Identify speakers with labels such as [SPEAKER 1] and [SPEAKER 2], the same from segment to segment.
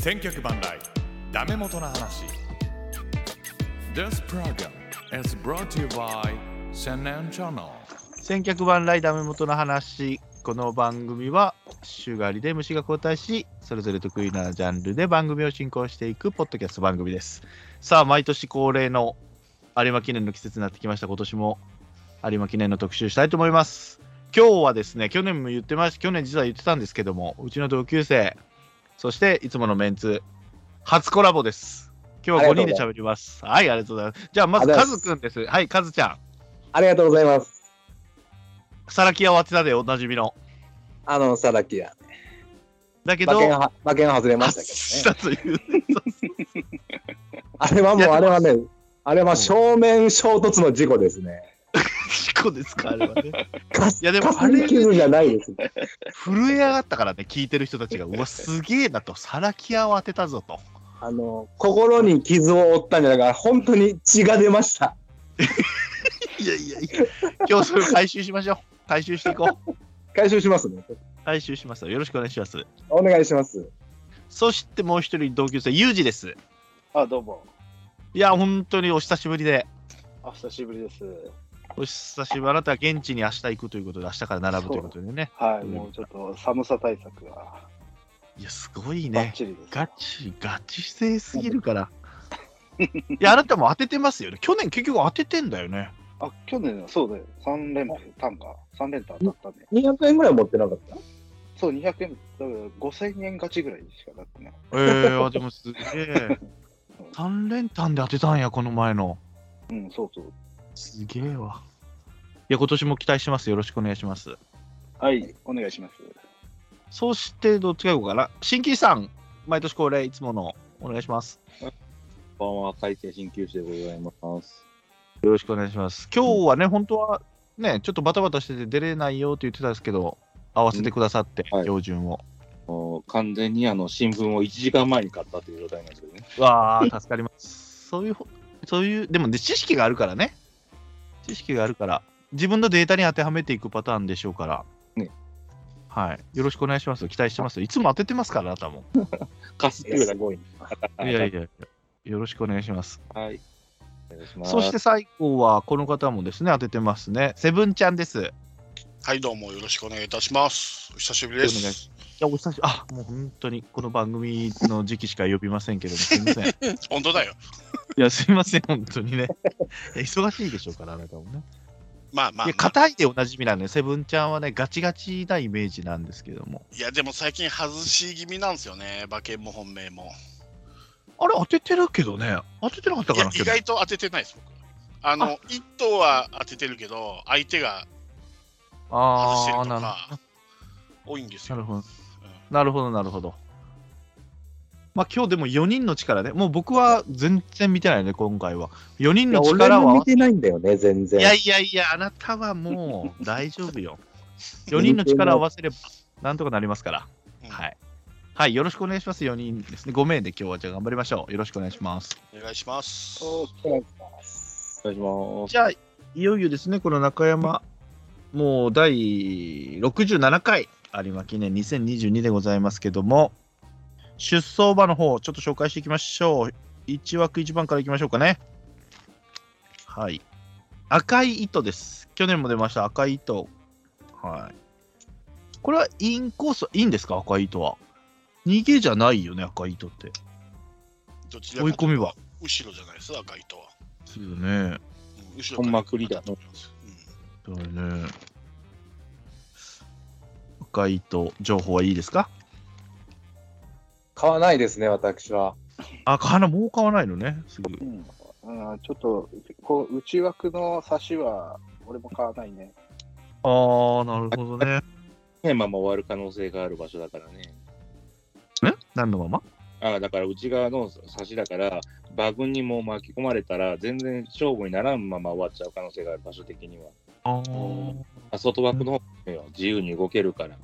[SPEAKER 1] 千脚万来ダメ元の話 This program is brought to you by Senan Channel
[SPEAKER 2] 千客万来ダメ元の話この番組は週替わりで虫が交代しそれぞれ得意なジャンルで番組を進行していくポッドキャスト番組ですさあ毎年恒例の有馬記念の季節になってきました今年も有馬記念の特集したいと思います今日はですね去年も言ってました去年実は言ってたんですけどもうちの同級生そしていつものメンツ初コラボです今日は5人で喋りますはいありがとうございますじゃあまず
[SPEAKER 3] ありが
[SPEAKER 2] カ
[SPEAKER 3] とうご
[SPEAKER 2] ズくんですはいカズちゃん
[SPEAKER 3] ありがとうございます。
[SPEAKER 2] サラキアはてたでおなじみの
[SPEAKER 3] あの、さらきや。
[SPEAKER 2] だけど
[SPEAKER 3] 馬券が、馬券が外れま
[SPEAKER 2] 発
[SPEAKER 3] したけ
[SPEAKER 2] したという。
[SPEAKER 3] どね。あれはいもう、
[SPEAKER 2] や
[SPEAKER 3] あれはね、あれ
[SPEAKER 2] う
[SPEAKER 3] は
[SPEAKER 2] ん
[SPEAKER 3] 正面衝突の事故ですね。
[SPEAKER 2] 事故ですか、あれはね。
[SPEAKER 3] か
[SPEAKER 2] い
[SPEAKER 3] す
[SPEAKER 2] やでも
[SPEAKER 3] かすり傷じゃないです。
[SPEAKER 2] 震え上がったからね、聞いてる人たちが、うわ、すげえなと、サラキアを当てたぞと。
[SPEAKER 3] あの、心に傷を負ったんじゃなくて、本当に血が出ました。
[SPEAKER 2] いやいやいや、今日それを回収しましょう。回収していこう。
[SPEAKER 3] 回収しますね。
[SPEAKER 2] 回収しますよ。よろしくお願いします。
[SPEAKER 3] お願いします。
[SPEAKER 2] そしてもう一人同級生、ユージです。
[SPEAKER 4] あ、どうも。
[SPEAKER 2] いや、本当にお久しぶりで、
[SPEAKER 4] あ、久しぶりです。
[SPEAKER 2] お久しぶり、あなたは現地に明日行くということで、明日から並ぶということでね。
[SPEAKER 4] はい、
[SPEAKER 2] うん
[SPEAKER 4] もうちょっと寒さ対策が
[SPEAKER 2] いや、すごい
[SPEAKER 4] バッ
[SPEAKER 2] ね。
[SPEAKER 4] チリです。
[SPEAKER 2] ガチ、ガチ性すぎるから。いや、あなたも当ててますよね。去年結局当ててんだよね。
[SPEAKER 4] あ、去年のそうだよ。3連単単価、3連単当たったね。
[SPEAKER 3] 200円ぐらい持ってなかった
[SPEAKER 4] そう、200円、だから5000円勝ちぐらいしかだってね。
[SPEAKER 2] ええあでもすげ え。3連単で当てたんや、この前の。
[SPEAKER 4] うん、そうそう。
[SPEAKER 2] すげえわ。いや、今年も期待してます。よろしくお願いします。
[SPEAKER 4] はい、お願いします。
[SPEAKER 2] そして、どっちがいこうかな。新規さん、毎年恒例、いつものお願いします。
[SPEAKER 5] こんばんは、海底鍼灸師でございます。
[SPEAKER 2] よろしくお願いします。今日はね、本当はね、ちょっとバタバタしてて出れないよって言ってたんですけど、合わせてくださって、
[SPEAKER 5] うんはい
[SPEAKER 2] 標準を。
[SPEAKER 5] もう完全にあの新聞を1時間前に買ったという状態なんですけどね。
[SPEAKER 2] わあ、助かります。そういうほ、そういう、でもね、知識があるからね。知識があるから、自分のデータに当てはめていくパターンでしょうから。
[SPEAKER 5] ね
[SPEAKER 2] はい。よろしくお願いします。期待してます。いつも当ててますから、あなたも。
[SPEAKER 5] 貸すって
[SPEAKER 3] え
[SPEAKER 5] いう
[SPEAKER 3] す
[SPEAKER 5] だ
[SPEAKER 3] ごい。
[SPEAKER 5] け。
[SPEAKER 2] いやいやいや。よろしくお願いします。
[SPEAKER 5] はい。お願いします。
[SPEAKER 2] そして最後は、この方もですね、当ててますね。セブンちゃんです。い
[SPEAKER 6] はい、どうもよろしくお願いいたします。お久しぶりで
[SPEAKER 2] お願い
[SPEAKER 6] す。
[SPEAKER 2] や、お久しあ、もう本当に、この番組の時期しか呼びませんけども、すいません。 い
[SPEAKER 6] 本当だよ。
[SPEAKER 2] や、すいません、本当にね。いや忙しいでしょうから、あなたもね。
[SPEAKER 6] まあまあ、
[SPEAKER 2] い
[SPEAKER 6] ま
[SPEAKER 2] や、
[SPEAKER 6] あ、
[SPEAKER 2] 硬いでおなじみなんで、セブンちゃんはね、ガチガチなイメージなんですけども。
[SPEAKER 6] いやでも最近外し気味なんですよね。馬券も本命も。
[SPEAKER 2] あれ、当ててるけどね。当ててなかった
[SPEAKER 6] い
[SPEAKER 2] か
[SPEAKER 6] や
[SPEAKER 2] な、
[SPEAKER 6] 意外と当ててないです僕。あの一頭は当ててるけど相手が外してる
[SPEAKER 2] ああ、
[SPEAKER 6] と
[SPEAKER 2] なる
[SPEAKER 6] か多いんです
[SPEAKER 2] なる
[SPEAKER 6] よ。
[SPEAKER 2] ほど。なるほど、なるほど。まあ、今日でも4人の力で、もう僕は全然見てないね、今回は。4人
[SPEAKER 3] い
[SPEAKER 2] の
[SPEAKER 3] や俺
[SPEAKER 2] 力
[SPEAKER 3] も
[SPEAKER 2] は
[SPEAKER 3] 見。てないんだよね、全然。
[SPEAKER 2] いやいやいや、あなたはも う大丈夫よ。4人の力を合わせれば、なんとかなりますから。
[SPEAKER 6] うん
[SPEAKER 2] はい。はい、よろしくお願いします。4人ですね。5名で今日はじゃあ頑張りましょう。よろしくお願いします。
[SPEAKER 6] お願いします。
[SPEAKER 3] お願いします
[SPEAKER 5] お願いします。
[SPEAKER 2] じゃあ、いよいよですね、この中山、もう第67回有馬記念2022でございますけども、出走馬の方、ちょっと紹介していきましょう。1枠1番からいきましょうかね。はい。赤い糸です。去年も出ました、赤い糸。はい。これはインコース、いいんですか、赤い糸は。逃げじゃないよね、赤い糸って。
[SPEAKER 6] どちら
[SPEAKER 2] 追い
[SPEAKER 6] かと
[SPEAKER 2] 込みは。
[SPEAKER 6] 後ろじゃないです赤い糸は。
[SPEAKER 2] そうよね。
[SPEAKER 6] うん後ろ
[SPEAKER 5] 本幕リーダーの
[SPEAKER 6] う
[SPEAKER 2] そうね。赤い糸、情報はいいですか
[SPEAKER 3] 買わないですね、私は。
[SPEAKER 2] あ、花もう買わないのね、すぐ。
[SPEAKER 4] うん、あーちょっと、こう内枠の差しは、俺も買わないね。
[SPEAKER 2] あー、なるほどね。
[SPEAKER 5] テーマも終わる可能性がある場所だからね。
[SPEAKER 2] え何のまま
[SPEAKER 5] ああ、だから内側の差しだから、馬群にも巻き込まれたら、全然勝負にならんまま終わっちゃう可能性がある場所的には。
[SPEAKER 2] あー。
[SPEAKER 5] あ外枠の方よ自由に動けるから。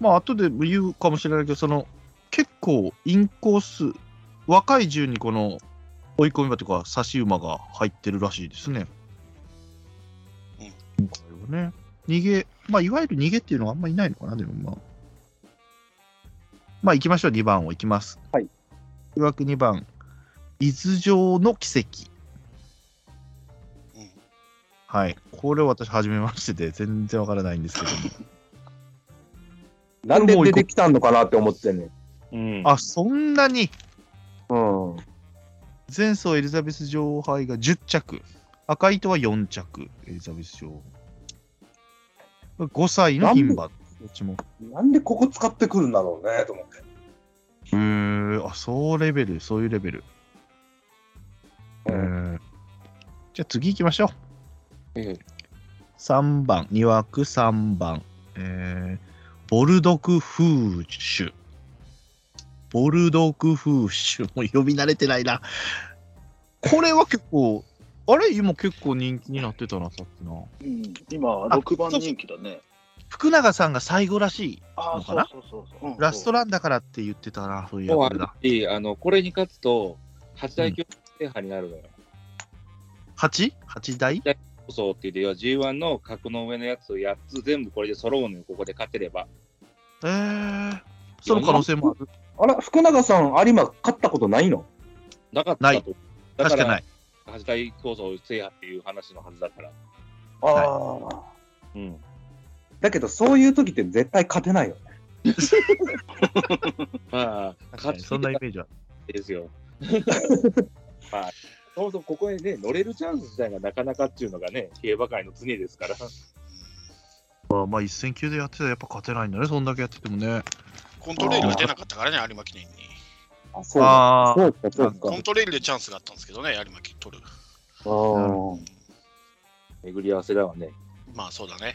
[SPEAKER 2] まあ、後で言うかもしれないけど、その、結構、インコース、若い順にこの、追い込み馬とか、差し馬が入ってるらしいですね。
[SPEAKER 6] うん
[SPEAKER 2] 今回はね。逃げ、まあ、いわゆる逃げっていうのはあんまりいないのかな、でもまあ。まあ行きましょう、2番を行きます。
[SPEAKER 3] はい。
[SPEAKER 2] 枠2番、伊豆城の奇跡。
[SPEAKER 6] うん
[SPEAKER 2] はい。これ私、初めましてで、全然わからないんですけども。
[SPEAKER 3] なんで出てきたのかなって思ってんねん。
[SPEAKER 5] うん。
[SPEAKER 2] あ、そんなに
[SPEAKER 3] うん。
[SPEAKER 2] 前走エリザベス女王杯が10着、赤い糸は4着、エリザベス女王。5歳の牝馬、どっちも。
[SPEAKER 3] なんでここ使ってくるんだろうね、と思って。
[SPEAKER 2] へー、あ、そうレベル、そういうレベル。へーじゃあ次行きましょう。
[SPEAKER 5] うん
[SPEAKER 2] 3番、2枠3番、えー、ボルドクフーシュ。ボルドクフーシュ。もう読み慣れてないな。これは結構、あれ今結構人気になってたな、さっきの。
[SPEAKER 7] うん、今、
[SPEAKER 2] あ
[SPEAKER 7] 6番人気だね。
[SPEAKER 2] 福永さんが最後らしい。の
[SPEAKER 7] ああ、
[SPEAKER 2] か
[SPEAKER 7] そ
[SPEAKER 2] な
[SPEAKER 7] うそうそうそう。
[SPEAKER 2] ラストランだからって言ってたな、そうい
[SPEAKER 5] もう
[SPEAKER 2] う
[SPEAKER 5] あ
[SPEAKER 2] あれだ。
[SPEAKER 5] れだあのこれに勝つと、八大級制覇になるのよ。
[SPEAKER 2] 8?8 台
[SPEAKER 5] そうって言って、要は G1 の格の上のやつ8つ全部これで揃うのよ、ここで勝てれば。
[SPEAKER 2] えー、その可能性もある。
[SPEAKER 3] あら、福永さん、有馬勝ったことないの
[SPEAKER 5] なかっ
[SPEAKER 2] な
[SPEAKER 5] た
[SPEAKER 2] い
[SPEAKER 5] と。だ
[SPEAKER 2] 確
[SPEAKER 5] か
[SPEAKER 2] かない
[SPEAKER 5] ら、。八大競争制覇っていう話のはずだから。
[SPEAKER 3] あ
[SPEAKER 2] あ
[SPEAKER 3] あ。
[SPEAKER 5] うん。
[SPEAKER 3] だけど、そういう時って絶対勝てないよね。
[SPEAKER 5] まあ、
[SPEAKER 2] 確か
[SPEAKER 5] 勝
[SPEAKER 2] に
[SPEAKER 5] ち
[SPEAKER 2] そんなイメージは。
[SPEAKER 5] です よ。まあ、そもそもここにね、乗れるチャンス自体がなかなかっていうのがね、競馬界の常ですから。
[SPEAKER 2] まあ、まあ、一戦級でやってたらやっぱ勝てないんだね、そんだけやっててもね。
[SPEAKER 6] コントレイルが出なかったからね、有馬記念に。
[SPEAKER 3] あ、そうだ。
[SPEAKER 2] ああ、
[SPEAKER 3] そうか、そうか
[SPEAKER 6] コン。トレイルでチャンスがあったんですけどね、有馬記取る。
[SPEAKER 3] あー
[SPEAKER 5] 巡り合わせだわね。
[SPEAKER 6] まあそうだね。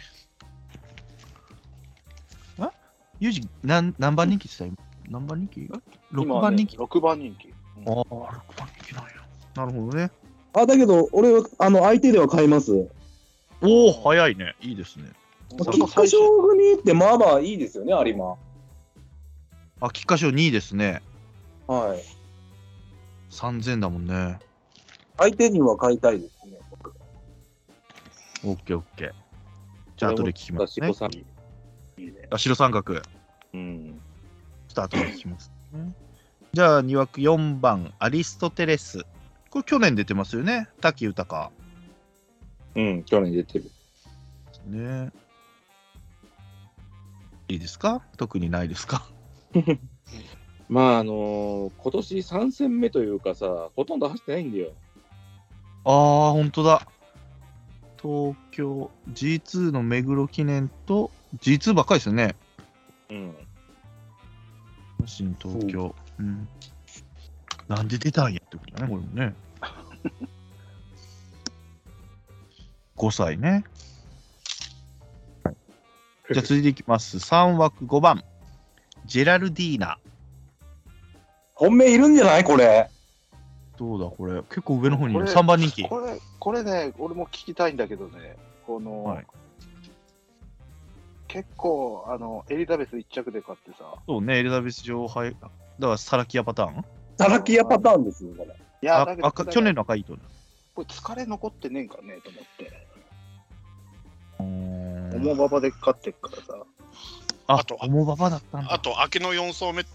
[SPEAKER 2] ユージ、なん何番人気って言った今何番人気 ?6 番人気。
[SPEAKER 7] 6番人
[SPEAKER 2] あ
[SPEAKER 7] 気。
[SPEAKER 2] あ、6番人気なんや。なるほどね。
[SPEAKER 3] あ、だけど、俺は、あの、相手では買います。
[SPEAKER 2] おお、早いね。いいですね。
[SPEAKER 7] それ
[SPEAKER 3] 菊
[SPEAKER 7] も最
[SPEAKER 3] 花
[SPEAKER 7] 初
[SPEAKER 3] 賞組って、まあまあいいですよね、有馬。
[SPEAKER 2] あ、菊花賞2位ですね。
[SPEAKER 3] はい。
[SPEAKER 2] 3000だもんね。
[SPEAKER 3] 相手には買いたいですね。
[SPEAKER 2] オッケーオッケー。じゃあ、後で聞きます
[SPEAKER 5] こ
[SPEAKER 2] ね
[SPEAKER 5] れも。さしこ
[SPEAKER 2] あ白三角。
[SPEAKER 5] さんうん。
[SPEAKER 2] ちょっと後で聞きます、ね。じゃあ、2枠4番、アリストテレス。これ去年出てますよね。滝豊。
[SPEAKER 5] うん、去年出てる。
[SPEAKER 2] ね。いいですか特にないですか
[SPEAKER 5] まあ、あのー今年3戦目というかさ、ほとんど走ってないんだよ。
[SPEAKER 2] ああ、本当だ。東京 G2 の目黒記念と G2 ばっかりですよね。
[SPEAKER 5] うん。
[SPEAKER 2] 新東京。うん。なんで出たんやってことだね、これも ね。5歳ね。じゃあ続いていきます。3枠5番。ジェラルディーナ。
[SPEAKER 3] 本命いるんじゃないこれ。
[SPEAKER 2] どうだこれ。結構上の方にいる。
[SPEAKER 7] これ
[SPEAKER 2] 3番人気。
[SPEAKER 7] これ、これね、俺も聞きたいんだけどね、この、
[SPEAKER 2] はい
[SPEAKER 7] 結構、あの、エリザベス1着で買ってさ、
[SPEAKER 2] そうね、エリザベス女王杯。だからサラキアパターン
[SPEAKER 3] サラキアパターンですよ、これ。
[SPEAKER 7] い
[SPEAKER 2] あ
[SPEAKER 7] や、だけど、
[SPEAKER 2] 赤去年の赤い糸だ。
[SPEAKER 7] これ疲れ残ってねえんかねと思って、
[SPEAKER 2] うーん
[SPEAKER 7] 重馬場で勝ってっからさ、
[SPEAKER 2] あ、
[SPEAKER 6] あと
[SPEAKER 2] 重馬場だったんだ。
[SPEAKER 6] あと、明けの4走目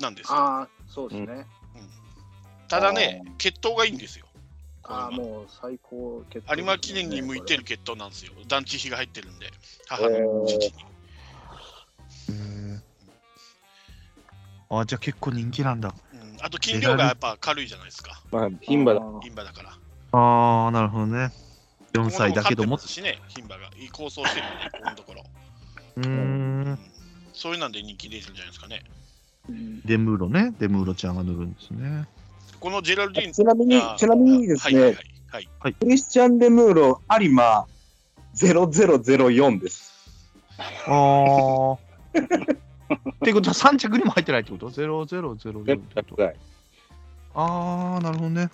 [SPEAKER 6] なんですよ。
[SPEAKER 7] ああ、そうですね、
[SPEAKER 6] ただね、血統がいいんですよ。
[SPEAKER 7] ああ、もう最高決
[SPEAKER 6] 有馬記念に向いて
[SPEAKER 7] る。
[SPEAKER 6] る血統なんですよ。団地比が入ってるんで、母
[SPEAKER 7] え
[SPEAKER 6] の父に。
[SPEAKER 2] あ、じゃあ結構人気なんだ。
[SPEAKER 6] うんあと、筋量がやっぱ軽いじゃないですか。
[SPEAKER 5] まあ、牝馬だ。
[SPEAKER 6] 牝馬だから。
[SPEAKER 2] ああ、なるほどね。4歳だけども
[SPEAKER 6] こ。このとこ勝ってますしね、牝馬が。いい構想してるんで、ここのところ。
[SPEAKER 2] うーん。
[SPEAKER 6] そういうなんで人気出てるんじゃないですかね。
[SPEAKER 2] デムーロね。デムーロちゃんが乗るんですね。
[SPEAKER 6] このジェラルディーン
[SPEAKER 3] ちなみに
[SPEAKER 6] が、
[SPEAKER 3] ちなみにですね、
[SPEAKER 6] はいはいはいはい。
[SPEAKER 3] クリスチャン・デムーロ、有馬、0004です。
[SPEAKER 2] ああ。っていうことは3着にも入ってないってこと ?0004 っ
[SPEAKER 5] 全部
[SPEAKER 2] てこと
[SPEAKER 5] 高い。
[SPEAKER 2] あー、なるほどね。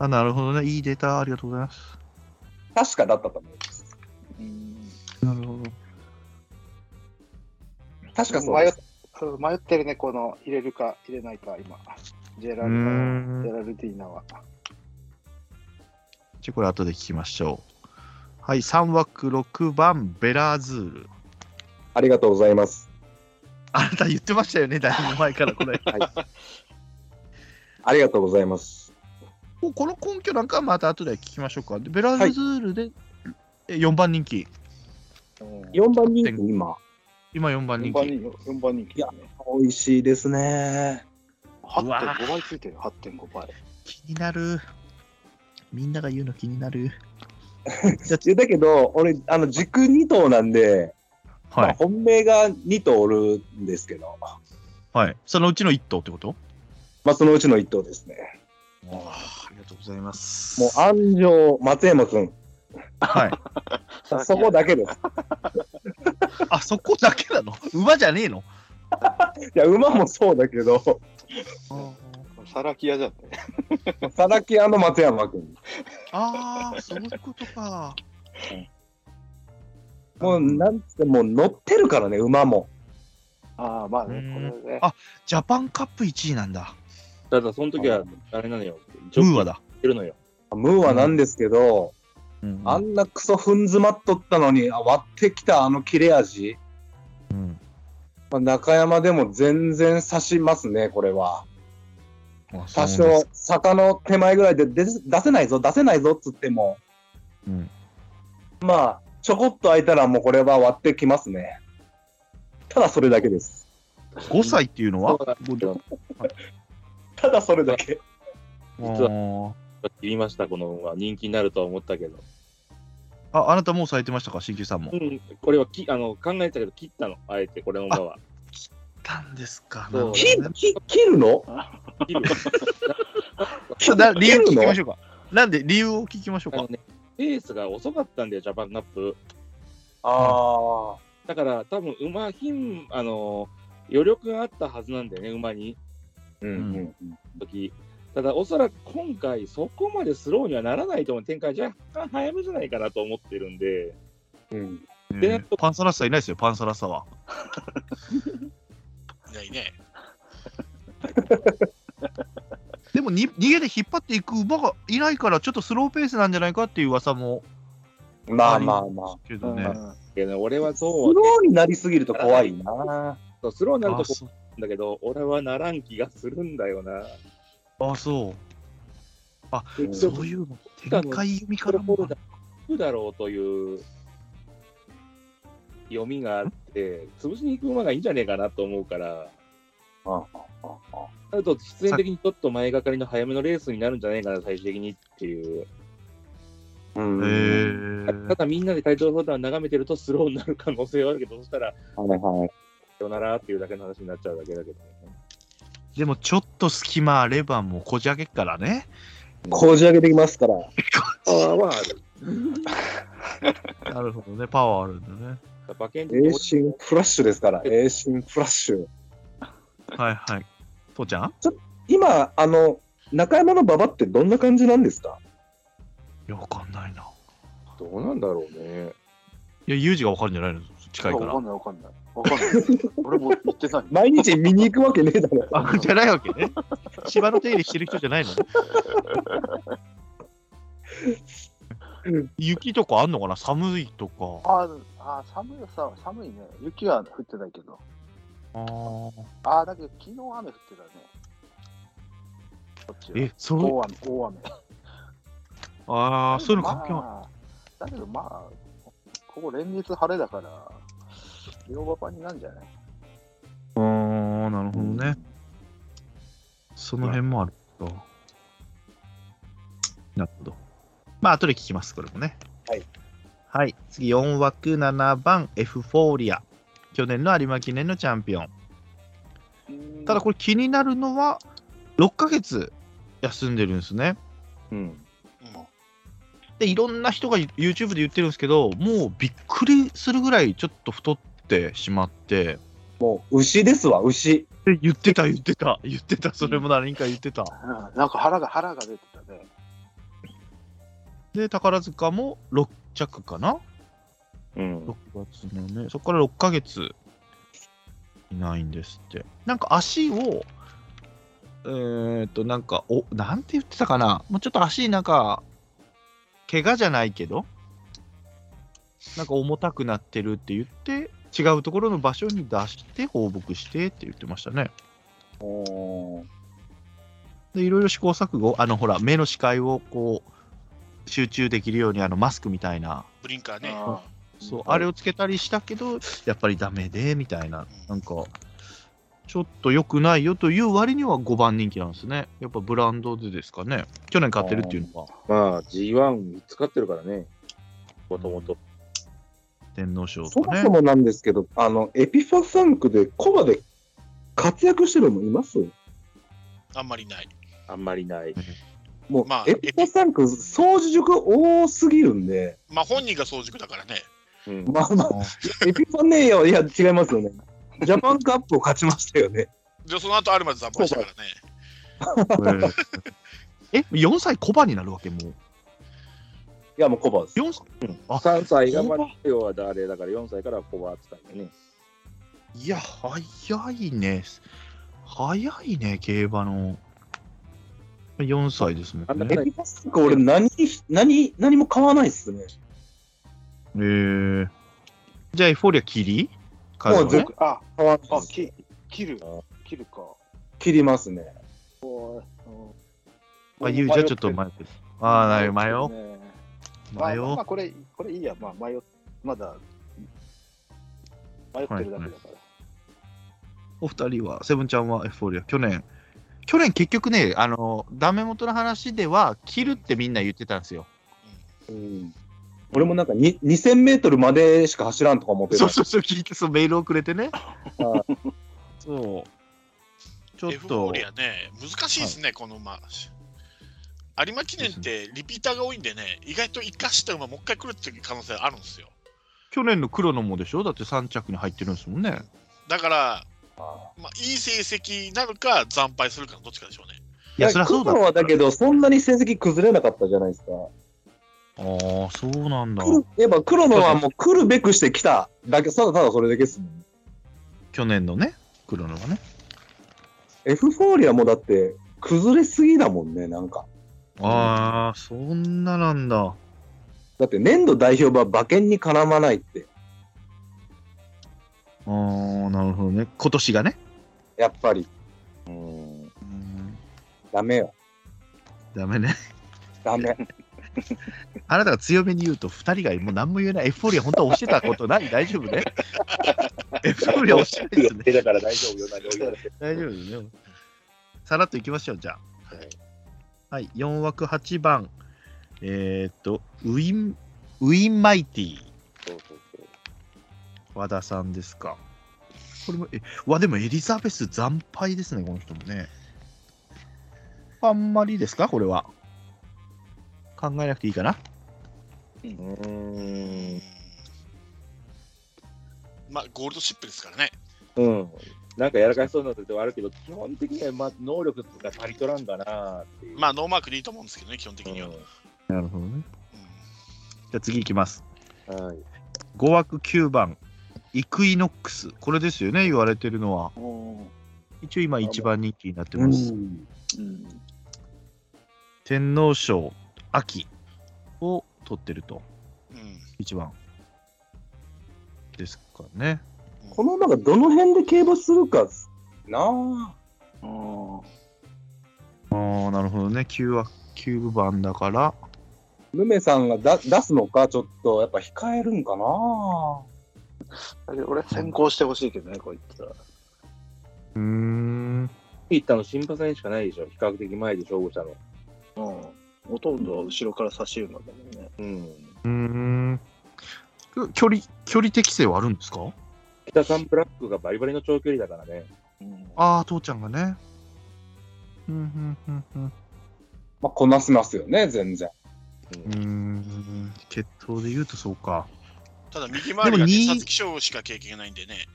[SPEAKER 2] あ、なるほどね。いいデータ、ありがとうございます。
[SPEAKER 3] 確かだったと思います。
[SPEAKER 2] なるほど。
[SPEAKER 3] 確かそう
[SPEAKER 7] 迷
[SPEAKER 3] で
[SPEAKER 7] っ
[SPEAKER 3] す。
[SPEAKER 7] うん迷ってるね、この入れるか入れないか、今、ジェラ
[SPEAKER 2] うー
[SPEAKER 7] ル
[SPEAKER 2] ん
[SPEAKER 7] ダジェラルディーナは。
[SPEAKER 2] じゃあこれ後で聞きましょう。はい、3枠6番、ベラーズール。
[SPEAKER 3] ありがとうございます。
[SPEAKER 2] あなた言ってましたよ ね、だいぶ前からこれ。
[SPEAKER 3] ありがとうございます。
[SPEAKER 2] もうこの根拠なんかはまた後で聞きましょうか。でベラルズールで4番人気。
[SPEAKER 3] 4番人気、今。
[SPEAKER 2] 今4番
[SPEAKER 7] 4
[SPEAKER 2] 人
[SPEAKER 7] 番
[SPEAKER 2] 気。
[SPEAKER 7] 人気。4番人気ですね。
[SPEAKER 3] 美味しいですね。
[SPEAKER 2] うわ
[SPEAKER 7] 8.5倍ついてる、8.5倍。
[SPEAKER 2] 気になる。みんなが言うの気になる。
[SPEAKER 3] いやだけど、俺、あの、軸2頭なんで、ま
[SPEAKER 2] は
[SPEAKER 3] あ、
[SPEAKER 2] い。
[SPEAKER 3] 本命が2頭おるんですけど、
[SPEAKER 2] はい。そのうちの1頭ってこと
[SPEAKER 3] まあ、そのうちの1頭ですね。
[SPEAKER 2] ありがとうございます
[SPEAKER 3] もう、安城、松山くん、
[SPEAKER 2] はい。
[SPEAKER 3] そこだけです。
[SPEAKER 2] あそこだけなの馬じゃねえの
[SPEAKER 3] いや、馬もそうだけど、
[SPEAKER 7] サラキヤじゃんね。
[SPEAKER 3] 佐々木屋の松山くん。
[SPEAKER 2] ああ、そういうことか。
[SPEAKER 3] もう、なんつっても、乗ってるからね、馬も。
[SPEAKER 7] ああ、まあ
[SPEAKER 2] うん
[SPEAKER 7] ね、これね
[SPEAKER 2] あ。ジャパンカップ1位なんだ。
[SPEAKER 5] ただ、その時は、あれなのよ。ジョッ
[SPEAKER 2] ムー
[SPEAKER 5] キー
[SPEAKER 2] ア
[SPEAKER 5] や
[SPEAKER 2] だ。
[SPEAKER 5] ってるのよ。
[SPEAKER 3] ムーはなんですけど、
[SPEAKER 2] うん
[SPEAKER 3] あんなクソ踏ん詰まっとったのに、あ割ってきたあの切れ味、
[SPEAKER 2] うん
[SPEAKER 3] まあ、中山でも全然刺しますね、これは。多少、坂の手前ぐらいで出せ出せないぞ、出せないぞっつっても、
[SPEAKER 2] うん
[SPEAKER 3] まあ、ちょこっと空いたらもうこれは割ってきますね。ただそれだけです。
[SPEAKER 2] 5歳っていうのは
[SPEAKER 5] そうなんですよ
[SPEAKER 3] ただそれだけ。
[SPEAKER 5] 実
[SPEAKER 2] は
[SPEAKER 5] 切りました、この馬。人気になるとは思ったけど。
[SPEAKER 2] ああなたもう咲いてましたか、新旧さんも
[SPEAKER 5] う。ん、これはきあの考えたけど、切ったの、あえて、これの馬は。
[SPEAKER 2] たんですか
[SPEAKER 5] そう
[SPEAKER 3] 切る切切るの
[SPEAKER 5] 切る
[SPEAKER 2] ちょだ理由聞
[SPEAKER 3] 切
[SPEAKER 2] き
[SPEAKER 3] るの
[SPEAKER 2] ましょうか。なんで理由を聞きましょう
[SPEAKER 5] あ
[SPEAKER 2] か
[SPEAKER 5] の。ね、ペースが遅かったんだよ、ジャパンカップ。
[SPEAKER 3] あ
[SPEAKER 5] だから、多分馬品、あの、余力があったはずなんだよね、馬に。
[SPEAKER 3] あ、うんうんうん。
[SPEAKER 5] 時ただ、おそらく今回、そこまでスローにはならないと思う展開、若干早めじゃないかなと思ってるんで、
[SPEAKER 3] うん、
[SPEAKER 2] えーパンサラッサいないですよ、パンサラッサは。
[SPEAKER 6] いないね。
[SPEAKER 2] でもに逃げで引っ張っていく馬がいないから、ちょっとスローペースなんじゃないかっていう噂も
[SPEAKER 3] まあまあまあ。
[SPEAKER 2] けどね。
[SPEAKER 7] うん
[SPEAKER 5] けどね俺は
[SPEAKER 3] ス
[SPEAKER 5] そう
[SPEAKER 3] ローになりすぎると怖いな。
[SPEAKER 5] は、スローになる
[SPEAKER 2] あ
[SPEAKER 5] とこ
[SPEAKER 2] そう
[SPEAKER 5] なんだけど、俺はならん気がするんだよな。
[SPEAKER 2] あ、そう。
[SPEAKER 3] うん
[SPEAKER 2] そういうの、展開読み
[SPEAKER 5] こ
[SPEAKER 2] か
[SPEAKER 5] れ
[SPEAKER 2] らも
[SPEAKER 5] ほどだろうという読みがあって、潰しに行く馬がいいんじゃねえかなと思うから、
[SPEAKER 3] あああ
[SPEAKER 5] あと必然的にちょっと前がかりの早めのレースになるんじゃないかな、最終的にっていう。
[SPEAKER 3] うん
[SPEAKER 2] へ
[SPEAKER 5] た
[SPEAKER 2] ー
[SPEAKER 5] だみんなでタイトルホルダーを眺めてるとスローになる可能性はあるけど、そしたら、
[SPEAKER 3] はいはい。
[SPEAKER 5] さよならっていうだけの話になっちゃうだけだけどね。
[SPEAKER 2] でもちょっと隙間あればもうこじ開けっからね。
[SPEAKER 3] こじ上げてきますから。
[SPEAKER 5] パワーはある。
[SPEAKER 2] なるほどね、パワーあるんだね。
[SPEAKER 5] 馬券
[SPEAKER 3] 栄心フラッシュですから、栄心フラッシュ。
[SPEAKER 2] はいはい。父ちゃん
[SPEAKER 3] 今、あの、中山の馬場ってどんな感じなんですか
[SPEAKER 2] いや、わかんないな。
[SPEAKER 5] どうなんだろうね。
[SPEAKER 2] いや、ユージがわかるんじゃないの近いか
[SPEAKER 7] わ
[SPEAKER 2] ら
[SPEAKER 7] かん。ない、わかんない。わかんない。俺も言 ってない。
[SPEAKER 3] 毎日見に行くわけねえだ ろ。
[SPEAKER 2] あ、じゃないわけね。芝の手入れしてる人じゃないの雪とかあんのかな寒いとか。
[SPEAKER 7] あーあー、寒いさ、寒いね。雪は降ってないけど。
[SPEAKER 2] あー
[SPEAKER 7] ああ、だけど昨日雨降ってたね。こっちは
[SPEAKER 2] え、そう、
[SPEAKER 7] 大雨、大雨。
[SPEAKER 2] あーそういうの関係ない。
[SPEAKER 7] まあ、だけどまあ、ここ連日晴れだから、両馬場になんじゃない
[SPEAKER 2] あーなるほどね。その辺もあるか。なるほど。まあ、後で聞きます、これもね。
[SPEAKER 3] はい。
[SPEAKER 2] はい、次、4枠7番、エフフォーリア。去年の有馬記念のチャンピオン。ただ、これ気になるのは、6ヶ月休んでるんですね。
[SPEAKER 5] うん。
[SPEAKER 2] で、いろんな人が YouTube で言ってるんですけど、もうびっくりするぐらいちょっと太ってしまって、
[SPEAKER 3] もう、牛ですわ、牛。
[SPEAKER 2] で言ってた、言ってた、言ってた、それも何か言ってた。
[SPEAKER 7] うん なんか腹が腹が出てたね。
[SPEAKER 2] で、宝塚も6着かな
[SPEAKER 5] うん。
[SPEAKER 2] ?6 月のね、そこから6ヶ月いないんですって。なんか足を、えー、っと、なんか、お、なんて言ってたかなもうちょっと足、なんか、怪我じゃないけど、なんか重たくなってるって言って、違うところの場所に出して放牧してって言ってましたね。
[SPEAKER 3] おー
[SPEAKER 2] でいろいろ試行錯誤あのほら目の視界をこう集中できるようにあのマスクみたいな
[SPEAKER 6] ブリンカーね。
[SPEAKER 7] あ
[SPEAKER 2] そうあれをつけたりしたけどやっぱりダメでみたいななんかちょっと良くないよという割には5番人気なんですねやっぱブランドでですかね去年買ってるっていうのは
[SPEAKER 5] まあ G1 使ってるからね、もともと。
[SPEAKER 2] 天皇賞
[SPEAKER 3] そ
[SPEAKER 2] と
[SPEAKER 3] も
[SPEAKER 2] ね
[SPEAKER 3] そもなんですけど、あの、エピファサンクでコバで活躍してるのいます
[SPEAKER 6] あんまりない。
[SPEAKER 5] あんまりない。
[SPEAKER 3] もう、
[SPEAKER 6] まあ
[SPEAKER 3] エピファサンク、掃除塾多すぎるんで、
[SPEAKER 6] まあ本人が早熟だからね。
[SPEAKER 5] うん
[SPEAKER 3] まあまあ、エピファねえよ、いや、違いますよね。ジャパンカップを勝ちましたよね。
[SPEAKER 6] で、その後アルマズザンボしたからね。
[SPEAKER 2] え4歳小判になるわけもう
[SPEAKER 3] いや、もうコバです。
[SPEAKER 2] 4歳あ
[SPEAKER 5] 3歳がまあ、要は誰だから4歳からコバ扱いでね。
[SPEAKER 2] いや早いね早いね競馬の4歳ですも
[SPEAKER 5] あん
[SPEAKER 2] ん
[SPEAKER 5] な
[SPEAKER 2] ね
[SPEAKER 3] エ
[SPEAKER 5] ね
[SPEAKER 3] ピファサンク、俺何、何、何も買わないっすね。
[SPEAKER 2] えー、じゃあエフォーリア切り買う
[SPEAKER 3] も
[SPEAKER 2] の
[SPEAKER 3] う全
[SPEAKER 2] ね
[SPEAKER 3] 部
[SPEAKER 7] あ、
[SPEAKER 3] 買わない
[SPEAKER 7] あ
[SPEAKER 3] っ、す。
[SPEAKER 7] き切る。切るか。
[SPEAKER 3] 切りますね。
[SPEAKER 2] あ、ゆうじゃあちょっと迷ってる。ああ、なる迷おう。
[SPEAKER 7] う。まあ、
[SPEAKER 2] 迷
[SPEAKER 7] ま
[SPEAKER 2] お
[SPEAKER 7] あ
[SPEAKER 2] う
[SPEAKER 7] まあ。これ、これいいや、まあ、迷っまだ、迷ってるだけだから。
[SPEAKER 2] お二人は、セブンちゃんはエフフォーリア。去年、去年結局ね、あの、ダメ元の話では、切るってみんな言ってたんですよ。
[SPEAKER 3] うん。俺もなんかに2000メートルまでしか走らんとか思ってた。
[SPEAKER 2] そうそうそう、聞いて、そうメールをくれてね。そう。ちょっ
[SPEAKER 6] エフフォ
[SPEAKER 2] と
[SPEAKER 6] ーリ、アね、難しいですね、この馬。有馬記念ってリピーターが多いんでね、意外と生かした馬もう一回来るっていう可能性あるんですよ。
[SPEAKER 2] 去年の黒のもでしょだって3着に入ってるんですもんね。
[SPEAKER 6] だから、まあ、いい成績になるか、惨敗するかのどっちかでしょうね。
[SPEAKER 2] いや、そりゃそうだ。
[SPEAKER 3] 黒はだけ
[SPEAKER 2] ど。
[SPEAKER 3] ど、そんなに成績崩れなかったじゃないですか。
[SPEAKER 2] ああ、そうなんだ。
[SPEAKER 3] 黒やっぱ黒野はもう来るべくして来ただけ、ただただそれだけですもん。
[SPEAKER 2] 去年のね、黒のがね。
[SPEAKER 3] エフフォーリアもだって、崩れすぎだもんね、なんか。
[SPEAKER 2] ああ、そんななんだ。
[SPEAKER 3] だって年度代表は馬券に絡まないって、
[SPEAKER 2] ああ、なるほどね。今年がね。
[SPEAKER 3] やっぱり
[SPEAKER 5] うん。
[SPEAKER 2] うん
[SPEAKER 3] ダメよ。
[SPEAKER 2] ダメね。
[SPEAKER 3] ダメ。
[SPEAKER 2] あなたが強めに言うと、2人がもう何も言えない。エフフォーリア、本当押してたことない。大丈夫ね。 エフフォーリア押してないですね。
[SPEAKER 5] 手だから大丈夫よ、何を言われて。
[SPEAKER 2] 大丈夫ですね。さらっといきましょう、じゃあ。はい、4枠8番。えーっと、ウィン、ウィンマイティ。
[SPEAKER 5] そうそうそう。
[SPEAKER 2] 和田さんですか。これも、え、わ、でもエリザベス惨敗ですね、この人もね。あんまりですか、これは。考えなくていいかな。
[SPEAKER 5] うん。
[SPEAKER 6] まあ、ゴールドシップですからね。
[SPEAKER 5] うん。なんかやらかしそうなことはあるけど、基本的には、まあ、能力とか足りとらんかなっていう。
[SPEAKER 6] まあ、ノーマークでいいと思うんですけどね、基本的には。うん
[SPEAKER 2] なるほどね。じゃあ次いきます。
[SPEAKER 5] うんはい。
[SPEAKER 2] 5枠9番、イクイノックス。これですよね、言われてるのは。一応今一番人気になってます。
[SPEAKER 7] うん。
[SPEAKER 2] 天皇賞、秋を取ってると。
[SPEAKER 6] うん
[SPEAKER 2] 一番。ですかね。
[SPEAKER 3] この馬がどの辺で競馬するかっすなあ。
[SPEAKER 2] ああ、なるほどね。9は9番だから。
[SPEAKER 3] ルメさんがだ出すのか、ちょっとやっぱ控えるんかな。
[SPEAKER 7] だけど俺、先行してほしいけどね、こいつは。
[SPEAKER 2] うーん。
[SPEAKER 5] ピッタの新馬戦しかないでしょ、比較的前で勝負したの。
[SPEAKER 7] うん。ほとんど後ろから差し馬だもんね。
[SPEAKER 2] う
[SPEAKER 5] うん。
[SPEAKER 2] ーん。距離、距離適性はあるんですか
[SPEAKER 5] 北サンブラックがバリバリの長距離だからね。
[SPEAKER 7] うん。
[SPEAKER 2] ああ、父ちゃんがね。うん、うん、うん、
[SPEAKER 3] まあ、こなせますよね、全然。
[SPEAKER 2] うん。うーん。血統で言うとそうか。
[SPEAKER 6] ただ、右回りが
[SPEAKER 2] でも
[SPEAKER 6] ね、
[SPEAKER 2] に
[SPEAKER 6] 皐月賞しか経験がないんでね。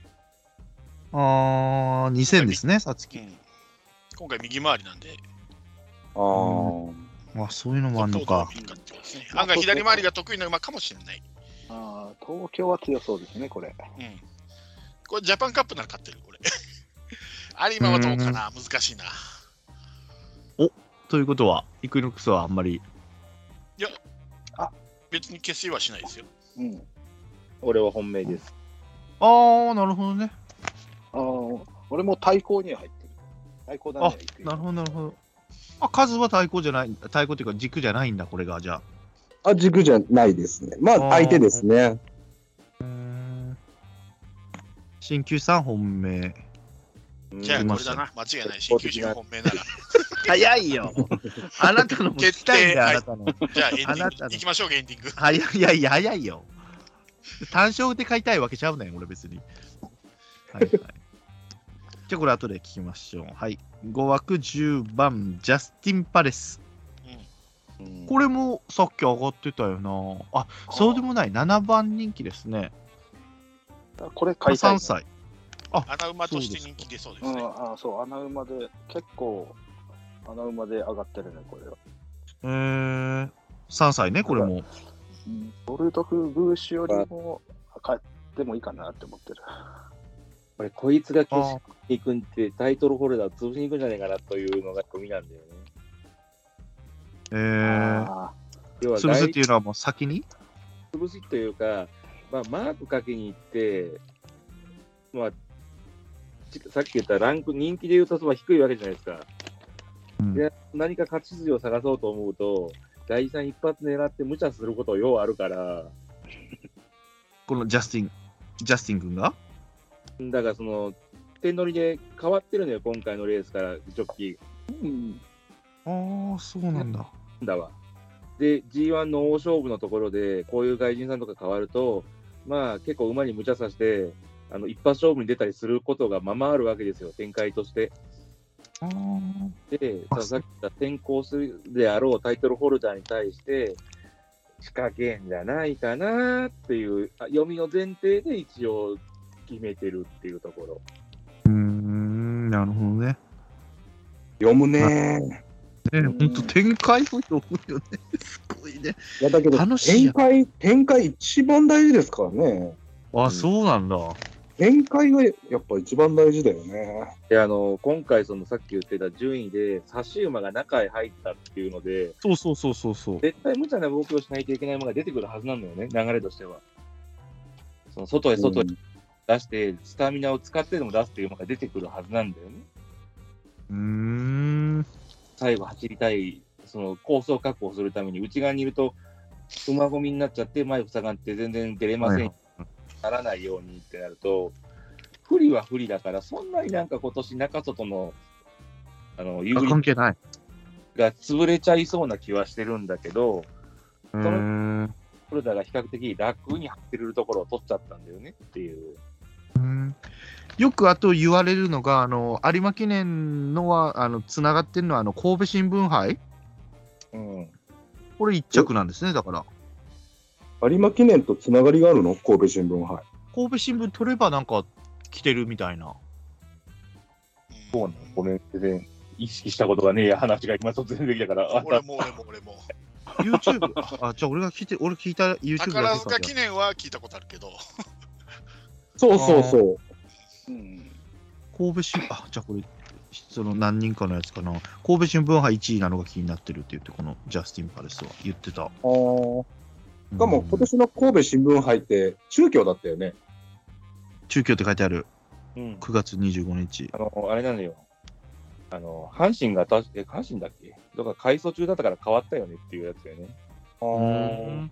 [SPEAKER 2] ああ、2000ですね、さつ
[SPEAKER 6] う
[SPEAKER 2] き。
[SPEAKER 6] ん今回、右回りなんで。
[SPEAKER 3] あー
[SPEAKER 2] あそういうのもあんのか。
[SPEAKER 6] 東京都民間ってことですね案外、左回りが得意な馬かもしれない。
[SPEAKER 7] ああ、東京は強そうですね、これ。
[SPEAKER 6] うん。これ、ジャパンカップなら勝ってる、これ。 有馬はどうかな難しいな。
[SPEAKER 2] ということは、イクイノックスはあんまり。
[SPEAKER 6] 別に消しはしないですよ。
[SPEAKER 7] うん。
[SPEAKER 5] 俺は本命です。
[SPEAKER 2] あー、なるほどね。
[SPEAKER 7] あー俺も対抗には入ってる。対抗だね。
[SPEAKER 2] なるほど、なるほど。あ、数は対抗じゃない、対抗っていうか軸じゃないんだ、これが、じゃあ。
[SPEAKER 3] あ、軸じゃないですね。まあ、
[SPEAKER 2] あー
[SPEAKER 3] 相手ですね。
[SPEAKER 2] 新旧さん本命。
[SPEAKER 6] じゃあこれだな、間違いない。新球人本命なら。
[SPEAKER 2] 早いよ。あなたのも聞きたいんだよ、あな
[SPEAKER 6] 決
[SPEAKER 2] たの。
[SPEAKER 6] じゃあエンデ
[SPEAKER 2] あ
[SPEAKER 6] ィン
[SPEAKER 2] な
[SPEAKER 6] グ
[SPEAKER 2] たの
[SPEAKER 6] 行きましょうか、エンディング。
[SPEAKER 2] 早い、いやいや、早いよ。単勝で買いたいわけちゃうねん、俺別に。はいはい。 じゃあこれ後で聞きましょう。はい。5枠10番、ジャスティン・パレス。
[SPEAKER 5] うん
[SPEAKER 2] これもさっき上がってたよな。あ、そうでもない。7番人気ですね。
[SPEAKER 7] ど。これ買いたい、
[SPEAKER 2] 3
[SPEAKER 7] ね。
[SPEAKER 2] 歳。
[SPEAKER 6] 穴馬として人気出そうで
[SPEAKER 7] う
[SPEAKER 6] すね。
[SPEAKER 7] ん、あーそう、穴馬で、結構、穴馬で上がってるね、これは。
[SPEAKER 2] えー、3歳ね、これも。
[SPEAKER 7] ボルトフグーシよりも、買ってもいいかなって思ってる。
[SPEAKER 5] これこいつが消し
[SPEAKER 2] あ
[SPEAKER 5] ていくんってタイトルホルダー潰しに行くんじゃないかなというのが込みなんだよね。
[SPEAKER 2] えー、
[SPEAKER 7] あ
[SPEAKER 5] 要は
[SPEAKER 2] 潰すっていうのはもう先に
[SPEAKER 5] 潰しというか、まあ、マークかけに行って、まあ、ちさっき言ったランク、人気で言うとまあ低いわけじゃないですか。
[SPEAKER 2] うん
[SPEAKER 5] で何か勝ち筋を探そうと思うと、第3一発狙って無茶することようあるから、
[SPEAKER 2] このジャスティン、ジャスティン君が
[SPEAKER 5] だからその、点取りで変わってるのよ、今回のレースから、ジョッキー
[SPEAKER 2] ああ、そうなんだ。
[SPEAKER 5] だわ。で、G1 の大勝負のところで、こういう外人さんとか変わると、まあ結構馬に無茶させて、あの一発勝負に出たりすることがままあるわけですよ、展開として。
[SPEAKER 2] あー
[SPEAKER 5] で、
[SPEAKER 2] あ
[SPEAKER 5] ささっき言った先行するであろうタイトルホルダーに対して、仕掛けんじゃないかなっていうあ読みの前提で一応決めてるっていうところ。
[SPEAKER 2] うーん、なるほどね。
[SPEAKER 3] 読むね
[SPEAKER 2] ね、ほんと展開も読むよね。すごいね。
[SPEAKER 3] いや、だけど、
[SPEAKER 2] 楽しい
[SPEAKER 3] 展
[SPEAKER 2] や
[SPEAKER 3] 開、展開一番大事ですからね。
[SPEAKER 2] あ、そうなんだ。
[SPEAKER 3] 展開がやっぱ一番大事だよね。
[SPEAKER 5] で、あの、今回そのさっき言ってた順位で、差し馬が中へ入ったっていうので、
[SPEAKER 2] そうそうそうそうそう。
[SPEAKER 5] 絶対無茶な動きをしないといけないものが出てくるはずなんだよね、流れとしては。その外へ外へ出して、スタミナを使ってでも出すっていうのが出てくるはずなんだよね。
[SPEAKER 2] うーん。
[SPEAKER 5] 最後走りたい、そのコースを確保するために内側にいると、馬込みになっちゃって、前塞がって全然出れませ
[SPEAKER 2] は
[SPEAKER 5] ん、
[SPEAKER 2] い
[SPEAKER 5] ならないようにってなると、不利は不利だから、そんなになんか今年中外の、あの、有
[SPEAKER 2] あ
[SPEAKER 5] 利
[SPEAKER 2] 関係ない。
[SPEAKER 5] が潰れちゃいそうな気はしてるんだけど、
[SPEAKER 2] うーん。う
[SPEAKER 5] フルダが比較的楽に入ってるところを取っちゃったんだよねっていう。
[SPEAKER 2] ーんよくあと言われるのが、あの有馬記念のは、あのつながってるのはあの神戸新聞杯
[SPEAKER 5] うん。
[SPEAKER 2] これ一着なんですね、だから。
[SPEAKER 3] 有馬記念とつながりがあるの神戸新聞杯。
[SPEAKER 2] 神戸新聞取ればなんか来てるみたいな。
[SPEAKER 5] そうなのごめん、全然意識したことがねえ話が今突然できたから、あ
[SPEAKER 6] 俺も俺も俺も。
[SPEAKER 2] YouTube、あ、じゃあ俺が聞いて、俺聞いた YouTube
[SPEAKER 6] 宝
[SPEAKER 2] だけか
[SPEAKER 6] 塚記念は聞いたことあるけど、
[SPEAKER 3] そうそうそう。
[SPEAKER 2] 神戸新あじゃあこれその何人かのやつかな神戸新聞杯1位なのが気になってるって言ってこのジャスティン・パレスは言ってた
[SPEAKER 3] あーしかも今
[SPEAKER 2] うん
[SPEAKER 3] 年の神戸新聞杯って中京だったよね。
[SPEAKER 2] 中京って書いてある
[SPEAKER 5] うん、
[SPEAKER 2] 9月25日
[SPEAKER 5] あの、あれなのよ。あの、阪神がた、え、阪神だっけだから改装中だったから変わったよねっていうやつだよね。
[SPEAKER 2] うん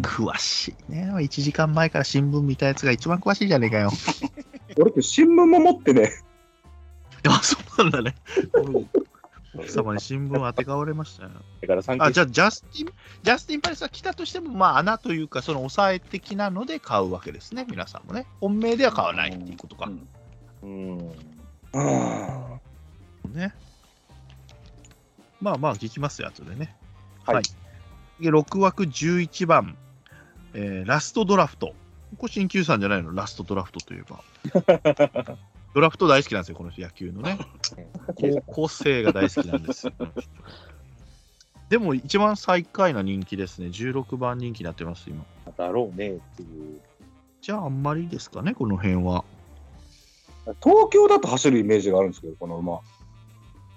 [SPEAKER 2] 詳しいね1時間前から新聞見たやつが一番詳しいじゃねえかよ
[SPEAKER 3] 俺って新聞も持ってね、
[SPEAKER 2] あそうなんだね 俺奥様に新聞当てがわれましたよ
[SPEAKER 5] だから3
[SPEAKER 2] あ
[SPEAKER 5] 期
[SPEAKER 2] じゃあジャスティンジャスティン・パレスは来たとしてもまあ穴というかその抑え的なので買うわけですね皆さんもね本命では買わないっていうことか、
[SPEAKER 5] うん。
[SPEAKER 3] うん
[SPEAKER 2] ね。まあまあ聞きますよ、後でね。
[SPEAKER 7] はい
[SPEAKER 2] で6枠11番、えーラストドラフト。これ新球さんじゃないのラストドラフトといえば。ドラフト大好きなんですよ、この人、野球のね。高校生が大好きなんですよ。この人でも一番最下位な人気ですね。16番人気になってます、今。
[SPEAKER 5] だろうねっていう。
[SPEAKER 2] じゃああんまりですかね、この辺は。
[SPEAKER 3] 東京だと走るイメージがあるんですけど、この馬。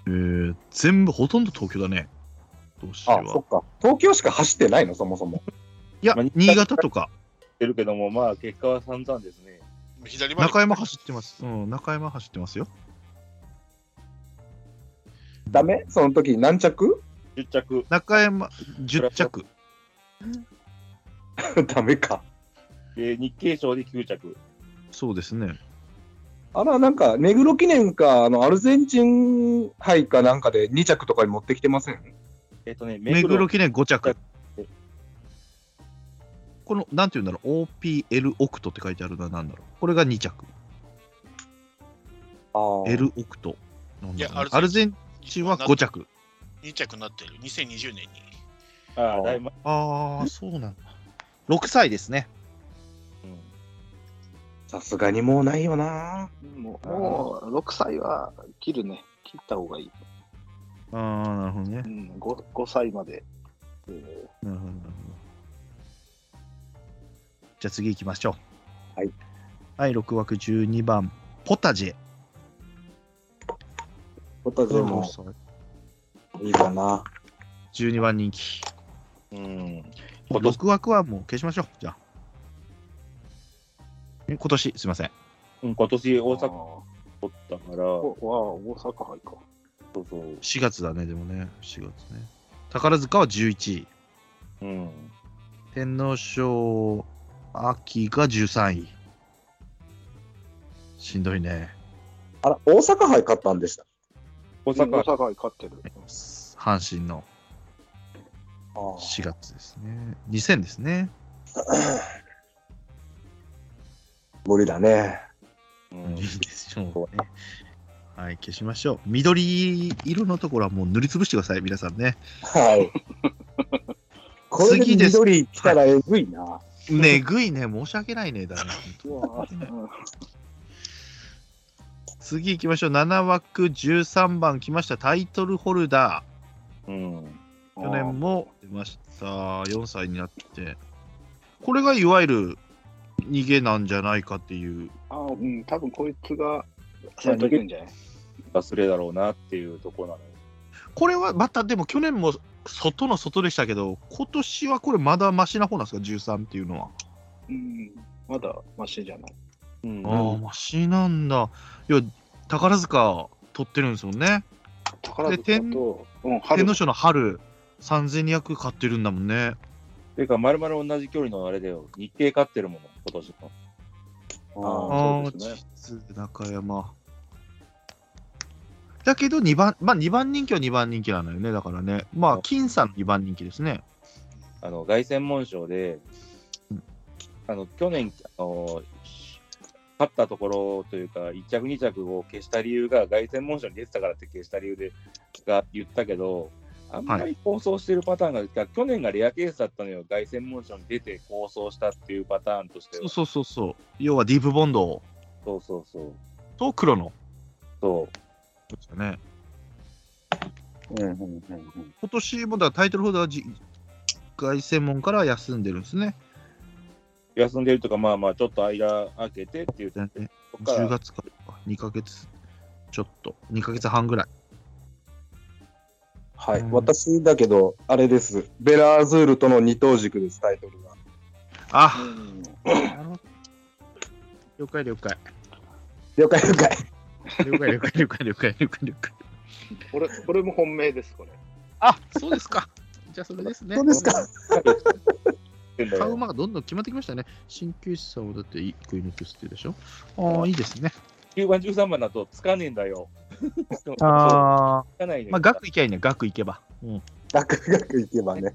[SPEAKER 2] えー全部、ほとんど東京だね。今年
[SPEAKER 3] あ、そ
[SPEAKER 2] は
[SPEAKER 3] っ。か。東京しか走ってないの、そもそも。
[SPEAKER 2] いや
[SPEAKER 5] まあ、
[SPEAKER 2] 新潟とか。
[SPEAKER 5] えってるけども、まあ結果は散々ですね。
[SPEAKER 6] 左回り
[SPEAKER 2] 中山走ってます。うん、中山走ってますよ。
[SPEAKER 3] ダメその時何着
[SPEAKER 5] 10着、
[SPEAKER 2] 中山、10着。
[SPEAKER 3] ダメか。
[SPEAKER 5] で日経賞で9着。
[SPEAKER 2] そうですね。
[SPEAKER 3] あら、なんか、目黒記念か、あの、アルゼンチン杯かなんかで2着とかに持ってきてません
[SPEAKER 5] えっとね、
[SPEAKER 2] 目黒記念5着
[SPEAKER 5] え。
[SPEAKER 2] この、なんていうんだろう、OPL オクトって書いてあるのは何だろう。これが2着。
[SPEAKER 3] あー
[SPEAKER 2] L オクト。なんだろうない
[SPEAKER 6] や
[SPEAKER 2] アルゼンチンは5着。
[SPEAKER 6] 2着になってる。2020年に。
[SPEAKER 5] ああ、だいま、
[SPEAKER 2] ああ、そうなんだ。6歳ですね。
[SPEAKER 5] うん
[SPEAKER 3] さすがにもうないよな。
[SPEAKER 7] もう、もう6歳は切るね。切った方がいい。
[SPEAKER 2] ああ、なるほどね
[SPEAKER 7] う。ん、5, 5歳まで。えー
[SPEAKER 2] なるほどなるほど。じゃあ次行きましょう。
[SPEAKER 3] はい。
[SPEAKER 2] はい、6枠12番、ポタジェ。
[SPEAKER 3] ポタジェもいいかな。
[SPEAKER 2] 12番人気。
[SPEAKER 5] うん。今年
[SPEAKER 2] 6枠はもう消しましょう。じゃあ。え今年、すいません。
[SPEAKER 5] うん今年大阪
[SPEAKER 7] あ
[SPEAKER 5] 取ったから、
[SPEAKER 7] ーおわあ大阪杯か。
[SPEAKER 5] そうそう。
[SPEAKER 2] 4月だね、でもね。4月ね。宝塚は11位。
[SPEAKER 5] うん。
[SPEAKER 2] 天皇賞、秋が13位。しんどいね。
[SPEAKER 3] あら、大阪杯勝ったんでした。
[SPEAKER 5] 大
[SPEAKER 7] 大阪
[SPEAKER 5] 阪、
[SPEAKER 7] 杯勝ってる。
[SPEAKER 2] 阪神の
[SPEAKER 3] あー
[SPEAKER 2] 4月ですね。2000ですね。
[SPEAKER 3] 無理だね。
[SPEAKER 5] うん
[SPEAKER 2] いいでしょうね。はい、消しましょう。緑色のところはもう塗りつぶしてください、皆さん ね。
[SPEAKER 3] はい。これで
[SPEAKER 2] 次です
[SPEAKER 3] 緑来たらえぐいな。
[SPEAKER 2] ねぐいね、申し訳ないね、だね。
[SPEAKER 7] うわーうん
[SPEAKER 2] 次行きましょう。7枠13番来ました。タイトルホルダ
[SPEAKER 5] うん。
[SPEAKER 2] ー。去年も出ました。4歳になって。これがいわゆる逃げなんじゃないかっていう。
[SPEAKER 7] あーうん、多分こいつが先に行くんじゃない
[SPEAKER 5] 忘れだろうなっていうところなのよ。
[SPEAKER 2] これはまたでも去年も外の外でしたけど、今年はこれまだマシな方なんですか、13っていうのは。
[SPEAKER 7] うん、まだマシじゃない。
[SPEAKER 5] うん
[SPEAKER 2] ああ、マシなんだ。いや、宝塚取ってるんですもんね。
[SPEAKER 7] 宝
[SPEAKER 2] で
[SPEAKER 7] 塚
[SPEAKER 2] 天
[SPEAKER 7] と、うん、
[SPEAKER 2] 天
[SPEAKER 7] 春
[SPEAKER 2] 皇賞の春、3200買ってるんだもんね。
[SPEAKER 5] ていうか、まるまる同じ距離のあれだよ。日経勝ってるもの、今年の。
[SPEAKER 2] あ
[SPEAKER 7] あそ
[SPEAKER 2] あ
[SPEAKER 7] うですね
[SPEAKER 2] ー、実質中山。だけど、2番、まあ、2番人気は2番人気なのよね、だからね。まあ、金さん2番人気ですね。
[SPEAKER 5] あの、凱旋門賞で、あの、去年、あの、勝ったところというか、1着2着を消した理由が、凱旋門賞に出てたからって消した理由で、が言ったけど、あんまり構想してるパターンが、去年がレアケースだったのよ。凱旋門賞に出て構想したっていうパターンとして
[SPEAKER 2] そう
[SPEAKER 5] は。
[SPEAKER 2] そうそうそう。要はディープボンド
[SPEAKER 5] そうそうそう。
[SPEAKER 2] と黒の。
[SPEAKER 5] そう。
[SPEAKER 2] ですよね。
[SPEAKER 3] うんうんうんうん
[SPEAKER 2] 今年もだからタイトルホルダーじ凱旋門から休んでるんですね。
[SPEAKER 5] 休んでるとか、まあまあ、ちょっと間空けてっていうと
[SPEAKER 2] だね
[SPEAKER 5] こか
[SPEAKER 2] 10
[SPEAKER 5] ら、
[SPEAKER 2] 月から2ヶ月ちょっと2ヶ月半ぐらい
[SPEAKER 3] はい、
[SPEAKER 2] うん
[SPEAKER 3] 私だけど、あれです。ベラーズールとの二等軸です、タイトルが。
[SPEAKER 2] あ、なるほど了解了解
[SPEAKER 3] 了解了解。
[SPEAKER 2] 了解了解了解了解了解了解
[SPEAKER 7] これこれも本命です、これ。
[SPEAKER 2] あそうですかじゃあそれですね
[SPEAKER 3] そうですか。
[SPEAKER 2] 買う馬がどんどん決まってきましたね鍼灸師さんはだって1個犬と捨てでしょああいいですね
[SPEAKER 5] 9番、13番だとつかねえんだよ。
[SPEAKER 2] ああ
[SPEAKER 5] つかないのよ
[SPEAKER 2] まあ額いけばいいね額いけばうん
[SPEAKER 3] 楽々いけばね。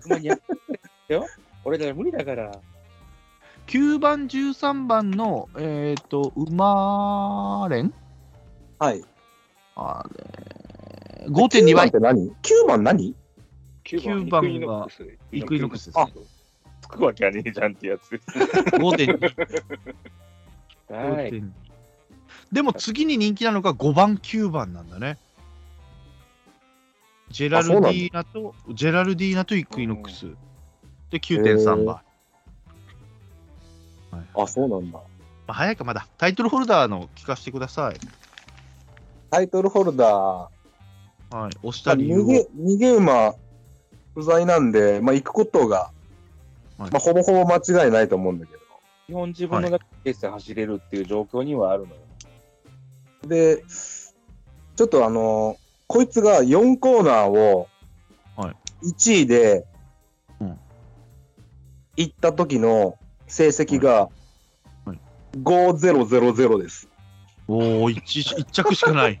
[SPEAKER 5] 100万200よ。俺だから無理だから。
[SPEAKER 2] 9番13番のえっ、と馬連
[SPEAKER 3] はい。
[SPEAKER 2] あれ5.2倍
[SPEAKER 3] 9番って何 ?9 番何
[SPEAKER 7] 9
[SPEAKER 2] 9
[SPEAKER 7] 番
[SPEAKER 2] 番
[SPEAKER 7] イクイノックス
[SPEAKER 2] イクイノックスです
[SPEAKER 7] あ
[SPEAKER 5] つくわけはねえじゃんってやつです。
[SPEAKER 2] 5.2
[SPEAKER 5] はい。
[SPEAKER 2] 5.2でも次に人気なのが5番、9番なんだね。ジェラルディーナと、ジェラルディーナとイクイノックス。で、9.3倍。
[SPEAKER 3] あ、そうなんだ。
[SPEAKER 2] まあ、早いか、まだ。タイトルホルダーの聞かせてください。
[SPEAKER 3] タイトルホルダー、
[SPEAKER 2] はい。押し
[SPEAKER 3] まあ
[SPEAKER 2] た理由
[SPEAKER 3] 逃
[SPEAKER 2] を。
[SPEAKER 3] げ逃げ馬不在なんで、まあ、行くことが
[SPEAKER 2] はい
[SPEAKER 3] まあ、ほぼほぼ間違いないと思うんだけ
[SPEAKER 5] 基本自分の中で決して走れるっていう状況にはあるのよ。
[SPEAKER 3] ど。で、ちょっとあのこいつが4コーナーを
[SPEAKER 2] は
[SPEAKER 3] 1位で
[SPEAKER 2] うん
[SPEAKER 3] 行った時の成績が
[SPEAKER 2] いはい
[SPEAKER 3] 5000です。
[SPEAKER 2] おお、 一一着しかない。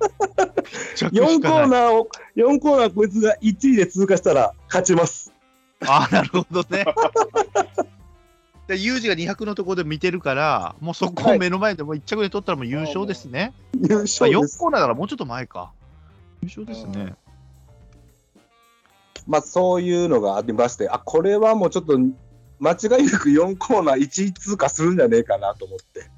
[SPEAKER 2] 一着し
[SPEAKER 3] 4コ
[SPEAKER 2] かな
[SPEAKER 3] ー
[SPEAKER 2] い。
[SPEAKER 3] ナーを、4コーナーこいつが1位で通過したら勝ちます。
[SPEAKER 2] ああ、なるほどね。 で、ユージが200のところで見てるから、もうそこを目の前でもう一着で取ったらもう優勝ですね。
[SPEAKER 3] 優
[SPEAKER 2] あ
[SPEAKER 3] 勝
[SPEAKER 2] 4
[SPEAKER 3] です。
[SPEAKER 2] コーナーだからもうちょっと前か。優勝ですね。
[SPEAKER 3] まあそういうのがありまして、あ、これはもうちょっと間違いなく4コーナー1位通過するんじゃねえかなと思って。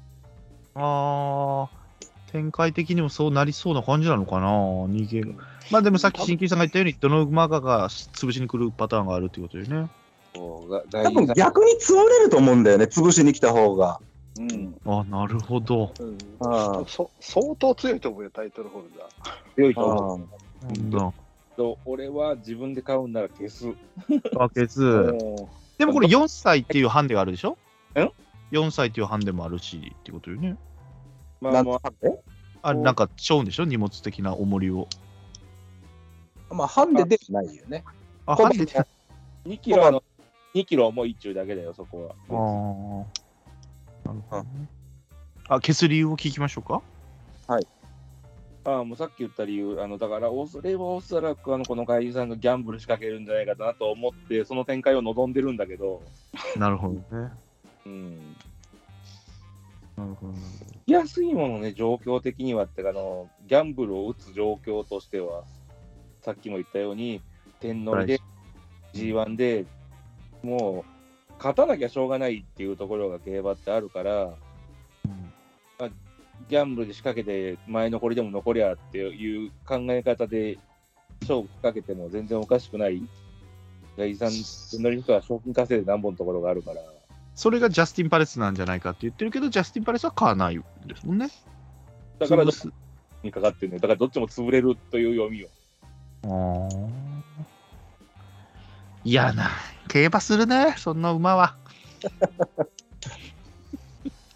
[SPEAKER 2] ああ、展開的にもそうなりそうな感じなのかな、逃げる。まあでもさっき新規さんが言ったように、どの馬かが潰しに来るパターンがあるってことよね。
[SPEAKER 5] こうが
[SPEAKER 3] 多分逆に潰れると思うんだよね、潰しに来た方が。
[SPEAKER 5] うん、
[SPEAKER 2] ああ、なるほど。
[SPEAKER 7] うん
[SPEAKER 3] ああ
[SPEAKER 7] そ相当強いと思うよ、タイトルホルダー。
[SPEAKER 5] 強いと思う
[SPEAKER 3] ああ
[SPEAKER 2] なんだ。
[SPEAKER 5] けど、俺は自分で買うんなら消す。
[SPEAKER 2] バケツ。でもこれ4歳っていうハンデがあるでしょ
[SPEAKER 5] ん
[SPEAKER 2] ?4 歳っていうハンデもあるしってことよね。
[SPEAKER 5] ま
[SPEAKER 3] な
[SPEAKER 5] あ
[SPEAKER 3] ん
[SPEAKER 5] まあ、
[SPEAKER 3] え
[SPEAKER 2] あれなんかしょうんでしょ荷物的な重りを。
[SPEAKER 3] まあ、ハンデではないよね。
[SPEAKER 2] あ、
[SPEAKER 3] こ
[SPEAKER 2] ハ
[SPEAKER 3] う
[SPEAKER 2] ンデって。あ
[SPEAKER 5] 2キロの、2キロ重いっちゅうだけだよ、そこは。
[SPEAKER 2] あー。なるほどね。あ、消す理由を聞きましょうか
[SPEAKER 5] ああ、もうさっき言った理由、あのだから、おそれはおそらくあのこの外人さんがギャンブル仕掛けるんじゃないかなと思って、その展開を望んでるんだけど、
[SPEAKER 2] なるほどね。
[SPEAKER 5] うん、
[SPEAKER 2] なるほど。
[SPEAKER 5] 来やすいものね、状況的にはってかあの、ギャンブルを打つ状況としては、さっきも言ったように、天皇
[SPEAKER 2] は
[SPEAKER 5] で G1 でもう勝たなきゃしょうがないっていうところが競馬ってあるから、まあ、ギャンブルで仕掛けて前残りでも残りゃっていう考え方で勝負仕掛けても全然おかしくない。財産乗り人は賞金稼いで何本のところがあるから。
[SPEAKER 2] それがジャスティン・パレスなんじゃないかって言ってるけど、ジャスティン・パレスは買わないんですもんね。
[SPEAKER 5] だから
[SPEAKER 2] 潰
[SPEAKER 5] どっち
[SPEAKER 2] す
[SPEAKER 5] にかかってるね。だからどっちも潰れるという読みを。
[SPEAKER 2] あー嫌な、競馬するね、そんな馬は。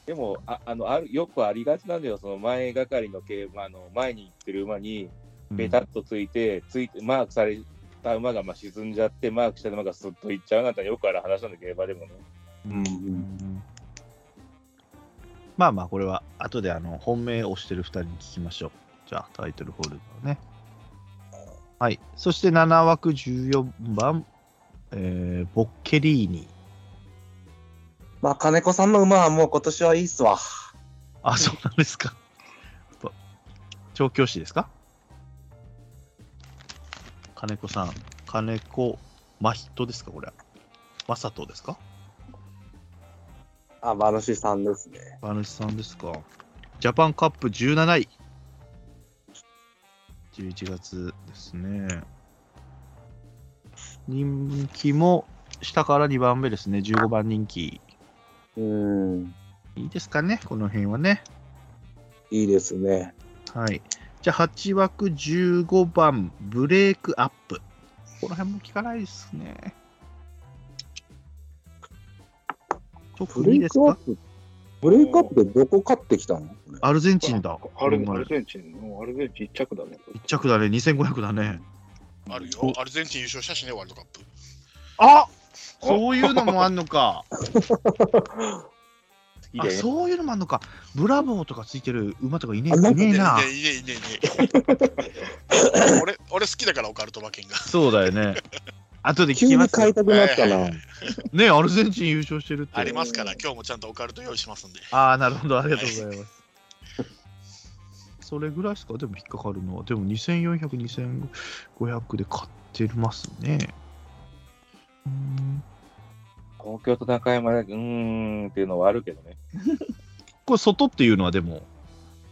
[SPEAKER 5] でもああのある、よくありがちなんだよ、その前がかりの競馬、あの前に行ってる馬に、ベタっとついて、ついてマークされた馬がまあ沈んじゃって、マークした馬がすっと行っちゃうなんて、よくある話なんだ競馬でもね。
[SPEAKER 2] うんまあまあ、これは後であの本命を推してる2人に聞きましょう。じゃあ、タイトルホルダーね。はい。そして7枠14番、えーボッケリーニ。
[SPEAKER 3] まあ、金子さんの馬はもう今年はいいっすわ。
[SPEAKER 2] あ、そうなんですか。やっぱ調教師ですか金子さん、金子真人ですか、これは。正人ですか
[SPEAKER 3] あ、馬主さんですね。
[SPEAKER 2] 馬主さんですか。ジャパンカップ17位。11月ですね。人気も下から2番目ですね、15番人気。
[SPEAKER 3] うん、
[SPEAKER 2] いいですかね、この辺はね。
[SPEAKER 3] いいですね。
[SPEAKER 2] はい。じゃあ、8枠15番、ブレイクアップ。この辺も聞かないですね。特
[SPEAKER 3] ブレ
[SPEAKER 2] に
[SPEAKER 3] イ
[SPEAKER 2] です
[SPEAKER 3] クアッ
[SPEAKER 2] か
[SPEAKER 3] プ、ブレイクアップでどこ勝ってきたのこれ
[SPEAKER 2] アルゼンチンだ。
[SPEAKER 7] アル
[SPEAKER 2] こ
[SPEAKER 7] ア
[SPEAKER 2] れ
[SPEAKER 7] ルゼンチン、もうアルゼンチン一着だね。
[SPEAKER 2] 一着だね、2500だね。
[SPEAKER 6] あるよ。アルゼンチン優勝したしね、ワールドカップ。
[SPEAKER 2] あそういうのもあんの か。
[SPEAKER 5] 好き
[SPEAKER 2] あ
[SPEAKER 5] で、
[SPEAKER 2] そういうのもあんのか。ブラボーとかついてる馬とかいね
[SPEAKER 3] あ
[SPEAKER 2] え
[SPEAKER 3] ないんか
[SPEAKER 2] ねえな。
[SPEAKER 6] いねいねいねいね俺、俺好きだから、オカルト馬券が。
[SPEAKER 2] そうだよね。後で聞
[SPEAKER 3] 急
[SPEAKER 2] きま
[SPEAKER 3] に
[SPEAKER 2] すよ
[SPEAKER 3] 買いたくなった
[SPEAKER 6] は。
[SPEAKER 3] ない
[SPEAKER 2] ねえアルゼンチン優勝してるって。
[SPEAKER 6] ありますから、今日もちゃんとオカルト用意しますんで。
[SPEAKER 2] ああ、なるほど、ありがとうございます。それぐらいですか、でも引っかかるのは、でも2400、2500で買ってますね。うーん
[SPEAKER 5] 東京と中山で、うーんっていうのはあるけどね。
[SPEAKER 2] これ、外っていうのは、でも、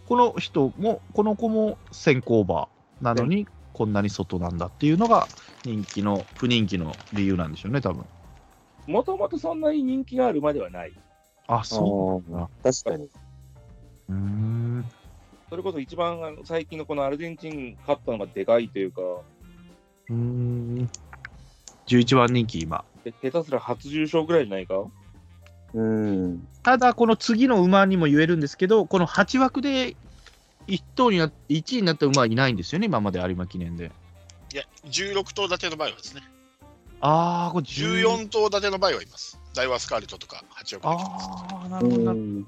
[SPEAKER 2] この人も、この子も先行馬なのに、こんなに外なんだっていうのが、人気の、不人気の理由なんでしょうね、多分
[SPEAKER 5] もともとそんなに人気がある馬ではない。
[SPEAKER 2] あ、
[SPEAKER 3] あ
[SPEAKER 2] そ
[SPEAKER 3] ー確かに。
[SPEAKER 2] う。うーん。
[SPEAKER 5] それこそ一番あの最近のこのアルゼンチン勝ったのがでかいというか、
[SPEAKER 2] うーん。11番人気、今、
[SPEAKER 5] へ下手すら初優勝ぐらいじゃないか
[SPEAKER 3] うん。
[SPEAKER 2] ただ、この次の馬にも言えるんですけど、この8枠で1頭にな1位になった馬はいないんですよね、今まで有馬記念で。
[SPEAKER 6] いや、16頭立ての場合はですね。
[SPEAKER 2] ああ、これ14。
[SPEAKER 6] 14頭立ての場合はいます。ダイワスカーレットとか8億で
[SPEAKER 2] ああ、なるほどなる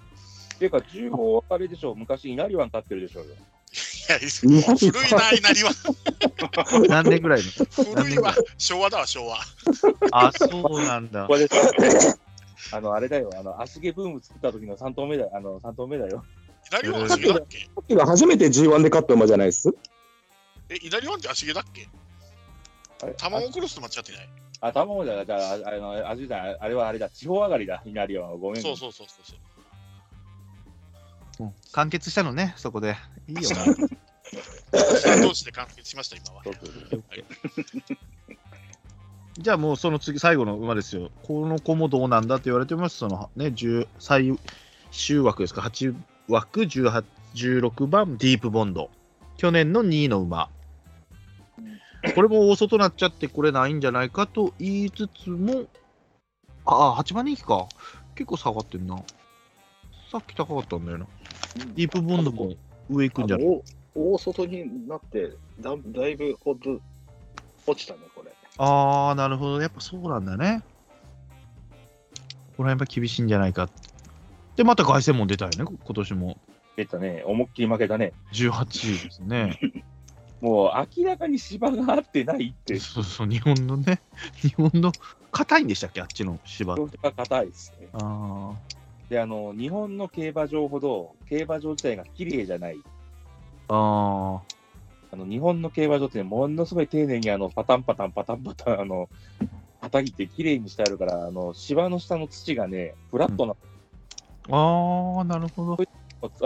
[SPEAKER 5] っていうか、10号あれでしょ、昔、稲荷湾買ってるでしょうよ。
[SPEAKER 6] す。いや、古いな、いなりは。
[SPEAKER 2] ほど。何年ぐらいの
[SPEAKER 6] 古いわ。昭和だわ、昭和。
[SPEAKER 2] あ、そうなんだ
[SPEAKER 5] こ。れでさ あの、あれだよ、あの、足毛ブーム作った時の3頭目だよ、あの、三頭目だよ。
[SPEAKER 6] イナリワン足毛だっけ
[SPEAKER 3] さっきが初めて G1 で勝った馬じゃないっす
[SPEAKER 6] え、イナリワンって足毛だっけ
[SPEAKER 5] あれ
[SPEAKER 6] 卵クロスと間違ってない。
[SPEAKER 5] あ、卵だ、じゃあ、ああの、あじだ、あれはあれだ、地方上がりだ、稲荷湾は。ごめん。
[SPEAKER 6] そうそうそうそうそう。
[SPEAKER 2] うん完結したのね、そこで。いいよな。
[SPEAKER 6] さあ同士で完結しました、今は。
[SPEAKER 5] そうそうそう
[SPEAKER 2] じゃあもうその次、最後の馬ですよ。この子もどうなんだって言われてます。そのね、10最終枠ですか、8枠18 16番、ディープボンド。去年の2位の馬。これも大外になっちゃって、これないんじゃないかと言いつつも、ああ、8番人気か。結構下がってんな。さっき高かったんだよな。ディープボンドも上行くんじゃない
[SPEAKER 7] 大大外になってだ、だいぶオッズ落ちたね、これ。
[SPEAKER 2] ああ、なるほど。やっぱそうなんだね。この辺やっぱ厳しいんじゃないか。で、また凱旋門出たよね、こ今年も。
[SPEAKER 5] 出たね、思いっきり負けたね。
[SPEAKER 2] 18位ですね。
[SPEAKER 5] もう、明らかに芝が合ってない って、
[SPEAKER 2] そうそう、日本のね、 日本の、硬いんでしたっけ、あっちの芝。あ
[SPEAKER 5] 調子が硬いですね。
[SPEAKER 2] あー、
[SPEAKER 5] で、あの、日本の競馬場ほど、競馬場自体が綺麗じゃない。
[SPEAKER 2] あ
[SPEAKER 5] あの、日本の競馬場って、ものすごい丁寧に、あの、パタンパタン、パタンパタン、あの、叩いて綺麗にしてあるから、あの、芝の下の土がね、フラットな、
[SPEAKER 2] ーあー、なるほど。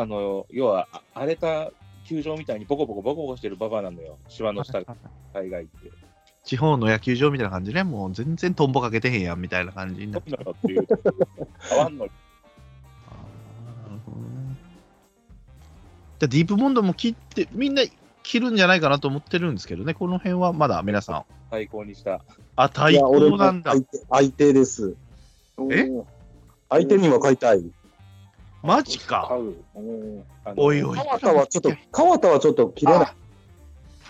[SPEAKER 5] あの、要は、あ荒れた球場みたいにボコボコボコボコしてるババアなのよ。芝の下、海外って。
[SPEAKER 2] 地方の野球場みたいな感じね、もう全然トンボかけてへんやんみたいな感じにな
[SPEAKER 5] ト
[SPEAKER 2] って。
[SPEAKER 5] ピノロっていう、変わんの
[SPEAKER 2] あーなるほどねじゃあディープボンドも切って、みんな切るんじゃないかなと思ってるんですけどね、この辺はまだ皆さん。
[SPEAKER 5] 最高にした。
[SPEAKER 2] あ、対抗なんだ
[SPEAKER 3] いや俺も。相手相手です。
[SPEAKER 2] え
[SPEAKER 7] おー
[SPEAKER 3] 相手には買いたい。
[SPEAKER 2] マジか。
[SPEAKER 7] 買う。おー
[SPEAKER 5] あの
[SPEAKER 2] おいおい。
[SPEAKER 3] 川田はちょっと、川田はちょっと切れない。
[SPEAKER 7] あ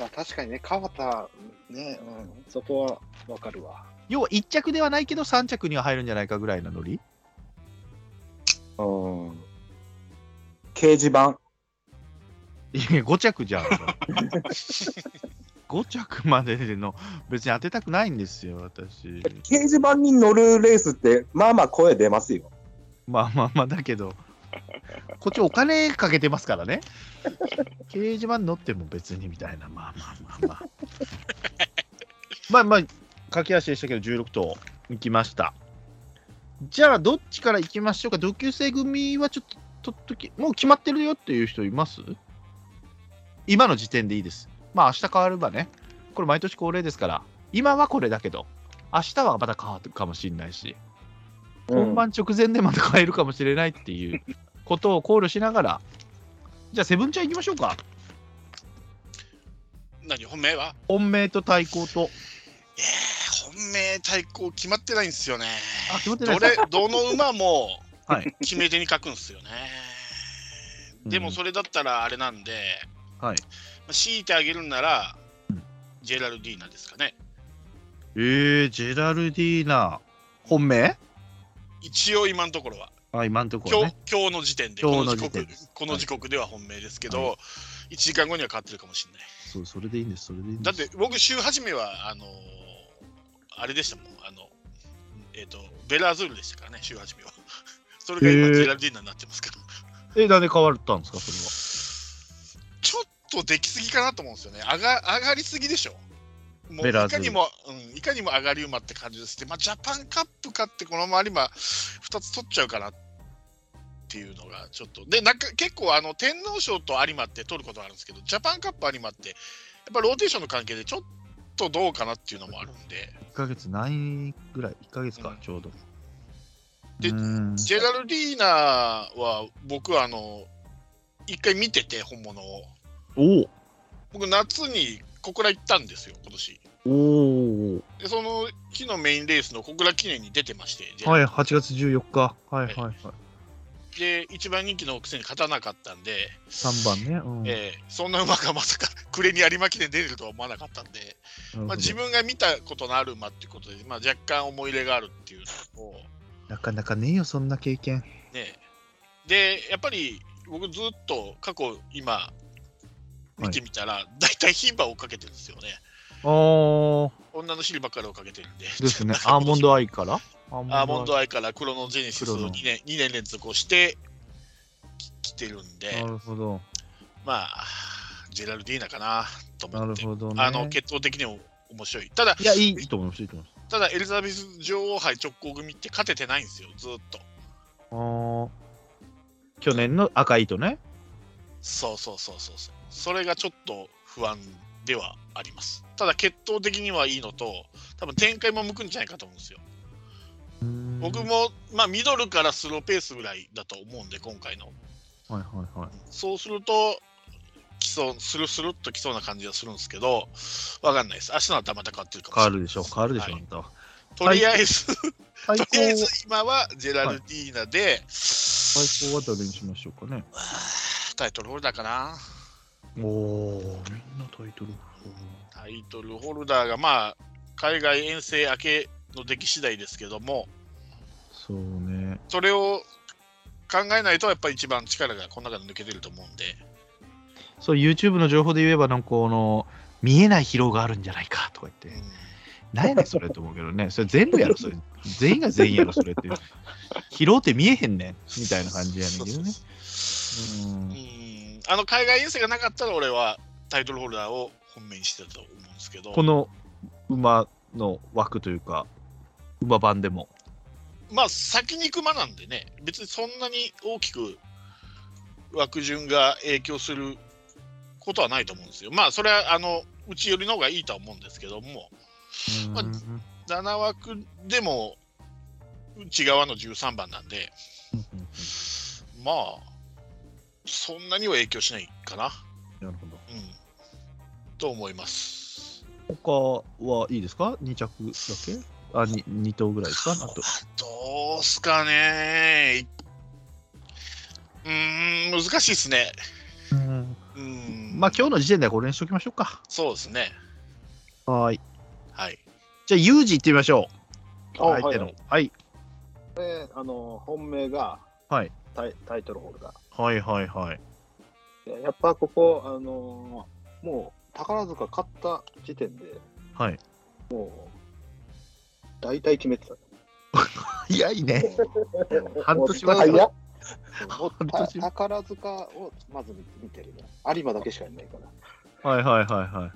[SPEAKER 7] まあ、確かにね、川田、ね、うん、そこはわかるわ。
[SPEAKER 2] 要は1着ではないけど3着には入るんじゃないかぐらいなノリ
[SPEAKER 3] うん。掲示板。
[SPEAKER 2] いや5着 じゃん。5着までの別に当てたくないんですよ、私。
[SPEAKER 3] 掲示板に乗るレースって、まあまあ声出ますよ。
[SPEAKER 2] まあまあまあだけど、こっちお金かけてますからね。掲示板乗っても別にみたいな、まあまあまあまあ。まあまあ、駆け足でしたけど、16頭行きました。じゃあ、どっちから行きましょうか、同級生組はちょっと、とっとき、もう決まってるよっていう人います今の時点でいいです。まあ、明日変わればね、これ毎年恒例ですから、今はこれだけど、明日はまた変わってるかもしれないし。本番直前でまた変えるかもしれないっていうことを考慮しながら、じゃあ、セブンちゃん行きましょうか。
[SPEAKER 6] 何、本命は
[SPEAKER 2] 本命と対抗と。
[SPEAKER 6] えー、本命対抗決まってないんですよね。
[SPEAKER 2] あ、決まってな
[SPEAKER 6] ど
[SPEAKER 2] いです
[SPEAKER 6] れ、どの馬も
[SPEAKER 2] はい
[SPEAKER 6] 決め手に書くんですよね。で
[SPEAKER 2] う
[SPEAKER 6] も
[SPEAKER 2] ん
[SPEAKER 6] それだったらあれなんで、
[SPEAKER 2] はい
[SPEAKER 6] まあ強いてあげるなら
[SPEAKER 2] うん、
[SPEAKER 6] ジェラルディーナですかね。
[SPEAKER 2] えー、ジェラルディーナ、本命
[SPEAKER 6] 一応今のところは、
[SPEAKER 2] あ、今のところ
[SPEAKER 6] 今日
[SPEAKER 2] ね。
[SPEAKER 6] 今日の時点で、
[SPEAKER 2] 今
[SPEAKER 6] こ
[SPEAKER 2] 日
[SPEAKER 6] の
[SPEAKER 2] の
[SPEAKER 6] 時
[SPEAKER 2] 時点
[SPEAKER 6] 刻
[SPEAKER 2] です
[SPEAKER 6] この時刻では本命ですけど、
[SPEAKER 2] は
[SPEAKER 6] 1時間後には変わってるかもしれない。
[SPEAKER 2] そう、それでいいんです、それでいいんです。
[SPEAKER 6] だって僕、週始めは、あのーあれでしたもん、あの、えっ、と、ベラアズールでしたからね、週始めは。 それが
[SPEAKER 2] へ
[SPEAKER 6] 今、
[SPEAKER 2] ー
[SPEAKER 6] ジェラルディーナになってますから。
[SPEAKER 2] え、なんで変わったんですか、それは。
[SPEAKER 6] ちょっとできすぎかなと思うんですよね。上が上がりすぎでしょ。もう
[SPEAKER 2] ベ
[SPEAKER 6] い
[SPEAKER 2] ラーズ
[SPEAKER 6] かにも、うん、いかにも上がり馬って感じですね。まあ、ジャパンカップ勝って、このまま今、2つ取っちゃうかなっていうのが、ちょっと。で、なんか結構、あの、天皇賞と有馬って取ることがあるんですけど、ジャパンカップ有馬って、やっぱローテーションの関係で、ちょっとどうかなっていうのもあるんで、
[SPEAKER 2] 1ヶ月ないぐらい、1ヶ月
[SPEAKER 6] う
[SPEAKER 2] か
[SPEAKER 6] ん、
[SPEAKER 2] ちょうど。
[SPEAKER 6] で
[SPEAKER 2] うーん
[SPEAKER 6] ジェラルディーナは、僕は、あの、一回見てて、本物を。
[SPEAKER 2] おお
[SPEAKER 6] 僕、夏に小倉行ったんですよ、今年。
[SPEAKER 2] おお。
[SPEAKER 6] でその日のメインレースの小倉記念に出てまして、で
[SPEAKER 2] はい、8月14日。はいはいはい。
[SPEAKER 6] で一番人気のくせに勝たなかったんで、
[SPEAKER 2] 3番ね。うん。
[SPEAKER 6] えーそんな馬がまさか 暮れに有馬記念出れるとは思わなかったんで、
[SPEAKER 2] なるほど
[SPEAKER 6] まあ、自分が見たことのある馬っていうことで、まあ、若干思い入れがあるっていうのを、
[SPEAKER 2] なかなかねえよ、そんな経験。
[SPEAKER 6] ね、でやっぱり僕ずっと過去今見てみたら、大体牝馬を追っかけてるんですよね
[SPEAKER 2] ああ。
[SPEAKER 6] 女の尻ばっかり追っかけてるんで
[SPEAKER 2] です ね。アーモンドアイからア
[SPEAKER 6] アーモンド
[SPEAKER 2] アイ。
[SPEAKER 6] アイからクロノジェネシスを
[SPEAKER 2] クロ
[SPEAKER 6] 2
[SPEAKER 2] ノ
[SPEAKER 6] 年 ,2 年連続をしてき来てるんで
[SPEAKER 2] なるほど。
[SPEAKER 6] まあジェラルディーナかなと
[SPEAKER 2] なる
[SPEAKER 6] 思って、
[SPEAKER 2] ほどね。
[SPEAKER 6] あの血統的にも面白いただ
[SPEAKER 2] いや、いいいいと思います。いいと思います。
[SPEAKER 6] ただエリザベス女王杯直行組って勝ててないんですよずっと
[SPEAKER 2] あー去年の赤い糸ね。
[SPEAKER 6] そうそうそうそうそう。それがちょっと不安ではあります。ただ、決闘的にはいいのと、多分展開も向くんじゃないかと思うんですよ。僕
[SPEAKER 2] 僕。
[SPEAKER 6] も、まあ、ミドルからスローペースぐらいだと思うんで、今回の。
[SPEAKER 2] はいはいはい。
[SPEAKER 6] そうすると、来そう、スルスルっと来そうな感じがするんですけど、わかんないです。明日の頭また変わってるかもし
[SPEAKER 2] 変
[SPEAKER 6] れ
[SPEAKER 2] わ
[SPEAKER 6] ない。
[SPEAKER 2] るでしょう。変わるでしょう、
[SPEAKER 6] は
[SPEAKER 2] あ
[SPEAKER 6] い
[SPEAKER 2] んたは。
[SPEAKER 6] とりあえず、
[SPEAKER 2] 最
[SPEAKER 6] と
[SPEAKER 2] 高、
[SPEAKER 6] りあえず今はジェラルディーナで、
[SPEAKER 2] 最高はどれにしましょうかね。
[SPEAKER 6] タイトルホルダーかな。
[SPEAKER 2] おお、みんなタイトル。
[SPEAKER 6] タイトルホルダーが、まあ、海外遠征明けの出来次第ですけども、
[SPEAKER 2] そうね。
[SPEAKER 6] それを考えないと、やっぱり一番力がこの中で抜けてると思うんで、
[SPEAKER 2] そう、YouTube の情報で言えば、なんかこの、見えない疲労があるんじゃないかとか言って、なんやねんそれと思うけどね、それ全部やろ、それ。全員が全員やろ、それっていう。疲労って見えへんねん、みたいな感じやねんけどね。
[SPEAKER 6] そううそうそうんうんあの海外遠征がなかったら、俺はタイトルホルダーを本命にしてたと思うんですけど
[SPEAKER 2] こ、の馬の枠というか、馬番でも。
[SPEAKER 6] まあ、先に行く馬なんでね、別にそんなに大きく枠順が影響することはないと思うんですよ。まあ、それはあのうち寄りの方がいいとは思うんですけども、
[SPEAKER 2] うん
[SPEAKER 6] まあ7枠でも内側の13番なんで、まあ、そんなには影響しないかな。
[SPEAKER 2] なるほど。
[SPEAKER 6] うん。と思います。
[SPEAKER 2] 他はいいですか ?2 着だけあ2、2頭ぐらいですかあと。
[SPEAKER 6] どうすかねうーん、難しいですね。うーん。
[SPEAKER 2] まあ今日の時点ではこれにしときましょうか。
[SPEAKER 6] そうですね。
[SPEAKER 2] はい。
[SPEAKER 6] はい。
[SPEAKER 2] じゃあ、ユージ行ってみましょう。
[SPEAKER 7] あ
[SPEAKER 2] 相手の。はい。
[SPEAKER 7] で、あの、本命が
[SPEAKER 2] はい。
[SPEAKER 7] タイタイトルホルダ
[SPEAKER 2] はいはいはい。
[SPEAKER 7] ー。でやっぱここ、あのーもう宝塚勝った時点で、
[SPEAKER 2] はい。
[SPEAKER 7] もう、大体決めてた。
[SPEAKER 2] 早いね。半年
[SPEAKER 7] は
[SPEAKER 2] は
[SPEAKER 7] 早っもう
[SPEAKER 2] 半
[SPEAKER 7] た
[SPEAKER 2] 年
[SPEAKER 7] 宝塚をまず見てるね。有馬だけしかいないから。
[SPEAKER 2] はいはいはいはい。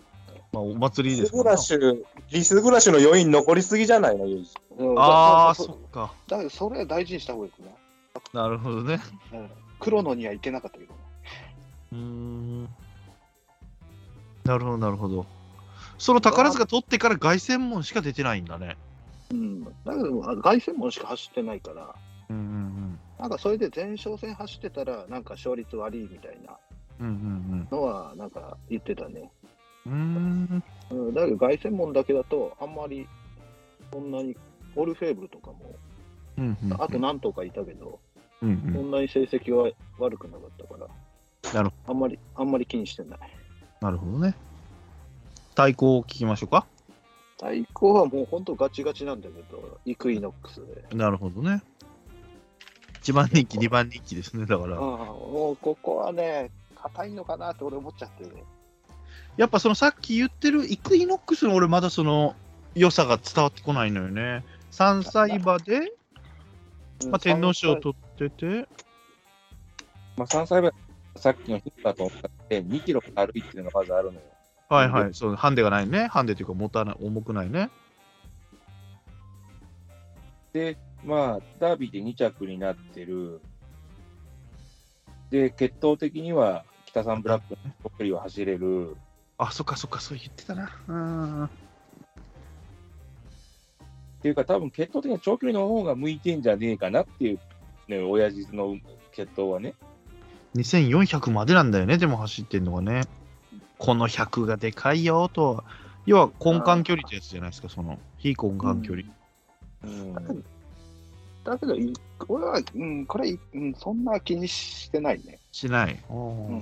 [SPEAKER 2] まあ、お祭り
[SPEAKER 3] リ
[SPEAKER 2] です
[SPEAKER 3] ス
[SPEAKER 2] も
[SPEAKER 3] グ
[SPEAKER 2] んね
[SPEAKER 3] ラッシュ、リスグラッシュの余韻残りすぎじゃないの、ユージ
[SPEAKER 7] うん
[SPEAKER 2] ああ、
[SPEAKER 7] だ
[SPEAKER 2] そ
[SPEAKER 7] だ
[SPEAKER 2] っか。
[SPEAKER 7] だけど、それは大事にした方がいいか
[SPEAKER 2] なるほどね。
[SPEAKER 7] な。うん黒のにはいけなかったけどね。
[SPEAKER 2] うーん。なるほどなるほど。その宝塚取ってから凱旋門しか出てないんだね。
[SPEAKER 7] うん。だけど、あ凱旋門しか走ってないから、
[SPEAKER 2] うんうん
[SPEAKER 7] なんかそれで前哨戦走ってたら、なんか勝率悪いみたいな
[SPEAKER 2] うん。うん
[SPEAKER 7] のは、なんか言ってたね。
[SPEAKER 2] うんうん。うーん。
[SPEAKER 7] うん、だけど、凱旋門だけだと、あんまり、そんなに、オルフェーブルとかも、
[SPEAKER 2] うんうんうん
[SPEAKER 7] あと何頭かいたけど、
[SPEAKER 2] うんう
[SPEAKER 7] そ
[SPEAKER 2] ん。
[SPEAKER 7] んなに成績は悪くなかったから、
[SPEAKER 2] なるほ
[SPEAKER 7] あんまり、あんまり気にしてない。
[SPEAKER 2] なるほどね。対抗を聞きましょうか。
[SPEAKER 7] 対抗はもう本当ガチガチなんだけど、イクイノックスで。
[SPEAKER 2] なるほどね。一番人気、二番人気ですね。だか
[SPEAKER 7] ああ
[SPEAKER 2] ら。
[SPEAKER 7] もうここはね、硬いのかなって俺思っちゃってね。
[SPEAKER 2] やっぱそのさっき言ってるイクイノックスの俺まだその良さが伝わってこないのよね。3歳馬で、
[SPEAKER 7] うん
[SPEAKER 2] まあ、天皇賞を取ってて、
[SPEAKER 5] まあ、3歳分、さっきのヒッターと同じで、2キロ軽いっていうのがまずあるのよ。
[SPEAKER 2] はいはい、そうハンデがないね。ハンデというか持たない、重くないね。
[SPEAKER 5] で、まあ、ダービーで2着になってる。で、血統的には、北さんブラックの距離を走れる。
[SPEAKER 2] あ、そっかそっか、そう言ってたな。うん。
[SPEAKER 5] っていうか、多分血統的には長距離の方が向いてんじゃねえかなっていう、ね、親父の血統はね。
[SPEAKER 2] 2400までなんだよね、でも走ってんのがね。この100がでかいよとは要は根幹距離ってやつじゃないですか、その、非根幹距離。
[SPEAKER 5] うん
[SPEAKER 7] だけど、い俺は、うん、これ、いうん、そんな気にしてないね。
[SPEAKER 2] しない。
[SPEAKER 7] ん
[SPEAKER 2] 工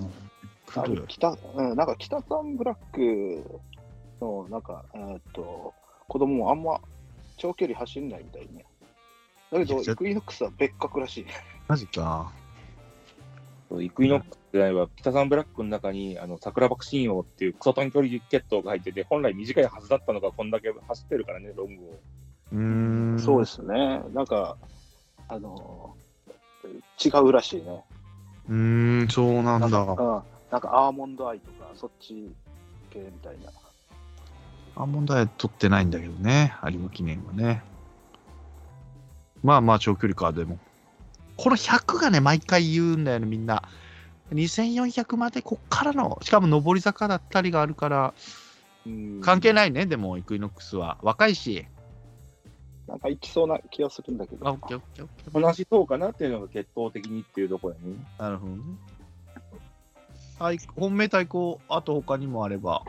[SPEAKER 7] あ
[SPEAKER 2] 藤
[SPEAKER 7] の北、うん、なんか北さんブラックの、なんか、えーっと、子供もあんま長距離走んないみたいね。だけ
[SPEAKER 2] い
[SPEAKER 7] ど、
[SPEAKER 2] やちょ
[SPEAKER 7] イクイノックスは別格らしいね。
[SPEAKER 2] マジか。
[SPEAKER 5] そうイクイノックスじゃないわ、北サンブラックの中にあの桜爆信用っていうクソ短距離決闘が入ってて、本来短いはずだったのが、こんだけ走ってるからね、ロングを。
[SPEAKER 2] うーん。
[SPEAKER 7] そう
[SPEAKER 2] う
[SPEAKER 7] ですね。なんか、あのー違うらしいね。
[SPEAKER 2] ーん、そうなんだ。
[SPEAKER 7] うん。なんかアーモンドアイとか、そっち系みたいな。
[SPEAKER 2] あ、問題取ってないんだけどね、有馬記念はね。まあまあ、長距離か、でも。この100がね、毎回言うんだよね、みんな。2400までこっからの、しかも上り坂だったりがあるから、関係ないね、でも、イクイノックスは。若いし。
[SPEAKER 7] なんか行きそうな気がするんだけど。
[SPEAKER 2] あ、オッケーオッケーオッケー。
[SPEAKER 5] 話そうかなっていうのが決闘的にっていうところやね。
[SPEAKER 2] なるほどね。はい、本命対抗、あと他にもあれば。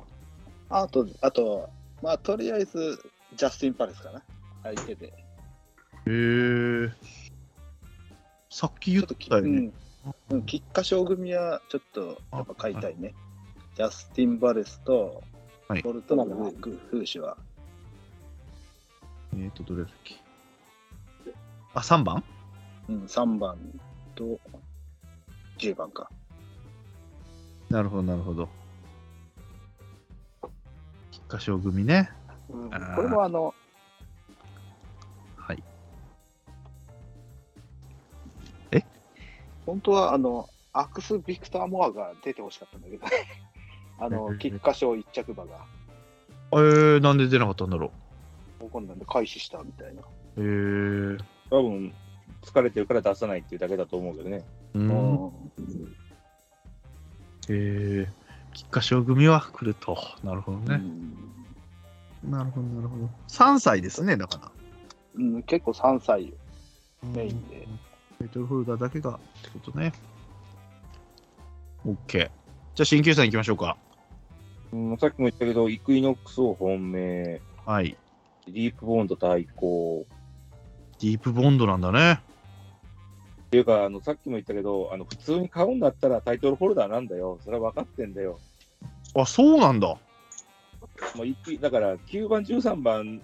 [SPEAKER 7] あと、あと、まあ、とりあえず、ジャスティン・パレスかな。相手で。
[SPEAKER 2] へえ。さっき
[SPEAKER 7] ち
[SPEAKER 2] 言
[SPEAKER 7] ょっ
[SPEAKER 2] っ
[SPEAKER 7] とき、
[SPEAKER 2] たよね。
[SPEAKER 7] うん、うん、菊花賞組は、ちょっと、やっぱ買いたいね。ジャスティン・バレスと
[SPEAKER 2] はい、
[SPEAKER 7] ボルトナム・グフーシュは。
[SPEAKER 2] えっ、ー、と、どれだっけ。あ、3番
[SPEAKER 7] うん、3番と10番か。
[SPEAKER 2] なるほど、なるほど。菊花賞組ね。
[SPEAKER 7] うん
[SPEAKER 2] あー
[SPEAKER 7] これもあの、
[SPEAKER 2] はい。
[SPEAKER 7] 本当はあの、アクス・ビクター・モアが出てほしかったんだけど、 あの、菊花賞一着馬が
[SPEAKER 2] えー、なんで出なかったんだろ
[SPEAKER 7] 怒んなんで開始したみたいな。
[SPEAKER 2] う。えー。
[SPEAKER 5] 多分疲れてるから出さないっていうだけだと思うけどね。
[SPEAKER 2] うん。えー。菊花賞組は来ると。なるほど
[SPEAKER 7] う
[SPEAKER 2] ね。
[SPEAKER 7] ん
[SPEAKER 2] なるほど、なるほど。3歳ですね、だから。
[SPEAKER 7] うん、結構3歳メインで。
[SPEAKER 2] タイトルホルダーだけがってことね。OK。じゃあ、新旧さん行きましょうか。
[SPEAKER 5] うん、さっきも言ったけど、イクイノックスを本命、
[SPEAKER 2] はい。
[SPEAKER 5] ディープボンド対抗。
[SPEAKER 2] ディープボンドなんだね。
[SPEAKER 5] っていうかあの、さっきも言ったけど、あの普通に買うんだったらタイトルホルダーなんだよ。それは分かってんだよ。
[SPEAKER 2] あ、そうなんだ。
[SPEAKER 5] まあ、イクイだから9番、13番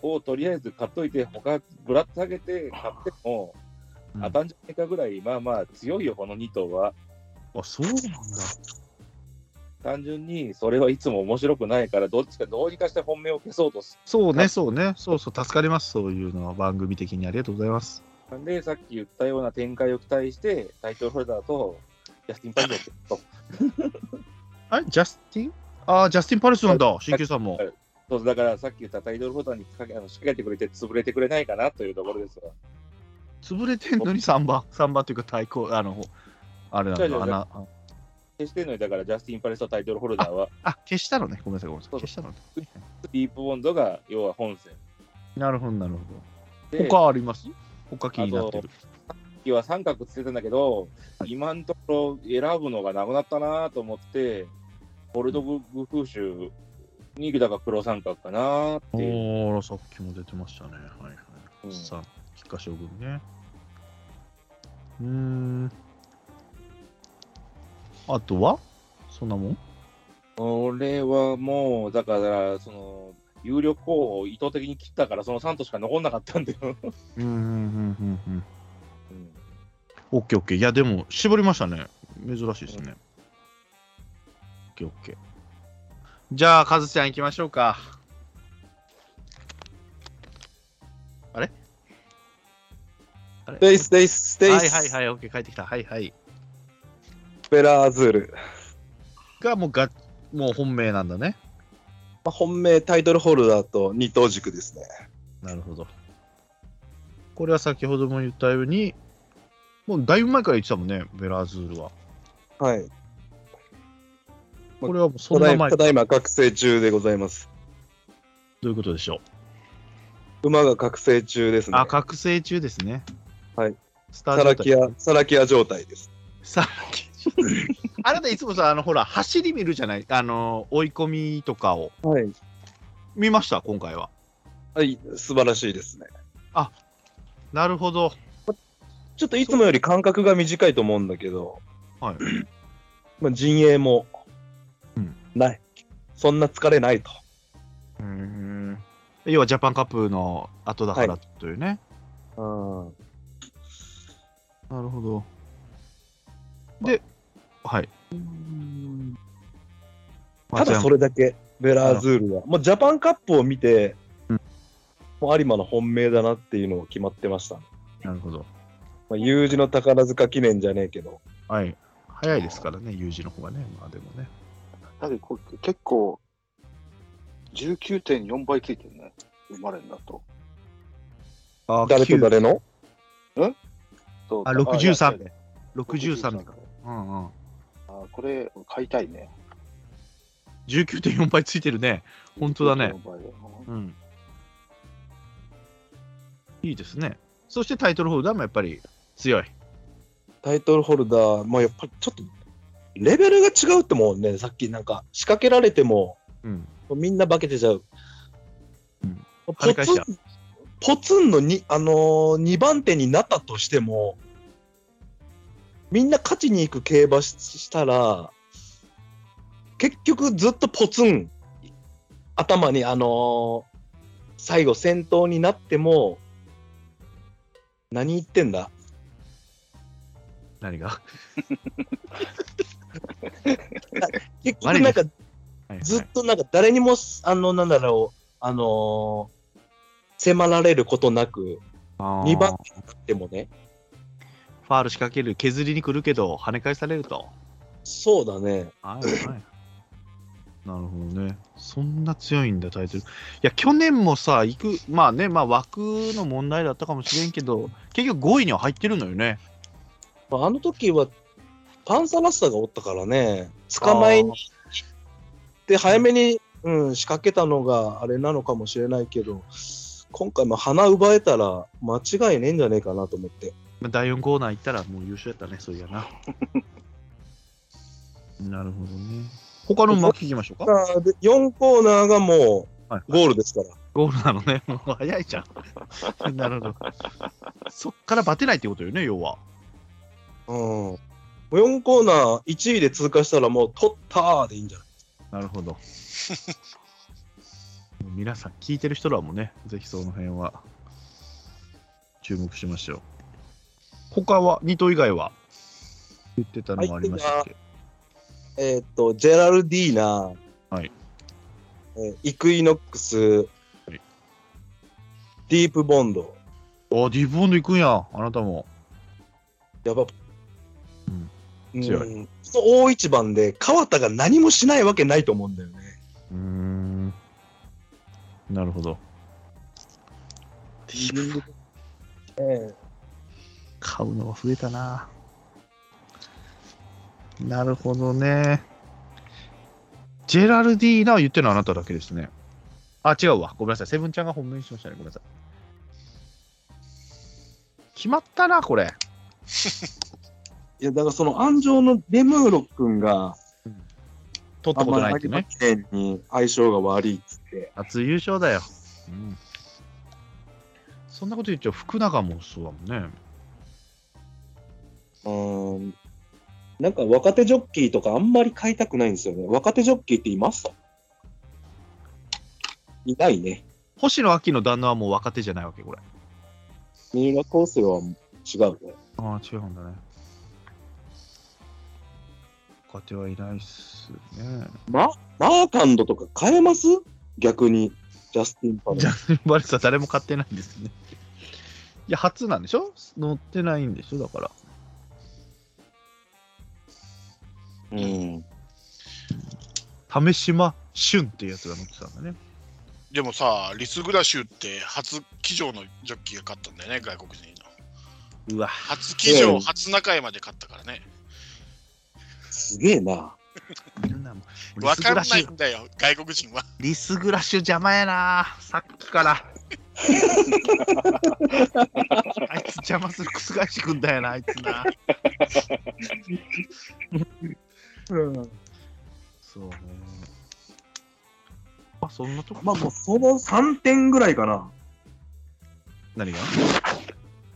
[SPEAKER 5] をとりあえず買っといて、他ブラッと下げて買っても、
[SPEAKER 2] うん
[SPEAKER 5] 当たんじゃねえかぐらい、まあまあ強いよ、この2頭は。
[SPEAKER 2] あ、そうなんだ。
[SPEAKER 5] 単純にそれはいつも面白くないから、どっちかどうにかして本命を消そうとす
[SPEAKER 2] そうね、そうね。そうそう、助かります。そういうのは番組的にありがとうございます。
[SPEAKER 5] るんで、さっき言ったような展開を期待して、タイトルホルダーとジャスティン・パンドと、
[SPEAKER 2] あれジャスティンあー、ジャスティン・パレスなんだ。新旧さんも
[SPEAKER 5] は。いそうだからさっき言ったタイトルホルダーにかけあの仕掛けてくれて、潰れてくれないかなというところですが、
[SPEAKER 2] 潰れてんのに3番。3番というか対抗、あの、あれなん
[SPEAKER 5] 違う違う違
[SPEAKER 2] だ。
[SPEAKER 5] う
[SPEAKER 2] 穴
[SPEAKER 5] 決してんのに、だからジャスティン・パレスとタイトルホルダーは、
[SPEAKER 2] あ、消したのね。ごめんなさい、ごめんなさい。
[SPEAKER 5] そう
[SPEAKER 2] 消したのね。
[SPEAKER 5] ディープボンドが要は本戦。
[SPEAKER 2] なるほど、なるほ
[SPEAKER 5] で
[SPEAKER 2] ど。他あります他気になってる。
[SPEAKER 5] 時は三角つけてんだけど、今のところ選ぶのがなくなったなと思って、ボルドググフーシュにだから黒三角かなっていう。
[SPEAKER 2] おーら、さっきも出てましたね。はいはい。
[SPEAKER 5] うん
[SPEAKER 2] さあ、菊花将軍ね。うーん。あとはそんなもん
[SPEAKER 5] 俺はもう、だから、その、有力候補を意図的に切ったから、その3としか残んなかったんだよ。
[SPEAKER 2] うんうんうんうんうん。
[SPEAKER 5] うん
[SPEAKER 2] オッケーオッケー。いや、でも、絞りましたね。珍しいですね。オッケーオッケー。じゃあ、カズちゃん行きましょうか。
[SPEAKER 3] デイス、デイス、
[SPEAKER 2] は
[SPEAKER 3] デイ
[SPEAKER 2] い
[SPEAKER 3] ス。
[SPEAKER 2] はいはい、オッケー、帰ってきた。はいはい。
[SPEAKER 3] ベラーズール。
[SPEAKER 2] が、もうが、もう本命なんだね。
[SPEAKER 3] まあ、本命タイトルホルダーと二等軸ですね。
[SPEAKER 2] なるほど。これは先ほども言ったように、もうだいぶ前から言ってたもんね、ベラーズールは。
[SPEAKER 3] はい。
[SPEAKER 2] これはもうそ
[SPEAKER 3] た
[SPEAKER 2] ん
[SPEAKER 3] だ
[SPEAKER 2] ない
[SPEAKER 3] ま、
[SPEAKER 2] 前、
[SPEAKER 3] た
[SPEAKER 2] ど
[SPEAKER 3] だいま覚醒中でございます。
[SPEAKER 2] ういうことでしょう。
[SPEAKER 3] 馬が覚醒中ですね。
[SPEAKER 2] あ、覚醒中ですね。
[SPEAKER 3] はい。
[SPEAKER 2] スタ
[SPEAKER 3] サ
[SPEAKER 2] ー
[SPEAKER 3] ラ
[SPEAKER 2] ト
[SPEAKER 3] キア、サラキア状態です。
[SPEAKER 2] サラキあなたいつもさ、あの、ほら、走り見るじゃないあの、追い込みとかを。
[SPEAKER 3] はい。
[SPEAKER 2] 見ました、今回は。
[SPEAKER 3] はい、素晴らしいですね。
[SPEAKER 2] なるほど。
[SPEAKER 3] ちょっといつもより間隔が短いと思うんだけど、
[SPEAKER 2] はい。
[SPEAKER 3] まあ、陣営も
[SPEAKER 2] うん、
[SPEAKER 3] ない。そんな疲れないと。
[SPEAKER 2] うん。要はジャパンカップの後だからというね。
[SPEAKER 3] うん。
[SPEAKER 2] なるほど。で、はい。
[SPEAKER 3] ただそれだけ、ベラーズールは。もうジャパンカップを見て、
[SPEAKER 2] うん
[SPEAKER 3] もう有馬の本命だなっていうのが決まってました。
[SPEAKER 2] なるほど。
[SPEAKER 3] まあ、U 字の宝塚記念じゃねえけど。
[SPEAKER 2] はい。早いですからね、U 字の方がね。まあでもね。
[SPEAKER 7] だってこれ結構、19.4倍ついてるね、生まれんだと。
[SPEAKER 2] あ
[SPEAKER 3] 誰と誰の
[SPEAKER 7] そう
[SPEAKER 2] あ、63
[SPEAKER 7] で。
[SPEAKER 2] で。63で。うんうん。
[SPEAKER 7] あ、これ、買いたいね。
[SPEAKER 2] 19.4倍ついてるね。本当だね
[SPEAKER 7] 19.4倍で。うん
[SPEAKER 2] うん。いいですね。そしてタイトルホルダーもやっぱり強い。
[SPEAKER 3] タイトルホルダー、まあ、やっぱりちょっと、レベルが違うってもんね、さっきなんか、仕掛けられても、
[SPEAKER 2] うん。
[SPEAKER 3] みんな化けてちゃう。
[SPEAKER 2] うん
[SPEAKER 3] ポ
[SPEAKER 2] 跳ね返し
[SPEAKER 3] ツ
[SPEAKER 2] ちゃ
[SPEAKER 3] ン、ポツンのに、あのー、2番手になったとしても、みんな勝ちに行く競馬ししたら、結局ずっとポツン、頭に、あのー最後先頭になっても、何言ってんだ
[SPEAKER 2] 何が
[SPEAKER 3] 結局なんか
[SPEAKER 2] はいはい
[SPEAKER 3] ずっとなんか誰にも、あの、なんだろう、あのー迫られることなく、
[SPEAKER 2] あー
[SPEAKER 3] 2番手になってもね、
[SPEAKER 2] ファール仕掛ける、削りに来るけど、跳ね返されると。
[SPEAKER 3] そうだね。
[SPEAKER 2] はいはい。なるほどね。そんな強いんだ、タイトル。いや、去年もさ、行く、まあね、まあ枠の問題だったかもしれんけど、結局5位には入ってるのよね。
[SPEAKER 3] まああの時は、パンサラッサがおったからね、捕まえに行って、早めに、うん、仕掛けたのがあれなのかもしれないけど、今回も鼻奪えたら間違いねえんじゃねえかなと思って。
[SPEAKER 2] まあ第4コーナー行ったらもう優勝やったね、そういやな。なるほどね。他の幕聞きましょうか。
[SPEAKER 3] あで4コーナーがも
[SPEAKER 2] はい、
[SPEAKER 3] うゴールですから。
[SPEAKER 2] ゴールなのね。 もう早いじゃん。 なるほど。そっからバテないってことよね、要は。
[SPEAKER 3] うん。もう4コーナー1位で通過したらもう取ったーでいいんじゃない
[SPEAKER 2] なるほど。 皆さん、聞いてる人らもね、ぜひその辺は注目しましょう。他は、ニト以外は言ってたのもありましたっけ
[SPEAKER 3] えーっと、ジェラルディーナ、
[SPEAKER 2] はい
[SPEAKER 3] えーイクイノックス、
[SPEAKER 2] い
[SPEAKER 3] ディープボンド、
[SPEAKER 2] あ、ディープボンド行くんや、あなたも。
[SPEAKER 3] やば、
[SPEAKER 2] うん
[SPEAKER 3] うん
[SPEAKER 2] 強
[SPEAKER 3] その大一番で、川田が何もしないわけないと思うんだよね。
[SPEAKER 2] うーん。なるほど。
[SPEAKER 3] え
[SPEAKER 2] 買うのが増えたな。なるほどね。ジェラルディーナは言ってるのはあなただけですね。あ、違うわ。ごめんなさい。セブンちゃんが本命にしましたね。ごめんなさい。決まったな、これ。
[SPEAKER 3] えいや、だからその安城のレムーロ君が、
[SPEAKER 2] 取った
[SPEAKER 3] あ
[SPEAKER 2] こ
[SPEAKER 3] ん
[SPEAKER 2] と
[SPEAKER 3] ま
[SPEAKER 2] ない
[SPEAKER 3] り
[SPEAKER 2] って
[SPEAKER 3] 秋葉
[SPEAKER 2] ね。
[SPEAKER 3] 記念に相性が悪いっつって、
[SPEAKER 2] 初優勝だよ。うん。そんなこと言っちゃう福永もそうだもんね。
[SPEAKER 3] うん、なんか若手ジョッキーとかあんまり買いたくないんですよね。若手ジョッキーっていますいないね。
[SPEAKER 2] 星野秋の旦那はもう若手じゃないわけ、これ。
[SPEAKER 3] 三浦康生は違うね。
[SPEAKER 2] ああ、違うんだね。若手はいないっすね。
[SPEAKER 3] ま、マーカンドとか変えます逆に。ジャスティン・パレ
[SPEAKER 2] ジャスティン・ バレスは誰も買ってないんですね。いや、初なんでしょ乗ってないんでしょだから。
[SPEAKER 3] うん。
[SPEAKER 2] 為島俊っていうやつが乗ってたんだね。
[SPEAKER 6] でもさ、リスグラシュって初騎乗のジョッキーが勝ったんだよね、外国人の。
[SPEAKER 2] うわ。
[SPEAKER 6] 初騎乗、
[SPEAKER 3] うん
[SPEAKER 6] 初中山で勝ったからね。
[SPEAKER 3] すげえな。
[SPEAKER 2] みんなもう
[SPEAKER 6] わ
[SPEAKER 2] リス
[SPEAKER 6] か
[SPEAKER 2] グ
[SPEAKER 6] んな
[SPEAKER 2] ラシ
[SPEAKER 6] い
[SPEAKER 2] ュ、
[SPEAKER 6] んだよ、外国人は。
[SPEAKER 2] リスグラシュ邪魔やな。さっき から。あいつ邪魔する、覆してくんだよな、あいつな。
[SPEAKER 3] うん。
[SPEAKER 2] そうね。まあ、そんなとこ、
[SPEAKER 3] まあもうその3点ぐらいかな。
[SPEAKER 2] 何が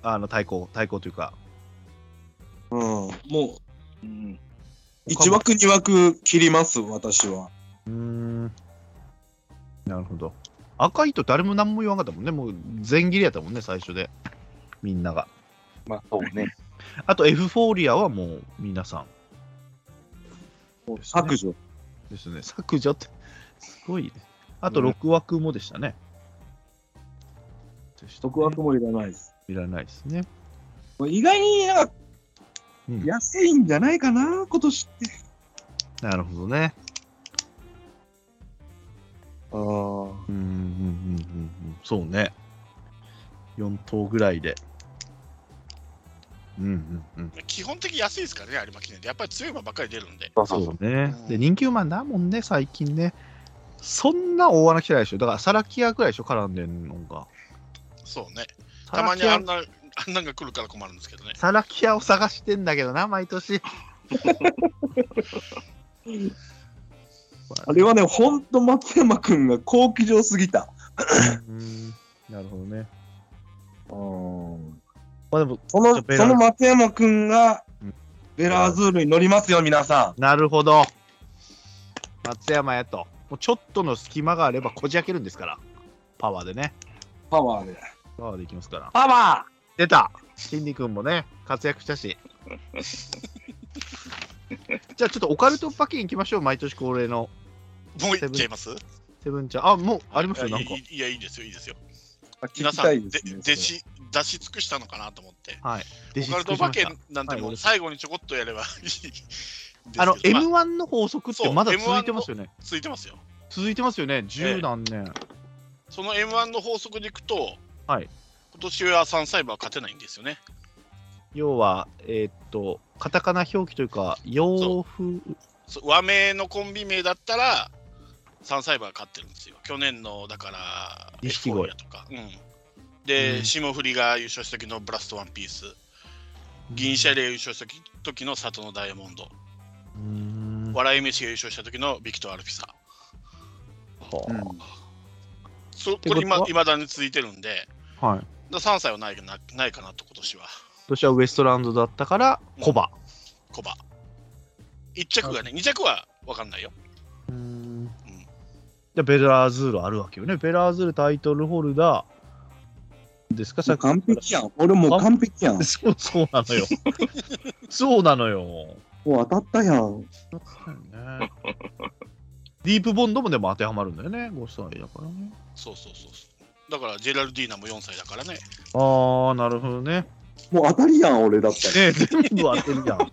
[SPEAKER 2] あの、対抗、対抗というか、
[SPEAKER 3] うん。も
[SPEAKER 7] うん。
[SPEAKER 3] う、1枠2枠切ります、私は。
[SPEAKER 2] うーん。なるほど。赤い糸誰も何も言わなかったもんね。もう全切りやったもんね、最初で。みんなが。
[SPEAKER 5] まあそうね。
[SPEAKER 2] あと、エフフォーリアはもう皆さん。
[SPEAKER 3] 削除。
[SPEAKER 2] ですね。削除って、すごいね。あと6枠もでしたね。
[SPEAKER 3] 得枠もいらないです。
[SPEAKER 2] いらないですね。
[SPEAKER 3] 意外になんか
[SPEAKER 2] うん
[SPEAKER 3] 安いんじゃないかな、今年って。
[SPEAKER 2] なるほどね。
[SPEAKER 3] ああ。
[SPEAKER 2] うんうんうんうんうん。そうね。4頭ぐらいで。うんうんうん。
[SPEAKER 6] 基本的に安いですからね、有馬記念で。やっぱり強い馬ばっかり出るんで。
[SPEAKER 5] そうそうそう。
[SPEAKER 2] そうね。
[SPEAKER 6] うん
[SPEAKER 2] で、人気馬だもんね、最近ね。そんな大穴来てないでしょ。だから、サラキアぐらいでしょ、絡んでんのが。
[SPEAKER 6] そうね。
[SPEAKER 2] サ
[SPEAKER 6] たま
[SPEAKER 2] ラ
[SPEAKER 6] に
[SPEAKER 2] キ
[SPEAKER 6] あ
[SPEAKER 2] ア
[SPEAKER 6] んな、あんなんが来るから困るんですけどね。
[SPEAKER 2] サラキアを探してんだけどな、毎年。
[SPEAKER 3] あれはね、ほんと松山くんが好奇上すぎた。
[SPEAKER 2] うんなるほどね。
[SPEAKER 3] うん。
[SPEAKER 2] まあでも、
[SPEAKER 3] その、
[SPEAKER 2] じゃあベラ
[SPEAKER 3] その松山くんが
[SPEAKER 2] うん、
[SPEAKER 3] ベラアズールに乗りますよ、皆さ
[SPEAKER 2] なるほど。松山へと。もうちょっとの隙間があればこじ開けるんですから。パワーでね。
[SPEAKER 3] ん。パワーで。
[SPEAKER 2] パワーでいきますから。
[SPEAKER 3] パワ
[SPEAKER 2] 出たシンディ君もね、活躍したし。 じゃあちょっとオカルトパッキン行きましょう、毎年恒例の。
[SPEAKER 6] もう行っちゃいますい
[SPEAKER 2] セブンちゃん。あ、もうあります
[SPEAKER 6] や
[SPEAKER 2] よ、
[SPEAKER 6] い
[SPEAKER 2] なんか
[SPEAKER 6] い。いや、いいですよ、いいですよ。
[SPEAKER 3] ー聞
[SPEAKER 6] 皆
[SPEAKER 3] き
[SPEAKER 6] さ
[SPEAKER 3] た
[SPEAKER 6] ん、
[SPEAKER 3] い
[SPEAKER 6] で
[SPEAKER 3] ですね。
[SPEAKER 6] 出し、出し尽くしたのかなと思って。
[SPEAKER 2] はい。弟
[SPEAKER 6] オ
[SPEAKER 2] 子
[SPEAKER 6] カ
[SPEAKER 2] 作りま
[SPEAKER 6] ルト馬
[SPEAKER 2] し
[SPEAKER 6] 券
[SPEAKER 2] た
[SPEAKER 6] なんて
[SPEAKER 2] はい
[SPEAKER 6] も
[SPEAKER 2] 俺
[SPEAKER 6] う最後にちょこっとやればいいですけど。
[SPEAKER 2] あ の、
[SPEAKER 6] ま
[SPEAKER 2] M1 の法則ってまだ続いてますよね。
[SPEAKER 6] ついてますよ。
[SPEAKER 2] 続いてますよね、十何年。
[SPEAKER 6] その M1 の法則でいくと、
[SPEAKER 2] はい
[SPEAKER 6] 今年は3歳馬は勝てないんですよね。
[SPEAKER 2] 要は、えーっと、カタカナ表記というか、洋風。
[SPEAKER 6] そ和名のコンビ名だったら、3歳馬が勝ってるんですよ。去年の、だから、
[SPEAKER 2] 錦
[SPEAKER 6] エフフォー
[SPEAKER 2] 鯉
[SPEAKER 6] リアとか。うん、で、
[SPEAKER 2] うん
[SPEAKER 6] 霜降りが優勝した時のブラストワンピース、銀シャリが優勝した時の里のダイヤモンド、
[SPEAKER 2] うーん。
[SPEAKER 6] 笑い飯が優勝した時のビクトアルフィサ。そ
[SPEAKER 2] て
[SPEAKER 6] こ
[SPEAKER 2] こと
[SPEAKER 6] れ
[SPEAKER 2] は
[SPEAKER 6] 今、いまだに続いてるんで、
[SPEAKER 2] はい。
[SPEAKER 6] だ3歳はないなないかなと、今年は。
[SPEAKER 2] 今年はウエストランドだったから、コバ。
[SPEAKER 6] コバ。1着がね、2着は分かんないよ。
[SPEAKER 2] うんじゃあベラアズールあるわけよね。ベラアズールタイトルホルダーですか、さっき
[SPEAKER 3] 完璧やん。俺もう完璧やん。も う
[SPEAKER 2] そうそうなのよ。そうなのよ。
[SPEAKER 3] 当たったやん。
[SPEAKER 2] ねディープボンドもでも当てはまるんだよね、5歳だからね。
[SPEAKER 6] そうそうそうそう。だからジェラルディーナも4歳だからね。
[SPEAKER 2] ああ、なるほどね。
[SPEAKER 3] もう当たりやん、俺だ ったら。
[SPEAKER 2] ね全部当てるやん。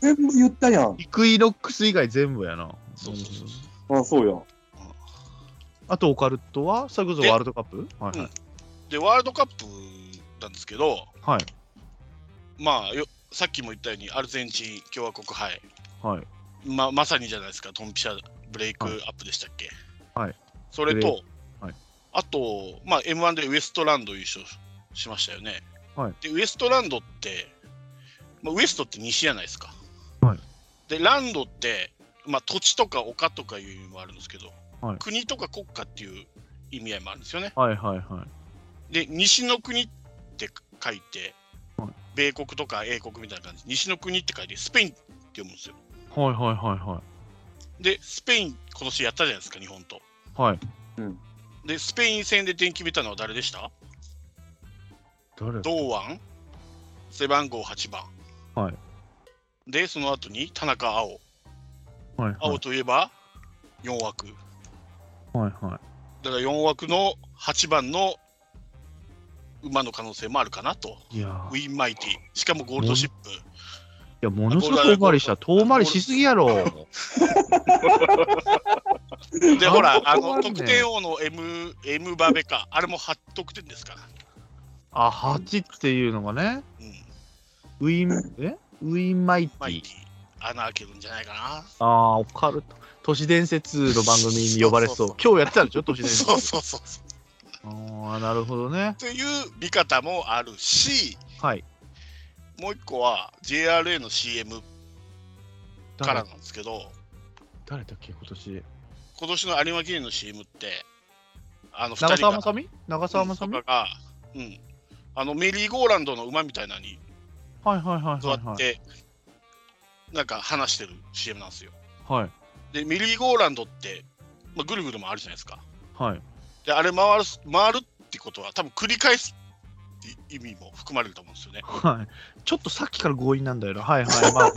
[SPEAKER 3] 全部言ったやん。
[SPEAKER 2] イクイノックス以外全部やな。
[SPEAKER 6] そうそうそう
[SPEAKER 3] あ、そうやん。
[SPEAKER 2] あとオカルトは、それこそワールドカップはいはい。
[SPEAKER 6] で、ワールドカップなんですけど、
[SPEAKER 2] はい。
[SPEAKER 6] まあよ、さっきも言ったようにアルゼンチン共和国杯、
[SPEAKER 2] はい。
[SPEAKER 6] ままさにじゃないですか、ドンピシャブレイクアップでしたっけ。
[SPEAKER 2] はい。
[SPEAKER 6] それと、
[SPEAKER 2] はい
[SPEAKER 6] あと、まあ、M1 でウエストランド優勝しましたよね。
[SPEAKER 2] はい
[SPEAKER 6] で、ウエストランドって、まあ、ウエストって西じゃないですか。
[SPEAKER 2] はい
[SPEAKER 6] で、ランドって、まあ、土地とか丘とかいう意味もあるんですけど、
[SPEAKER 2] はい
[SPEAKER 6] 国とか国家っていう意味合いもあるんですよね。
[SPEAKER 2] はいはいはい。
[SPEAKER 6] で、西の国って書いて
[SPEAKER 2] はい、
[SPEAKER 6] 米国とか英国みたいな感じ、西の国って書いて、スペインって読むんですよ。
[SPEAKER 2] はいはいはいはい。
[SPEAKER 6] で、スペイン、今年やったじゃないですか、日本と。
[SPEAKER 2] はい。
[SPEAKER 6] で、スペイン戦で点決めたのは誰でした
[SPEAKER 2] 誰
[SPEAKER 6] 堂安、背番号8番。
[SPEAKER 2] はい
[SPEAKER 6] で、その後に田中碧。
[SPEAKER 2] はいはい
[SPEAKER 6] 碧といえば4枠。
[SPEAKER 2] はいはい。
[SPEAKER 6] だから4枠の8番の馬の可能性もあるかなと。
[SPEAKER 2] いやー
[SPEAKER 6] ウィンマイティ。しかもゴールドシップ。
[SPEAKER 2] いや、ものすごく遠回りした。遠回りしすぎやろ。
[SPEAKER 6] で、ほら、あ
[SPEAKER 2] 困
[SPEAKER 6] の、
[SPEAKER 2] るね
[SPEAKER 6] 得点王の M、M バベか、あれも8得点ですから。
[SPEAKER 2] あ、8っていうのがね、
[SPEAKER 6] うん、
[SPEAKER 2] ウィン、えウィンマイテ
[SPEAKER 6] マイ
[SPEAKER 2] ィ
[SPEAKER 6] テ。ィ、穴開けるんじゃないか
[SPEAKER 2] ああ、オカルト。都市伝説の番組に呼ばれそう。
[SPEAKER 6] そうそう
[SPEAKER 2] 今日やってたんでしょ、都市
[SPEAKER 6] な。
[SPEAKER 2] 伝説。
[SPEAKER 6] そうそうそうそう。
[SPEAKER 2] ああ、なるほどね。
[SPEAKER 6] という見方もあるし、
[SPEAKER 2] はい。
[SPEAKER 6] もう一個は JRA の CM からなんですけど、
[SPEAKER 2] 誰だっけ、今年。
[SPEAKER 6] 今年の有馬記念の CM って、あの2
[SPEAKER 2] 長
[SPEAKER 6] 人
[SPEAKER 2] 澤
[SPEAKER 6] が
[SPEAKER 2] まさみ長澤まさみ
[SPEAKER 6] と
[SPEAKER 2] はい
[SPEAKER 6] かが、うん、あのメリーゴーランドの馬みたいなのに
[SPEAKER 2] はいはいはい
[SPEAKER 6] 座って、
[SPEAKER 2] はい。
[SPEAKER 6] なんか話してる CM なんですよ。
[SPEAKER 2] はい。
[SPEAKER 6] で、メリーゴーランドって、まあ、ぐるぐる回るじゃないですか。
[SPEAKER 2] はい。。
[SPEAKER 6] で、あれ回る回るってことは、多分繰り返すって意味も含まれると思うんですよね
[SPEAKER 2] はい。ちょっとさっきから強引なんだよな。はいはい。まあまあまあ。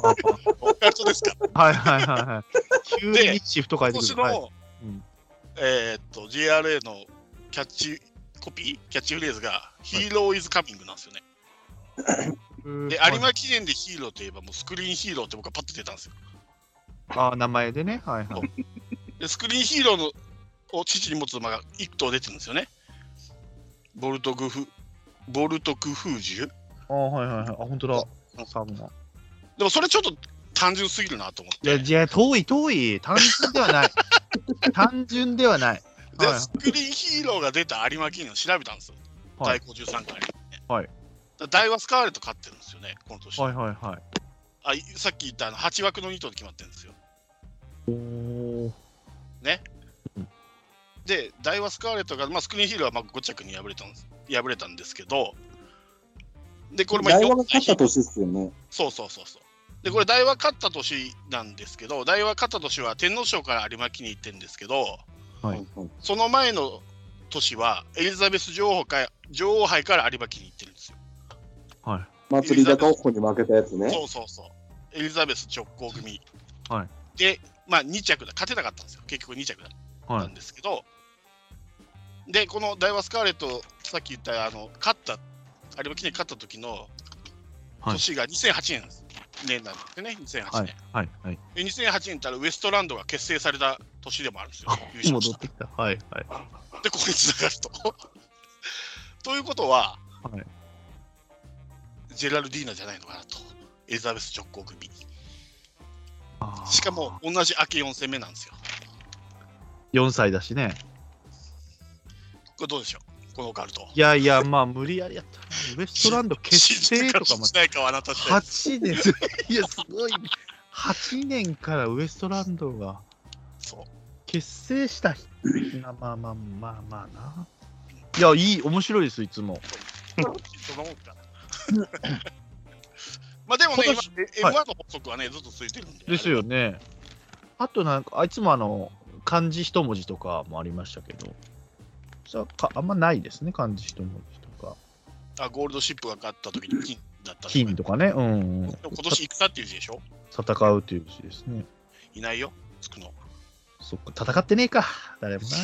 [SPEAKER 6] 本当ですか
[SPEAKER 2] はいはいはいはい。急にシフト変え
[SPEAKER 6] 今
[SPEAKER 2] てくる。
[SPEAKER 6] 年の、
[SPEAKER 2] はい、うん
[SPEAKER 6] えーっと JRA のキャッチコピーキャッチフレーズが「ヒーロー・イズ・カミング」なんですよね。で、有馬記念でヒーローといえばもうスクリーンヒーローって僕はパッと出たんですよ。
[SPEAKER 2] ああ、名前でね。はいはい。
[SPEAKER 6] で、スクリーンヒーローのを父に持つ馬が1頭出てるんですよね。ボルトグフボルトクフージュ。
[SPEAKER 2] ああ、はいはいはい。あ、本当
[SPEAKER 6] う
[SPEAKER 2] だ。
[SPEAKER 6] ん
[SPEAKER 2] サムが。
[SPEAKER 6] でもそれちょっと単純すぎるなと思っ
[SPEAKER 2] いや、
[SPEAKER 6] て。
[SPEAKER 2] いや遠い遠い。単純では ない。単純ではない。
[SPEAKER 6] で、
[SPEAKER 2] はい
[SPEAKER 6] スクリーンヒーローが出た有馬記念を調べたんですよ。
[SPEAKER 2] はい
[SPEAKER 6] 第53回。
[SPEAKER 2] はい。
[SPEAKER 6] ダイワスカーレット勝ってるんですよね、この年。
[SPEAKER 2] はいはいはい。
[SPEAKER 6] あいさっき言ったあの8枠の2頭で決まってるんですよ。
[SPEAKER 2] おお。
[SPEAKER 6] で、ダイワスカーレットが、まあ、スクリーンヒールはまあ5着に敗れたんです敗れたんですけど、で、これ、まあ、
[SPEAKER 3] 大和が
[SPEAKER 6] よ
[SPEAKER 3] 勝った年ですよね。
[SPEAKER 6] そうそうそうそう。で、これ、大和勝った年なんですけど、大和勝った年は天皇賞から有馬記に行ってるんですけど、
[SPEAKER 2] はい
[SPEAKER 6] その前の年はエリザベス女王か女王杯から有馬記に行ってるんですよ。
[SPEAKER 3] 祭り高をここに負けたやつね。
[SPEAKER 6] そうそうそう。エリザベス直行組。
[SPEAKER 2] は
[SPEAKER 6] で、まあ2着だ、勝てなかったんですよ。結局2着だったんですけど、で、このダイワスカーレット、さっき言った、あの、勝った、有馬記念勝った時の
[SPEAKER 2] はい
[SPEAKER 6] 年が2008年なんです、年なんですよね、2008年。
[SPEAKER 2] はいはいはい。
[SPEAKER 6] で2008年ったらウエストランドが結成された年でもあるんですよ、優勝
[SPEAKER 2] 戻
[SPEAKER 6] し
[SPEAKER 2] ったてきた。はいはい。
[SPEAKER 6] で、ここに繋がると。 ということは、
[SPEAKER 2] はい
[SPEAKER 6] ジェラルディーナじゃないのかなと、エリザベス直行組。
[SPEAKER 2] あー
[SPEAKER 6] しかも同じ明け4戦目なんですよ。
[SPEAKER 2] 4歳だしね。
[SPEAKER 6] これどうでしょうこのオカルト。
[SPEAKER 2] いやいや、まあ無理やりやったな。ウエストランド結成とかま
[SPEAKER 6] し
[SPEAKER 2] で。
[SPEAKER 6] ないかはあなた次第
[SPEAKER 2] 8年。いや、すごい、ね。8年からウエストランドが
[SPEAKER 6] そう
[SPEAKER 2] 結成した日。まあまあまあまあまあな。いや、いい、面白いです、いつも。
[SPEAKER 6] そのもんかな。 まあでもね、
[SPEAKER 2] 今年
[SPEAKER 6] 今、
[SPEAKER 2] は
[SPEAKER 6] M1 の法則はね、ずっとついてるんで。
[SPEAKER 2] ですよね。あとなんか、あいつもあの、漢字一文字とかもありましたけど、さかあんまないですね、漢字一文字とか。
[SPEAKER 6] あ。ゴールドシップが勝った時に金だった
[SPEAKER 2] 金とかね、うん、うん
[SPEAKER 6] で。も今年戦っていう字でしょ
[SPEAKER 2] 戦うという字ですね。
[SPEAKER 6] いないよ、つくの。
[SPEAKER 2] そっか、戦ってねえか、誰もな。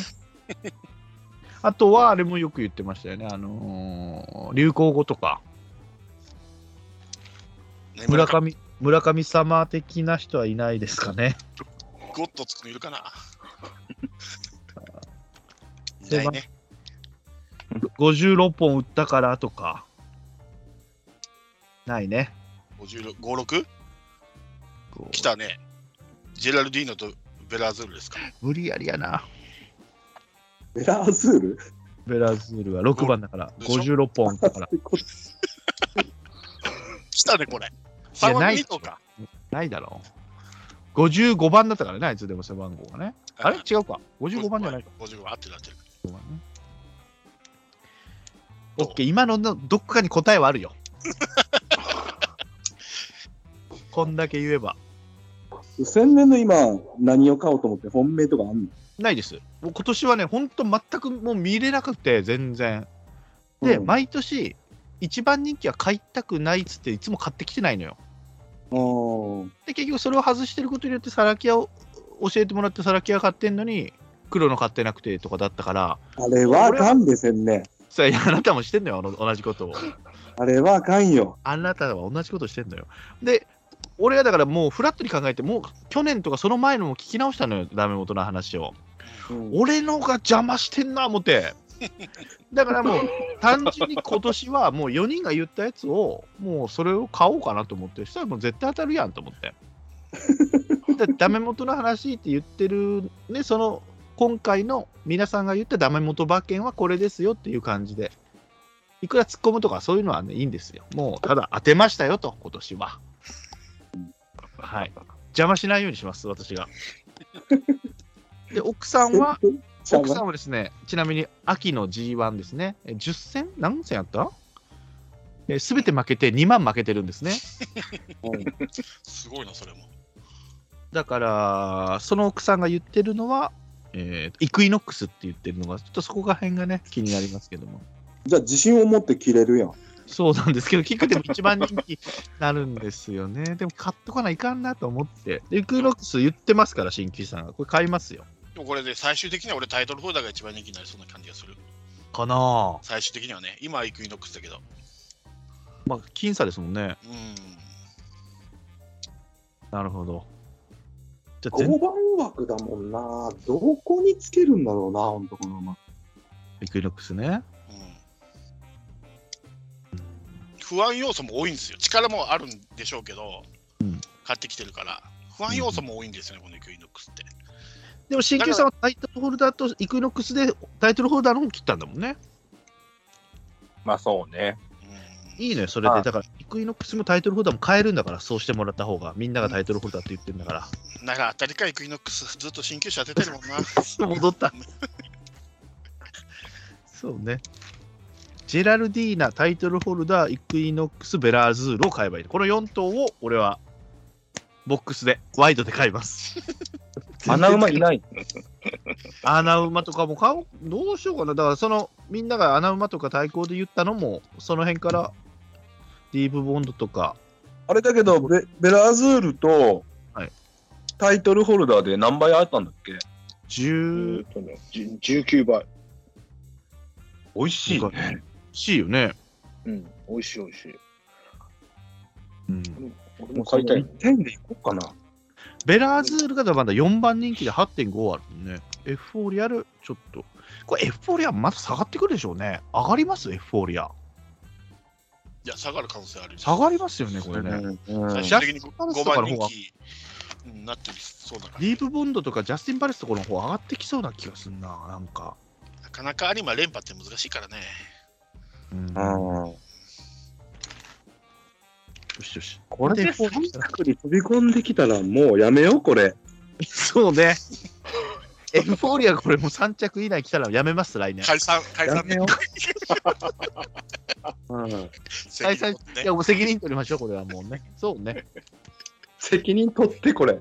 [SPEAKER 2] あとは、あれもよく言ってましたよね、あのー流行語とか、
[SPEAKER 6] ね
[SPEAKER 2] 村。上、村上様的な人はいないですかね。
[SPEAKER 6] ゴッドつくのい るかない
[SPEAKER 2] で
[SPEAKER 6] ないね。
[SPEAKER 2] 56本打ったからとか、ないね。
[SPEAKER 6] 56 56?
[SPEAKER 2] こう
[SPEAKER 6] 来たね。ジェラルディーノとベラアズールですか。
[SPEAKER 2] 無理やりやな。
[SPEAKER 3] ベラアズール
[SPEAKER 2] ベラズールが6番だから、
[SPEAKER 6] でしょ
[SPEAKER 2] 56本打った から。
[SPEAKER 6] 来たね、これ。
[SPEAKER 2] いや
[SPEAKER 6] 3
[SPEAKER 2] ない
[SPEAKER 6] 枠とか。
[SPEAKER 2] ないだろう。55番だったからね、あいつでも背番号がね。あれ違うか。55番じゃないか。
[SPEAKER 6] 55番合ってる合ってる。
[SPEAKER 2] オッケー、今ののどっかに答えはある よ。こんだけ言えば。
[SPEAKER 3] 宣伝の今、何を買おうと思って、本命とかあんの
[SPEAKER 2] ないです。もう今年はね、ほんと全くもう見れなくて、全然。で、
[SPEAKER 3] うん
[SPEAKER 2] 毎年、一番人気は買いたくないっつって、いつも買ってきてないのよ。
[SPEAKER 3] あー
[SPEAKER 2] で、結局それを外してることによって、サラキアを教えてもらって、サラキア買ってんのに、黒の買ってなくてとかだったから、
[SPEAKER 3] あれはあかんで、宣伝。
[SPEAKER 2] それいやあなたもしてんのよ、あの同じことを。
[SPEAKER 3] あれはあかんよ。
[SPEAKER 2] あなたは同じことしてんのよ。で、俺はだからもうフラットに考えて、もう去年とかその前のも聞き直したのよ、ダメ元の話を。
[SPEAKER 3] うん
[SPEAKER 2] 俺のが邪魔してんな、思 って。だからもう、単純に今年はもう4人が言ったやつを、もうそれを買おうかなと思って、そしたらもう絶対当たるやんと思 って。だってダメ元の話って言ってる、ね、その、今回の皆さんが言ったダメ元馬券はこれですよっていう感じで、いくら突っ込むとかそういうのはね、いいんですよ。もう、ただ当てましたよと、今年は。はい。邪魔しないようにします、私 が。で、奥さんは、奥さんはですね、ちなみに秋の G1 ですね、え10戦何戦やったすべて負けて2万負けてるんですね。
[SPEAKER 6] すごいな、それも。
[SPEAKER 2] だから、その奥さんが言ってるのは、えーイクイノックスって言ってるのが、ちょっとそこら辺がね、気になりますけども。
[SPEAKER 3] じゃあ自信を持って切れるやん。
[SPEAKER 2] そうなんですけど、キックでも一番人気になるんですよね。でも買っとかないかんなと思って。でイクイノックス言ってますから、新規さんが。これ買いますよ。
[SPEAKER 6] でもこれで最終的には俺タイトルホルダーが一番人気になりそうな感じがする。
[SPEAKER 2] かなぁ。
[SPEAKER 6] 最終的にはね、今はイクイノックスだけど。
[SPEAKER 2] まあ、僅差ですもんね。
[SPEAKER 6] うん。
[SPEAKER 2] なるほど。じゃあ全
[SPEAKER 3] 5番枠だもんな。どこにつけるんだろうな、ほんとこの馬。
[SPEAKER 2] イクイノックスね。
[SPEAKER 6] うん不安要素も多いんですよ。力もあるんでしょうけど、
[SPEAKER 2] うん
[SPEAKER 6] 買ってきてるから。不安要素も多いんですよね、このイクイノックスって。
[SPEAKER 2] でも、新旧さんはタイトルホルダーとイクイノックスでタイトルホルダーの方切ったんだもんね。
[SPEAKER 5] まあそうね。
[SPEAKER 6] うん
[SPEAKER 2] いいね、それ
[SPEAKER 5] は
[SPEAKER 2] で。だ
[SPEAKER 5] い
[SPEAKER 2] から、イクイノックスもタイトルホルダーも買えるんだから、そうしてもらった方が、みんながタイトルホルダーって言ってるんだから。
[SPEAKER 6] なら当たりかイクイノックス、ずっと新旧車当ててる もんな。
[SPEAKER 2] 戻った。そうね。ジェラルディーナ、タイトルホルダー、イクイノックス、ベラーズールを買えばいい。この4頭を俺はボックスで、ワイドで買います。
[SPEAKER 5] 穴馬いない。
[SPEAKER 2] 穴馬とかも買おう。どうしようかな。だからそのみんなが穴馬とか対抗で言ったのも、その辺からディープボンドとか、
[SPEAKER 3] あれだけど、ベベラズールと、
[SPEAKER 2] はい
[SPEAKER 3] タイトルホルダーで何倍あったんだっけ
[SPEAKER 2] 10
[SPEAKER 7] えっとねじ19倍。
[SPEAKER 3] 美味しい
[SPEAKER 2] なん。しいよね。
[SPEAKER 7] うん、美味しい美味しい。
[SPEAKER 2] うん、
[SPEAKER 7] 俺
[SPEAKER 3] も
[SPEAKER 7] も
[SPEAKER 3] う買
[SPEAKER 7] 買
[SPEAKER 3] い
[SPEAKER 7] い
[SPEAKER 3] た
[SPEAKER 7] た
[SPEAKER 3] い
[SPEAKER 7] い。。
[SPEAKER 3] 点でいこうかな。
[SPEAKER 2] ベラーズールがまだ4番人気で8.5あるもんね。エフフォーリアル、ちょっと。これエフフォーリアまた下がってくるでしょうね。上がりますエフフォーリア。
[SPEAKER 6] いや、下がる可能性あるよ
[SPEAKER 2] 下がりますよね、これね。
[SPEAKER 6] 最
[SPEAKER 2] ジャス
[SPEAKER 6] 終的
[SPEAKER 2] テ
[SPEAKER 6] に
[SPEAKER 2] ィンパレス
[SPEAKER 6] 5
[SPEAKER 2] とか
[SPEAKER 6] 番
[SPEAKER 2] の方
[SPEAKER 6] 人
[SPEAKER 2] が、
[SPEAKER 6] 気になってきそうだか
[SPEAKER 2] ディープボンドとかジャスティン・パレスとかの方上がってきそうな気がするな、なんか。
[SPEAKER 6] ら。なかなか有馬連覇って難しいからね。
[SPEAKER 2] うんよ
[SPEAKER 3] うん。
[SPEAKER 2] しよし。
[SPEAKER 3] こ
[SPEAKER 2] れ
[SPEAKER 3] れ
[SPEAKER 2] で
[SPEAKER 3] で
[SPEAKER 2] 三
[SPEAKER 3] 三択に飛び込んできたらもうやめよう、これ。
[SPEAKER 2] そうね。 エフフォーリアこれもう3着以内来たらやめます、来年。
[SPEAKER 6] 解散、解散ね。
[SPEAKER 3] うん。
[SPEAKER 6] 解散
[SPEAKER 2] い
[SPEAKER 6] ね。
[SPEAKER 2] や、もう責任取りましょう、これはもうね。そうね。
[SPEAKER 3] 責任取って、これ。
[SPEAKER 2] い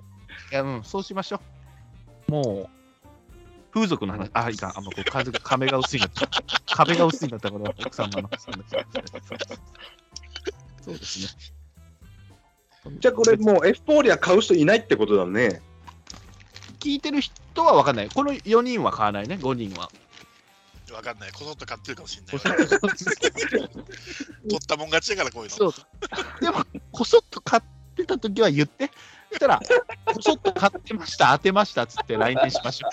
[SPEAKER 2] や、うん、そうしましょう。もう、風俗の話、あ、いかん、あんまこう数が、壁が薄いんだった。壁が薄いんだったから、奥様の話なんですねそうですね。
[SPEAKER 3] じゃあこれもうエフフォーリア買う人いないってことだね。
[SPEAKER 2] 聞いてる人は分かんない。この4人は買わないね、5人は。
[SPEAKER 6] わかんない。こそっと買ってるかもしれない
[SPEAKER 2] こ
[SPEAKER 6] わ。
[SPEAKER 2] そっ
[SPEAKER 6] 取
[SPEAKER 2] と
[SPEAKER 6] ったもん勝ちだから、こういう
[SPEAKER 2] そ
[SPEAKER 6] の。
[SPEAKER 2] うでも、こそっと買ってた時は言って。そしたら、こそっと買ってました、当てましたっつって来年しましょ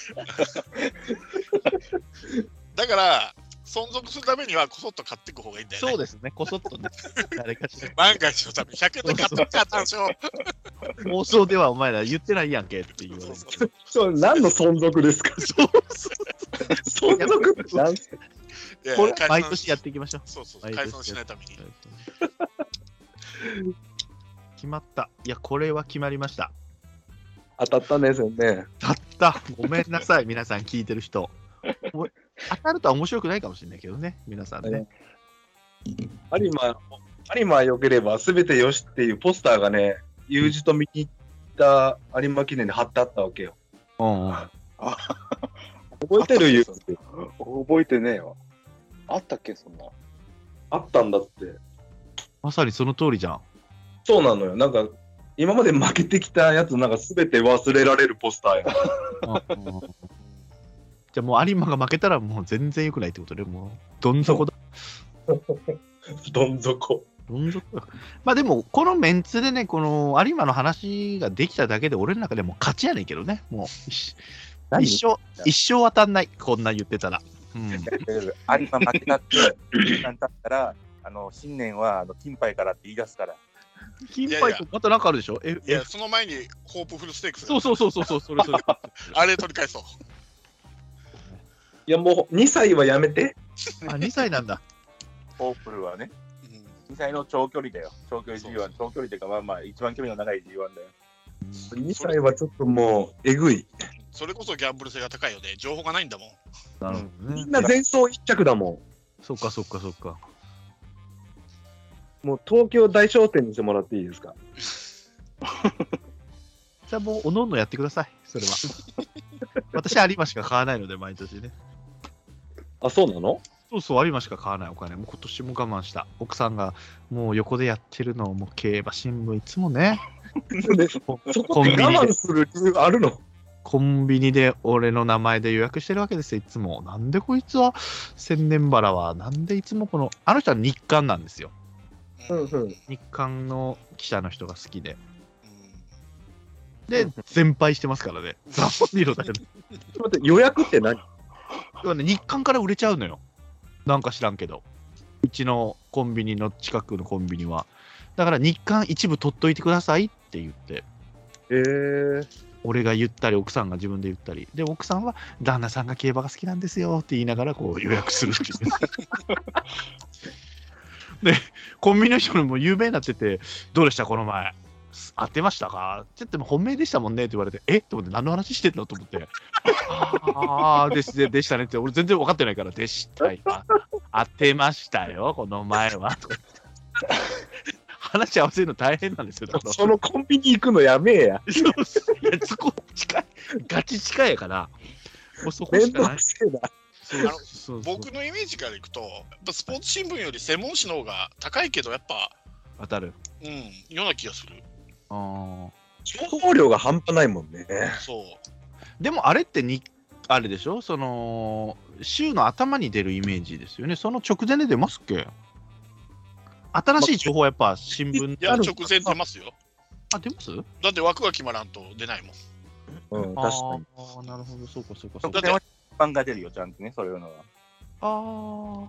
[SPEAKER 6] だから、存続するためには、こそっと買っていく方がいいん
[SPEAKER 2] う。
[SPEAKER 6] だよね。
[SPEAKER 2] そうですね、こそっとね。誰かしら。
[SPEAKER 6] 万が一のために100円で買っとくか、単勝。
[SPEAKER 2] 妄想ではお前ら言ってないやんけって言われ
[SPEAKER 6] そう
[SPEAKER 2] る。
[SPEAKER 6] そう
[SPEAKER 3] そう、何の存続ですか
[SPEAKER 2] そう
[SPEAKER 3] 存続
[SPEAKER 2] なん
[SPEAKER 6] いや
[SPEAKER 2] これ
[SPEAKER 6] 解散
[SPEAKER 2] 毎年やっていきましょう。
[SPEAKER 6] そうそう、
[SPEAKER 2] 毎年
[SPEAKER 6] 解散しないために。
[SPEAKER 2] 決まった。いや、これは決まりました。
[SPEAKER 3] 当たったね、それね。
[SPEAKER 2] だった。ごめんなさい、皆さん聞いてる人。お当たるとは面白くないかもしれないけどね、皆さんね。
[SPEAKER 3] 有馬、有馬良ければ全てよしっていうポスターがね、友人と見に行った有馬記念で貼ってあったわけよ。
[SPEAKER 2] うんうん。
[SPEAKER 3] 覚えてるよ。
[SPEAKER 7] 覚えてねえわ。あったっけ、そんな。
[SPEAKER 3] あったんだって。
[SPEAKER 2] まさにその通りじゃん。
[SPEAKER 3] そうなのよ。なんか、今まで負けてきたやつなんか全て忘れられるポスターや。
[SPEAKER 2] じゃあもう有馬が負けたらもう全然良くないってことで、もうどん底だ。
[SPEAKER 3] どん底。
[SPEAKER 2] どん底だまあでも、このメンツでね、この有馬の話ができただけで、俺の中でもう勝ちやねんけどね、もう一
[SPEAKER 5] 何
[SPEAKER 2] 一生、一生当たんない、こんなん言ってたら。うん
[SPEAKER 5] 有馬負けたって、時間経ったら、あの新年はあの金杯からって言い出すから。
[SPEAKER 2] 金
[SPEAKER 6] やいや
[SPEAKER 2] 杯とまたなんかあるでしょえ
[SPEAKER 6] いや、その前に、ホープフルステークス。
[SPEAKER 2] そうそうそうそうそう、それそれ。
[SPEAKER 6] あれ取り返そう。
[SPEAKER 3] いや、もう2歳はやめて。
[SPEAKER 2] あ、2歳なんだ。
[SPEAKER 5] ホープルはね、
[SPEAKER 6] うん
[SPEAKER 5] 2歳の長距離だよ。長距離 G1、長距離というか、まあまあ、一番距離の長い G1 だよ。
[SPEAKER 3] 2歳はちょっともう、えぐい。
[SPEAKER 6] それこそギャンブル性が高いよね。情報がないんだもん。
[SPEAKER 2] なるほど
[SPEAKER 3] み
[SPEAKER 2] ね
[SPEAKER 3] んな前走一着だも
[SPEAKER 2] そっかそっかそっか。
[SPEAKER 3] ん。もう東京大商店にしてもらっていいですか。
[SPEAKER 2] じゃあもう、おのおのやってください、そ れは。私、有馬しか買わないので、毎年ね。
[SPEAKER 3] あ、そうなの
[SPEAKER 2] そうそう、有馬しか買わないお金。もう今年も我慢した。奥さんが、もう横でやってるのを、もう競馬新聞いつもね、
[SPEAKER 3] で
[SPEAKER 2] コ
[SPEAKER 3] そ
[SPEAKER 2] コ
[SPEAKER 3] こ
[SPEAKER 2] ンビ
[SPEAKER 3] で
[SPEAKER 2] ニ
[SPEAKER 3] 我
[SPEAKER 2] で
[SPEAKER 3] 慢、する理由あるの
[SPEAKER 2] コンビニで俺の名前で予約してるわけですよ、いつも。なんでこいつは、千年原は、なんでいつもこの、あの人は日刊なんですよ。
[SPEAKER 3] うんうん。
[SPEAKER 2] 日刊の記者の人が好きで。
[SPEAKER 6] うん
[SPEAKER 2] で、全敗してますからね。ザ・ボディロだよね。
[SPEAKER 3] ちょっと待って、予約って何
[SPEAKER 2] 要はね、日刊から売れちゃうのよ。なんか知らんけど。うちのコンビニの近くのコンビニは。だから日刊一部取っといてくださいって言って、
[SPEAKER 3] えー、
[SPEAKER 2] 俺が言ったり、奥さんが自分で言ったり。で、奥さんは、旦那さんが競馬が好きなんですよって言いながら、こう予約するっていうね。で、コンビニの人にも有名になってて、どうでした、この前。当てましたかちょっと本命でしたもんねって言われて、えっと思って、何の話してんのと思って、ああ、でしでしたねって、俺全然分かってないから、でしたよ。当てましたよ、この前は。とか言って話合わせるの大変なんですよ。だから
[SPEAKER 3] そのコンビニ行くのやめえや。
[SPEAKER 2] そうそういやそこ近い、ガチ近いやから、もうそこ
[SPEAKER 3] め
[SPEAKER 2] し
[SPEAKER 3] ん
[SPEAKER 2] か
[SPEAKER 3] ど
[SPEAKER 2] ない
[SPEAKER 3] く。せえな。
[SPEAKER 2] そう
[SPEAKER 6] あの
[SPEAKER 2] そうそう
[SPEAKER 6] 僕のイメージからいくと、やっぱスポーツ新聞より専門誌の方が高いけど、やっぱ、
[SPEAKER 2] 当たる。
[SPEAKER 6] うん、ような気がする。
[SPEAKER 2] あ
[SPEAKER 3] 情報量が半端ないもんね。
[SPEAKER 6] そう。
[SPEAKER 2] ーでもあれってに、あれでしょその、週の頭に出るイメージですよね。その直前で出ますっけ新しい情報はやっぱ新聞
[SPEAKER 6] い
[SPEAKER 2] で
[SPEAKER 6] や、
[SPEAKER 2] ある
[SPEAKER 6] 直前出ますよ。
[SPEAKER 2] あ、出ます
[SPEAKER 6] だって枠が決まらんと出ないもん。
[SPEAKER 3] うん、
[SPEAKER 2] あ
[SPEAKER 3] 確かに。
[SPEAKER 2] あー、なるほど、そうか、そうか、そ
[SPEAKER 5] そうこ
[SPEAKER 2] か。
[SPEAKER 5] では版が出るよ、ちゃんとね、そういうのは。
[SPEAKER 2] あー、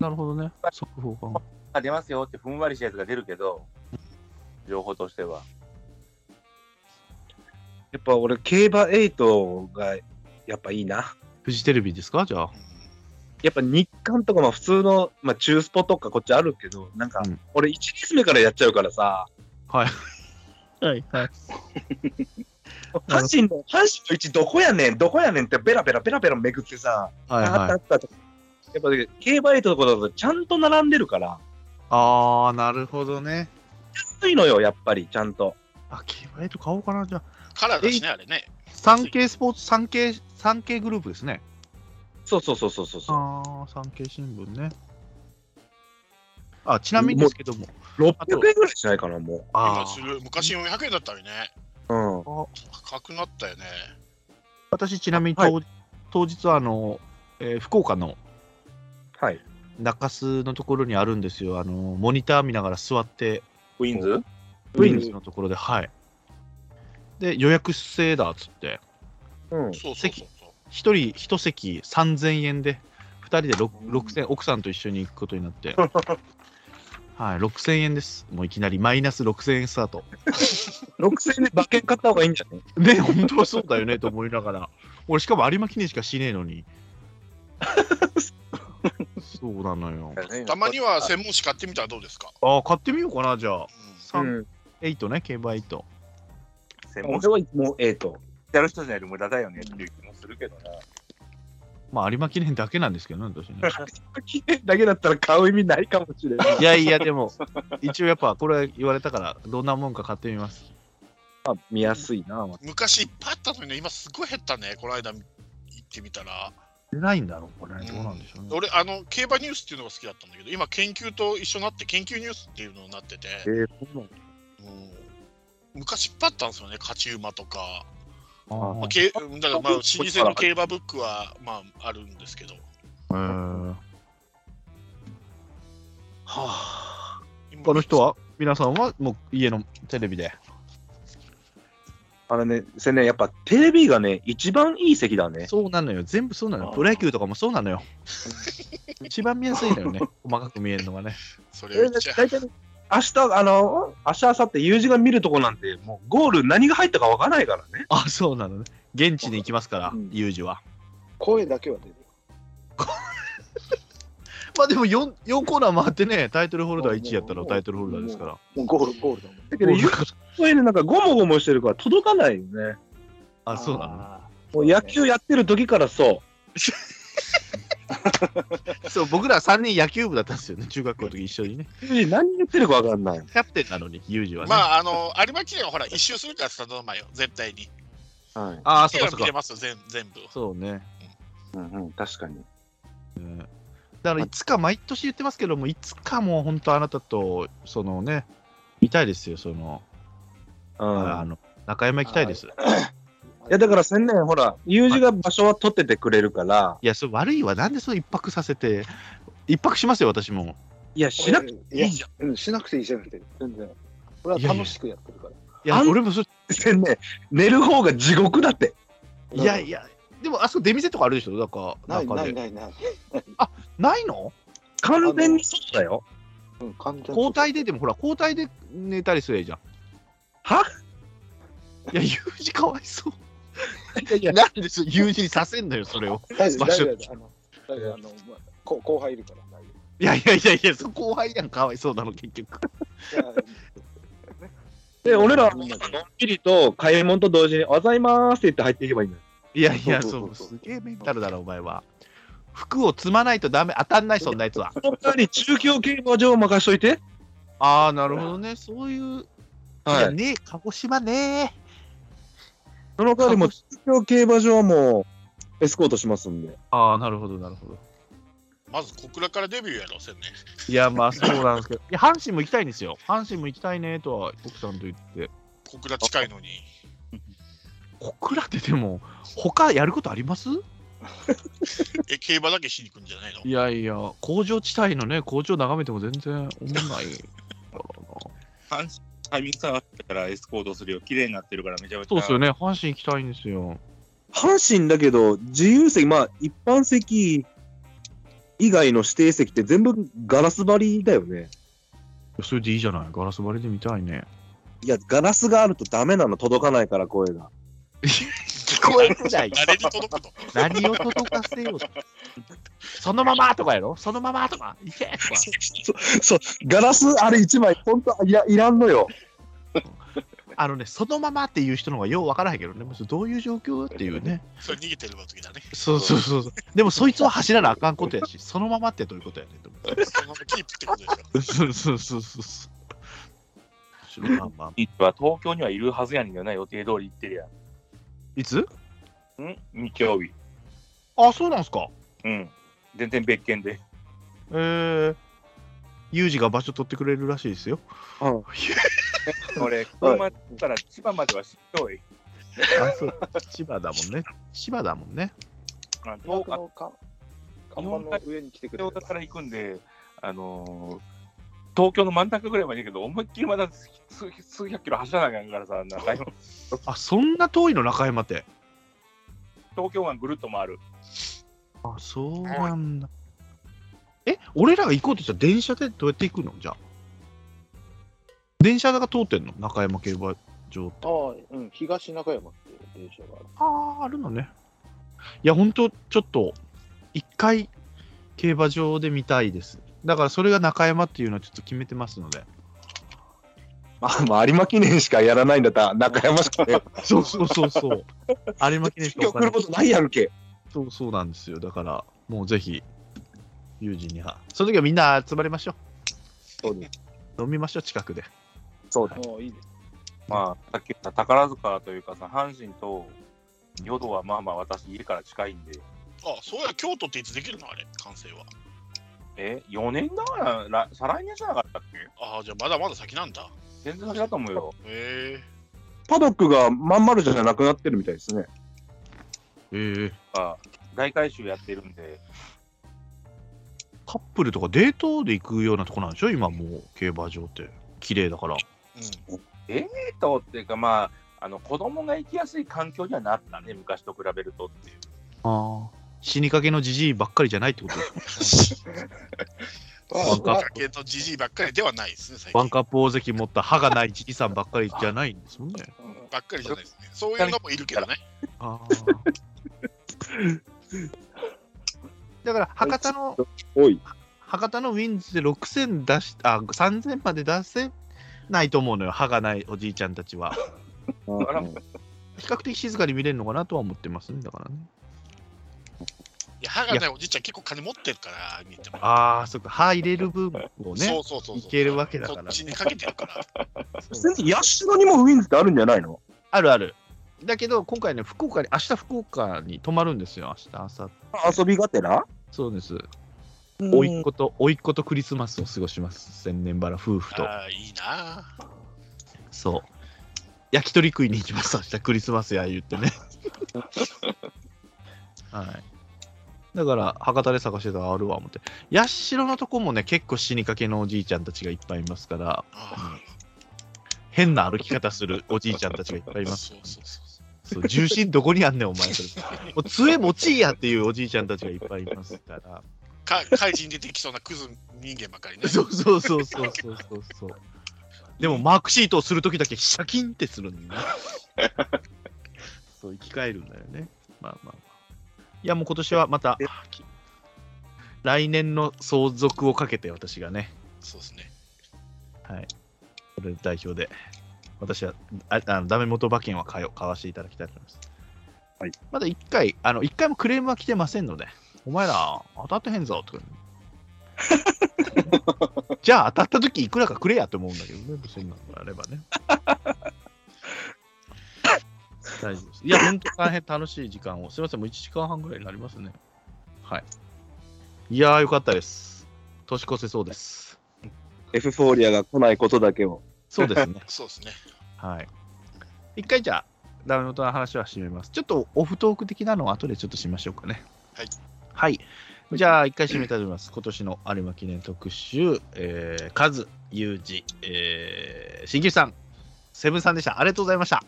[SPEAKER 2] なるほどね。速報版。
[SPEAKER 5] あ出ますよってふんわりしたやつが出るけど、情報としては。
[SPEAKER 3] やっぱ俺、競馬8がやっぱいいな。
[SPEAKER 2] フジテレビですかじゃあ。
[SPEAKER 3] やっぱ日韓とか、まあ普通の、まあ中スポとかこっちあるけど、なんか
[SPEAKER 2] うん、
[SPEAKER 3] 俺1レース目からやっちゃうからさ、
[SPEAKER 2] はい、 はい。
[SPEAKER 3] 阪神の、阪神の位置どこやねん、どこやねんってベラベラベラベラめくってさ、
[SPEAKER 2] はい、
[SPEAKER 3] あっ
[SPEAKER 2] はい
[SPEAKER 3] たあ。ったとかやっぱね競馬8とかだとちゃんと並んでるから、
[SPEAKER 2] ああ、なるほどね。
[SPEAKER 3] 安いのよ、やっぱり、ちゃんと。
[SPEAKER 2] あ、競馬へと買おうかな、じゃあ。
[SPEAKER 6] カラーだしね、あれね。
[SPEAKER 2] 産経スポーツ、産経、産経グループですね。
[SPEAKER 3] そうそうそうそうそうそう。
[SPEAKER 2] ああ、産経新聞ね。あ、ちなみにですけども。
[SPEAKER 3] 600円ぐらいしないかな、も
[SPEAKER 2] あ
[SPEAKER 6] 今す
[SPEAKER 2] ー
[SPEAKER 6] る昔400円だったのにね。
[SPEAKER 3] う。うん。
[SPEAKER 6] 高くなったよね。
[SPEAKER 2] 私、ちなみに当,、当日は、あの、えー福岡の
[SPEAKER 3] はい。
[SPEAKER 2] 中洲のところにあるんですよ。あの、モニター見ながら座って、
[SPEAKER 5] ウィンズ
[SPEAKER 2] ウィンズのところで、はい。で、予約制だっつって、
[SPEAKER 3] うん。
[SPEAKER 6] そうそうそうそう。
[SPEAKER 2] 一人一席3000円で、二人でろ6000、奥さんと一緒に行くことになって、はい、6000円です。もういきなりマイナス6000円スタート。
[SPEAKER 3] 6000円で馬券買った方がいいんじゃない
[SPEAKER 2] ね、本当はそうだよねと思いながら、俺、しかも有馬記念しかしねえのに。そうなのよ。
[SPEAKER 6] たまには専門誌買ってみたらどうですか、
[SPEAKER 2] ああ、買ってみようかな、じゃあ。
[SPEAKER 6] う
[SPEAKER 2] 3、
[SPEAKER 3] ん。
[SPEAKER 2] 8ね、競馬8。
[SPEAKER 5] 専門
[SPEAKER 3] 俺
[SPEAKER 5] 誌
[SPEAKER 3] はもう、ええと。
[SPEAKER 5] やる人じゃないと無駄だよねっていう気もするけどな。
[SPEAKER 2] まあ、有馬記念だけなんですけどね、私ね。
[SPEAKER 3] 記念だけだったら買う意味ないかもしれない。
[SPEAKER 2] いやいや、でも、 一応やっぱ、これ言われたから、どんなもんか買ってみます。
[SPEAKER 3] 見やすいな。
[SPEAKER 6] ん昔いっぱいあったのにね、今すごい減ったね。この間行ってみたら。
[SPEAKER 2] 出ないんだろう、これね。どうなんでしょうね。
[SPEAKER 6] 俺、あの、競馬ニュースっていうのが好きだったんだけど、今、研究と一緒になって、研究ニュースっていうのになってて、
[SPEAKER 3] えー、
[SPEAKER 6] うん昔いっぱいあったんですよね、勝ち馬とか。
[SPEAKER 2] あ
[SPEAKER 6] まあ、
[SPEAKER 2] ー
[SPEAKER 6] けだから、まあ、老舗の競馬ブックは、まあ、あるんですけど、
[SPEAKER 2] えー
[SPEAKER 3] はあ。
[SPEAKER 6] 今
[SPEAKER 2] 他の人は皆さんはもう家のテレビで。
[SPEAKER 3] あれね、せね、やっぱテレビがね、一番いい席だね。
[SPEAKER 2] そうなのよ。全部そうなのよ。プロ野球とかもそうなのよ。一番見やすいのよね。細かく見えるのがね。
[SPEAKER 6] そ
[SPEAKER 3] え
[SPEAKER 6] れを言っちゃ
[SPEAKER 3] ー
[SPEAKER 6] う
[SPEAKER 3] 大体ね、明日、あの、明日、明後日、友人が見るとこなんて、もうゴール何が入ったかわからないからね。
[SPEAKER 2] あ、そうなのね。現地に行きますから
[SPEAKER 7] うん、
[SPEAKER 2] 有事は。
[SPEAKER 7] 声だけは出る。
[SPEAKER 2] まあでも 4, 4コーナー回ってね、タイトルホルダー1位やったら
[SPEAKER 7] もう
[SPEAKER 2] タイトルホルダーですから。
[SPEAKER 7] もうゴール、ゴールだもん。
[SPEAKER 3] だけど、
[SPEAKER 2] もう
[SPEAKER 3] 友
[SPEAKER 2] なんか
[SPEAKER 3] 人こへね、なんかゴモゴモしてるから届かないよね。
[SPEAKER 2] あ、そうなの
[SPEAKER 7] あ
[SPEAKER 3] もう野球やってる時からそ
[SPEAKER 2] そう、僕ら3人野球部だったんですよね、中学校の時一緒にね。
[SPEAKER 3] う。ユージ何言ってるかわかんない。
[SPEAKER 2] キャプテンなのに、ユージはね。
[SPEAKER 6] まあ、あの、有馬記念はほら、一周するから、スタンドの前よ、絶対に。
[SPEAKER 7] はい。
[SPEAKER 2] ああ、
[SPEAKER 6] そ
[SPEAKER 2] そうかそう
[SPEAKER 6] 見れ
[SPEAKER 2] か。
[SPEAKER 6] ますよ、全全部を。
[SPEAKER 2] そうね。
[SPEAKER 7] うんうん、確かに。
[SPEAKER 2] だからいつか毎年言ってますけども、いつかもう本当あなたと、そのね、見たいですよ、その、あ
[SPEAKER 3] うん。
[SPEAKER 2] の、中山行きたいです。
[SPEAKER 3] いや、だから千年、ほら、ユージが場所は取っててくれるから、
[SPEAKER 2] いや、それ悪いわ。なんでその一泊させて、一泊しますよ、私も。
[SPEAKER 3] いや、しなく
[SPEAKER 7] くて
[SPEAKER 3] いい
[SPEAKER 7] じゃん。しなくていいじゃなくて、全然。俺は楽しくやってるから。
[SPEAKER 2] いや、
[SPEAKER 3] あん
[SPEAKER 2] 俺もそ、
[SPEAKER 3] て千年、寝る方が地獄だって。
[SPEAKER 2] いやいや、でもあそこ出店とかあるでしょ、なんか、
[SPEAKER 7] ない
[SPEAKER 2] 中
[SPEAKER 7] な
[SPEAKER 2] で
[SPEAKER 7] いないない。
[SPEAKER 2] ないの
[SPEAKER 3] 完全に外だよ。
[SPEAKER 7] うん、完全に
[SPEAKER 2] 交代で、でもほら、交代で寝たりするじゃん。はいや、U 字かわいそう。
[SPEAKER 3] いやいや、
[SPEAKER 2] なんでそ U 字にさせんのよ、それを。
[SPEAKER 7] 大丈
[SPEAKER 2] 場
[SPEAKER 7] 夫大
[SPEAKER 2] 所
[SPEAKER 7] 丈夫あの大丈夫あのまあこ後輩いるから大丈
[SPEAKER 2] いやいやいやいや、そこ後輩やん、かわいそうなの、結局。
[SPEAKER 7] 夫いや。
[SPEAKER 3] で、俺ら、の
[SPEAKER 7] み
[SPEAKER 3] ん
[SPEAKER 7] んなで
[SPEAKER 3] びりと買い物と同時に、おはようございますって言って入っていけばいいのよ。
[SPEAKER 2] いやいや、
[SPEAKER 7] そ
[SPEAKER 2] そ、
[SPEAKER 7] うそううそう
[SPEAKER 2] すげえメンタルだろ、お前は。服を積まないとダメ、当たんない、そんなやつ は。
[SPEAKER 3] その代わり中京競馬場を任しといて。
[SPEAKER 2] ああ、なるほどね、そういう。いや
[SPEAKER 3] はい。
[SPEAKER 2] ねえ、鹿児島ねえ。
[SPEAKER 3] その代わりもう中京競馬場はもう、エスコートしますんで。
[SPEAKER 2] ああ、なるほど、なるほど。
[SPEAKER 6] まず、小倉からデビューやろ、千年。
[SPEAKER 2] いや、まあそうなんです けど、いや阪神も行きたいんですよ。阪神も行きたいねとは、奥さんと言って。
[SPEAKER 6] 小倉近いのに。
[SPEAKER 2] 小倉ってでも、他やることあります
[SPEAKER 6] え、競馬だけしに行くんじゃないの
[SPEAKER 2] いやいや、工場地帯のね、工場眺めても全然思わ ないだろうな。
[SPEAKER 5] 阪神タイミングさんあったからエスコートするよ。綺麗になってるからめちゃめちゃ。
[SPEAKER 2] そうですよね、阪神行きたいんですよ。
[SPEAKER 3] 阪神だけど、自由席、まあ、一般席以外の指定席って全部ガラス張りだよね。
[SPEAKER 2] それでいいじゃない、ガラス張りで見たいね。
[SPEAKER 3] いや、ガラスがあるとダメなの、届かないから、声が。
[SPEAKER 2] 聞こえてない。
[SPEAKER 6] 誰に届くの
[SPEAKER 2] 何を届かせようと。そのままとかやろそのままとか。いけとか。
[SPEAKER 3] そう、ガラスあれ一枚、本当いらいらんのよ。
[SPEAKER 2] あのね、そのままっていう人の方がようわからへんけどね、もうそれどういう状況っていうね。
[SPEAKER 6] それ逃げてるわけだね。
[SPEAKER 2] そうそうそうそう。 でもそいつは走らなあかんことやし、そのままってどういうことやねんと思っ
[SPEAKER 6] そのままキープってことでしょ。
[SPEAKER 2] て。そうそうそうそうそう。まあまあ、
[SPEAKER 5] いつは東京にはいるはずやねんよな、予定通り行ってる
[SPEAKER 2] いつ
[SPEAKER 5] やん。ん日曜日。
[SPEAKER 2] あ、そうなんすか。
[SPEAKER 5] うん。全然別件で。
[SPEAKER 2] えー、ユージが場所取ってくれるらしいですよ。
[SPEAKER 5] 俺、車から千葉まではしんどい。
[SPEAKER 2] あそう千葉だもんね。千葉だもんね。
[SPEAKER 5] あ
[SPEAKER 7] 字幕
[SPEAKER 5] 東
[SPEAKER 7] のか看板の上に来てくれ
[SPEAKER 5] 京
[SPEAKER 7] れ
[SPEAKER 5] だ
[SPEAKER 7] ば
[SPEAKER 5] から行くんで、あのー東京の真ん中ぐらいまで行けど、思いっきりまだ数数百キロ走らなきゃいけんからさ、なんか
[SPEAKER 2] あ、そんな遠いの、中山って。
[SPEAKER 5] 東京湾ぐるっと回る。
[SPEAKER 2] あ、そうなんだ。え、俺らが行こうとしたら電車でどうやって行くのじゃあ。電車が通ってんの中山競馬場って。
[SPEAKER 7] ああ、うん、東中山っていう電車がある。
[SPEAKER 2] ああ、あるのね。いや、ほんと、ちょっと、一回、競馬場で見たいです。だから、それが中山っていうのはちょっと決めてますので。
[SPEAKER 3] まあ、まあ、有馬記念しかやらないんだったら、 中山しかね、
[SPEAKER 2] そうそうそうそう。 有馬記念しかお
[SPEAKER 3] 今日来
[SPEAKER 2] 金
[SPEAKER 3] ることないやるけ。
[SPEAKER 2] そうそうなんですよ。だから、もうぜひ、友人には。その時はみんな集まりましょ
[SPEAKER 3] そうです。
[SPEAKER 2] う。飲みましょう、近くで。
[SPEAKER 3] そうです。
[SPEAKER 7] ああ、いいです。
[SPEAKER 5] まあ、さっき言った宝塚というかさ、阪神と淀はまあまあ私、家から近いんで、
[SPEAKER 6] あ、そうや、京都っていつできるのあれ、完成は。
[SPEAKER 5] え、4年だから、ら再来年じゃなかったっけ
[SPEAKER 6] ああ、じゃあまだまだ先なんだ。
[SPEAKER 5] 全然先だと思うよ。
[SPEAKER 6] へ
[SPEAKER 3] パドックがまん丸じゃなくなってるみたいですね。
[SPEAKER 2] ええ
[SPEAKER 5] あ大改修やってるんで、
[SPEAKER 2] カップルとかデートで行くようなとこなんでしょ今もう、競馬場って。綺麗だから。
[SPEAKER 6] えうん。
[SPEAKER 5] えっとっていうか、まあ、あの子供が行きやすい環境にはなったね、昔と比べるとっていう。
[SPEAKER 2] ああ。死にかけのじじいばっかりじゃないってこと
[SPEAKER 7] あ
[SPEAKER 2] ンカップ
[SPEAKER 7] あ
[SPEAKER 6] 系とじじいばっかりではないですね、最
[SPEAKER 2] ワ
[SPEAKER 6] 近
[SPEAKER 2] ン。カップ大関持った歯がないじいさんばっかりじゃないんですもんね。
[SPEAKER 6] ばっかりじゃないですね。そういうのもいるけどね。
[SPEAKER 2] あだから博多の
[SPEAKER 3] おい。
[SPEAKER 2] 博多のウィンズで6000出しあ3000まで出せないと思うのよ、歯がないおじいちゃんたちは。
[SPEAKER 5] うん
[SPEAKER 7] あら
[SPEAKER 2] 比較的静かに見れるのかなとは思ってますね、だからね。
[SPEAKER 6] いや、歯がないおじいちゃん結構金持ってるから、見ても。
[SPEAKER 2] ああ、そっか、歯入れる分をね、
[SPEAKER 6] そうそうそうそう。
[SPEAKER 2] いけるわけだから
[SPEAKER 6] そっちにかけてるから。
[SPEAKER 2] そう
[SPEAKER 3] にヤシロにもウィンズってあるんじゃないの
[SPEAKER 2] あるある。だけど、今回ね、福岡に、明日福岡に泊まるんですよ、明日、明後日
[SPEAKER 3] 遊びがてら
[SPEAKER 2] そうです。
[SPEAKER 3] うん
[SPEAKER 2] おいっ子と、おいっ子とクリスマスを過ごします、千年原夫婦と。
[SPEAKER 6] ああ、いいな。
[SPEAKER 2] そう。焼き鳥食いに行きます、明日クリスマスや言って ね。はい。だから、博多で探してたらあるわ、思って。八代のとこもね、結構死にかけのおじいちゃんたちがいっぱいいますから、
[SPEAKER 6] あ
[SPEAKER 2] 変な歩き方するおじいちゃんたちがいっぱいい
[SPEAKER 6] あ、
[SPEAKER 2] ます。
[SPEAKER 6] そうそうそう。
[SPEAKER 2] そう重心どこにあんねん、お前。それもう杖持ちいやっていうおじいちゃんたちがいっぱいいますから。
[SPEAKER 6] か怪人出てきそうなクズ人間ばかりね。
[SPEAKER 2] そうそうそうそうそうそうそう。でもマークシートをするときだけシャキンってするんだよねそう、生き返るんだよね。まあまあまあ。いやもう今年はまた、き来年の相続をかけて私がね、
[SPEAKER 6] そうですね。
[SPEAKER 2] これ代表で、私はああのダメ元馬券は買お買わせていただきたいと思います。
[SPEAKER 3] はい、
[SPEAKER 2] まだ1回、あの1回もクレームは来てませんので、お前ら当たってへんぞ とか。じゃあ当たった時いくらかくれやと思うんだけどね、そんなのがあればね。大丈夫です。いや、本当大変楽しい時間を。すみません、もう1時間半ぐらいになりますね。はい。いやー、よかったです。年越せそうです。
[SPEAKER 3] エフフォーリアが来ないことだけを。
[SPEAKER 2] そうですね。
[SPEAKER 6] そうですね。
[SPEAKER 2] はい。一回じゃあ、ダメ元の話は締めます。ちょっとオフトーク的なのを後でちょっとしましょうかね。
[SPEAKER 6] はい。
[SPEAKER 2] はい。じゃあ、一回締めたいと思います。今年の有馬記念特集、えー、カズ、ユージ、えー、新旧さん、セブンさんでした。ありがとうございました。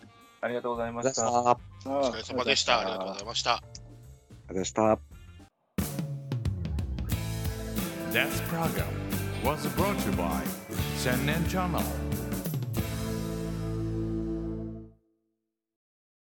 [SPEAKER 5] ありがとうございました。
[SPEAKER 3] あ
[SPEAKER 7] お
[SPEAKER 6] お疲れ様でした。ありがとうございました。
[SPEAKER 3] りがとうございました。
[SPEAKER 1] This program was brought to you by Sennen Channel.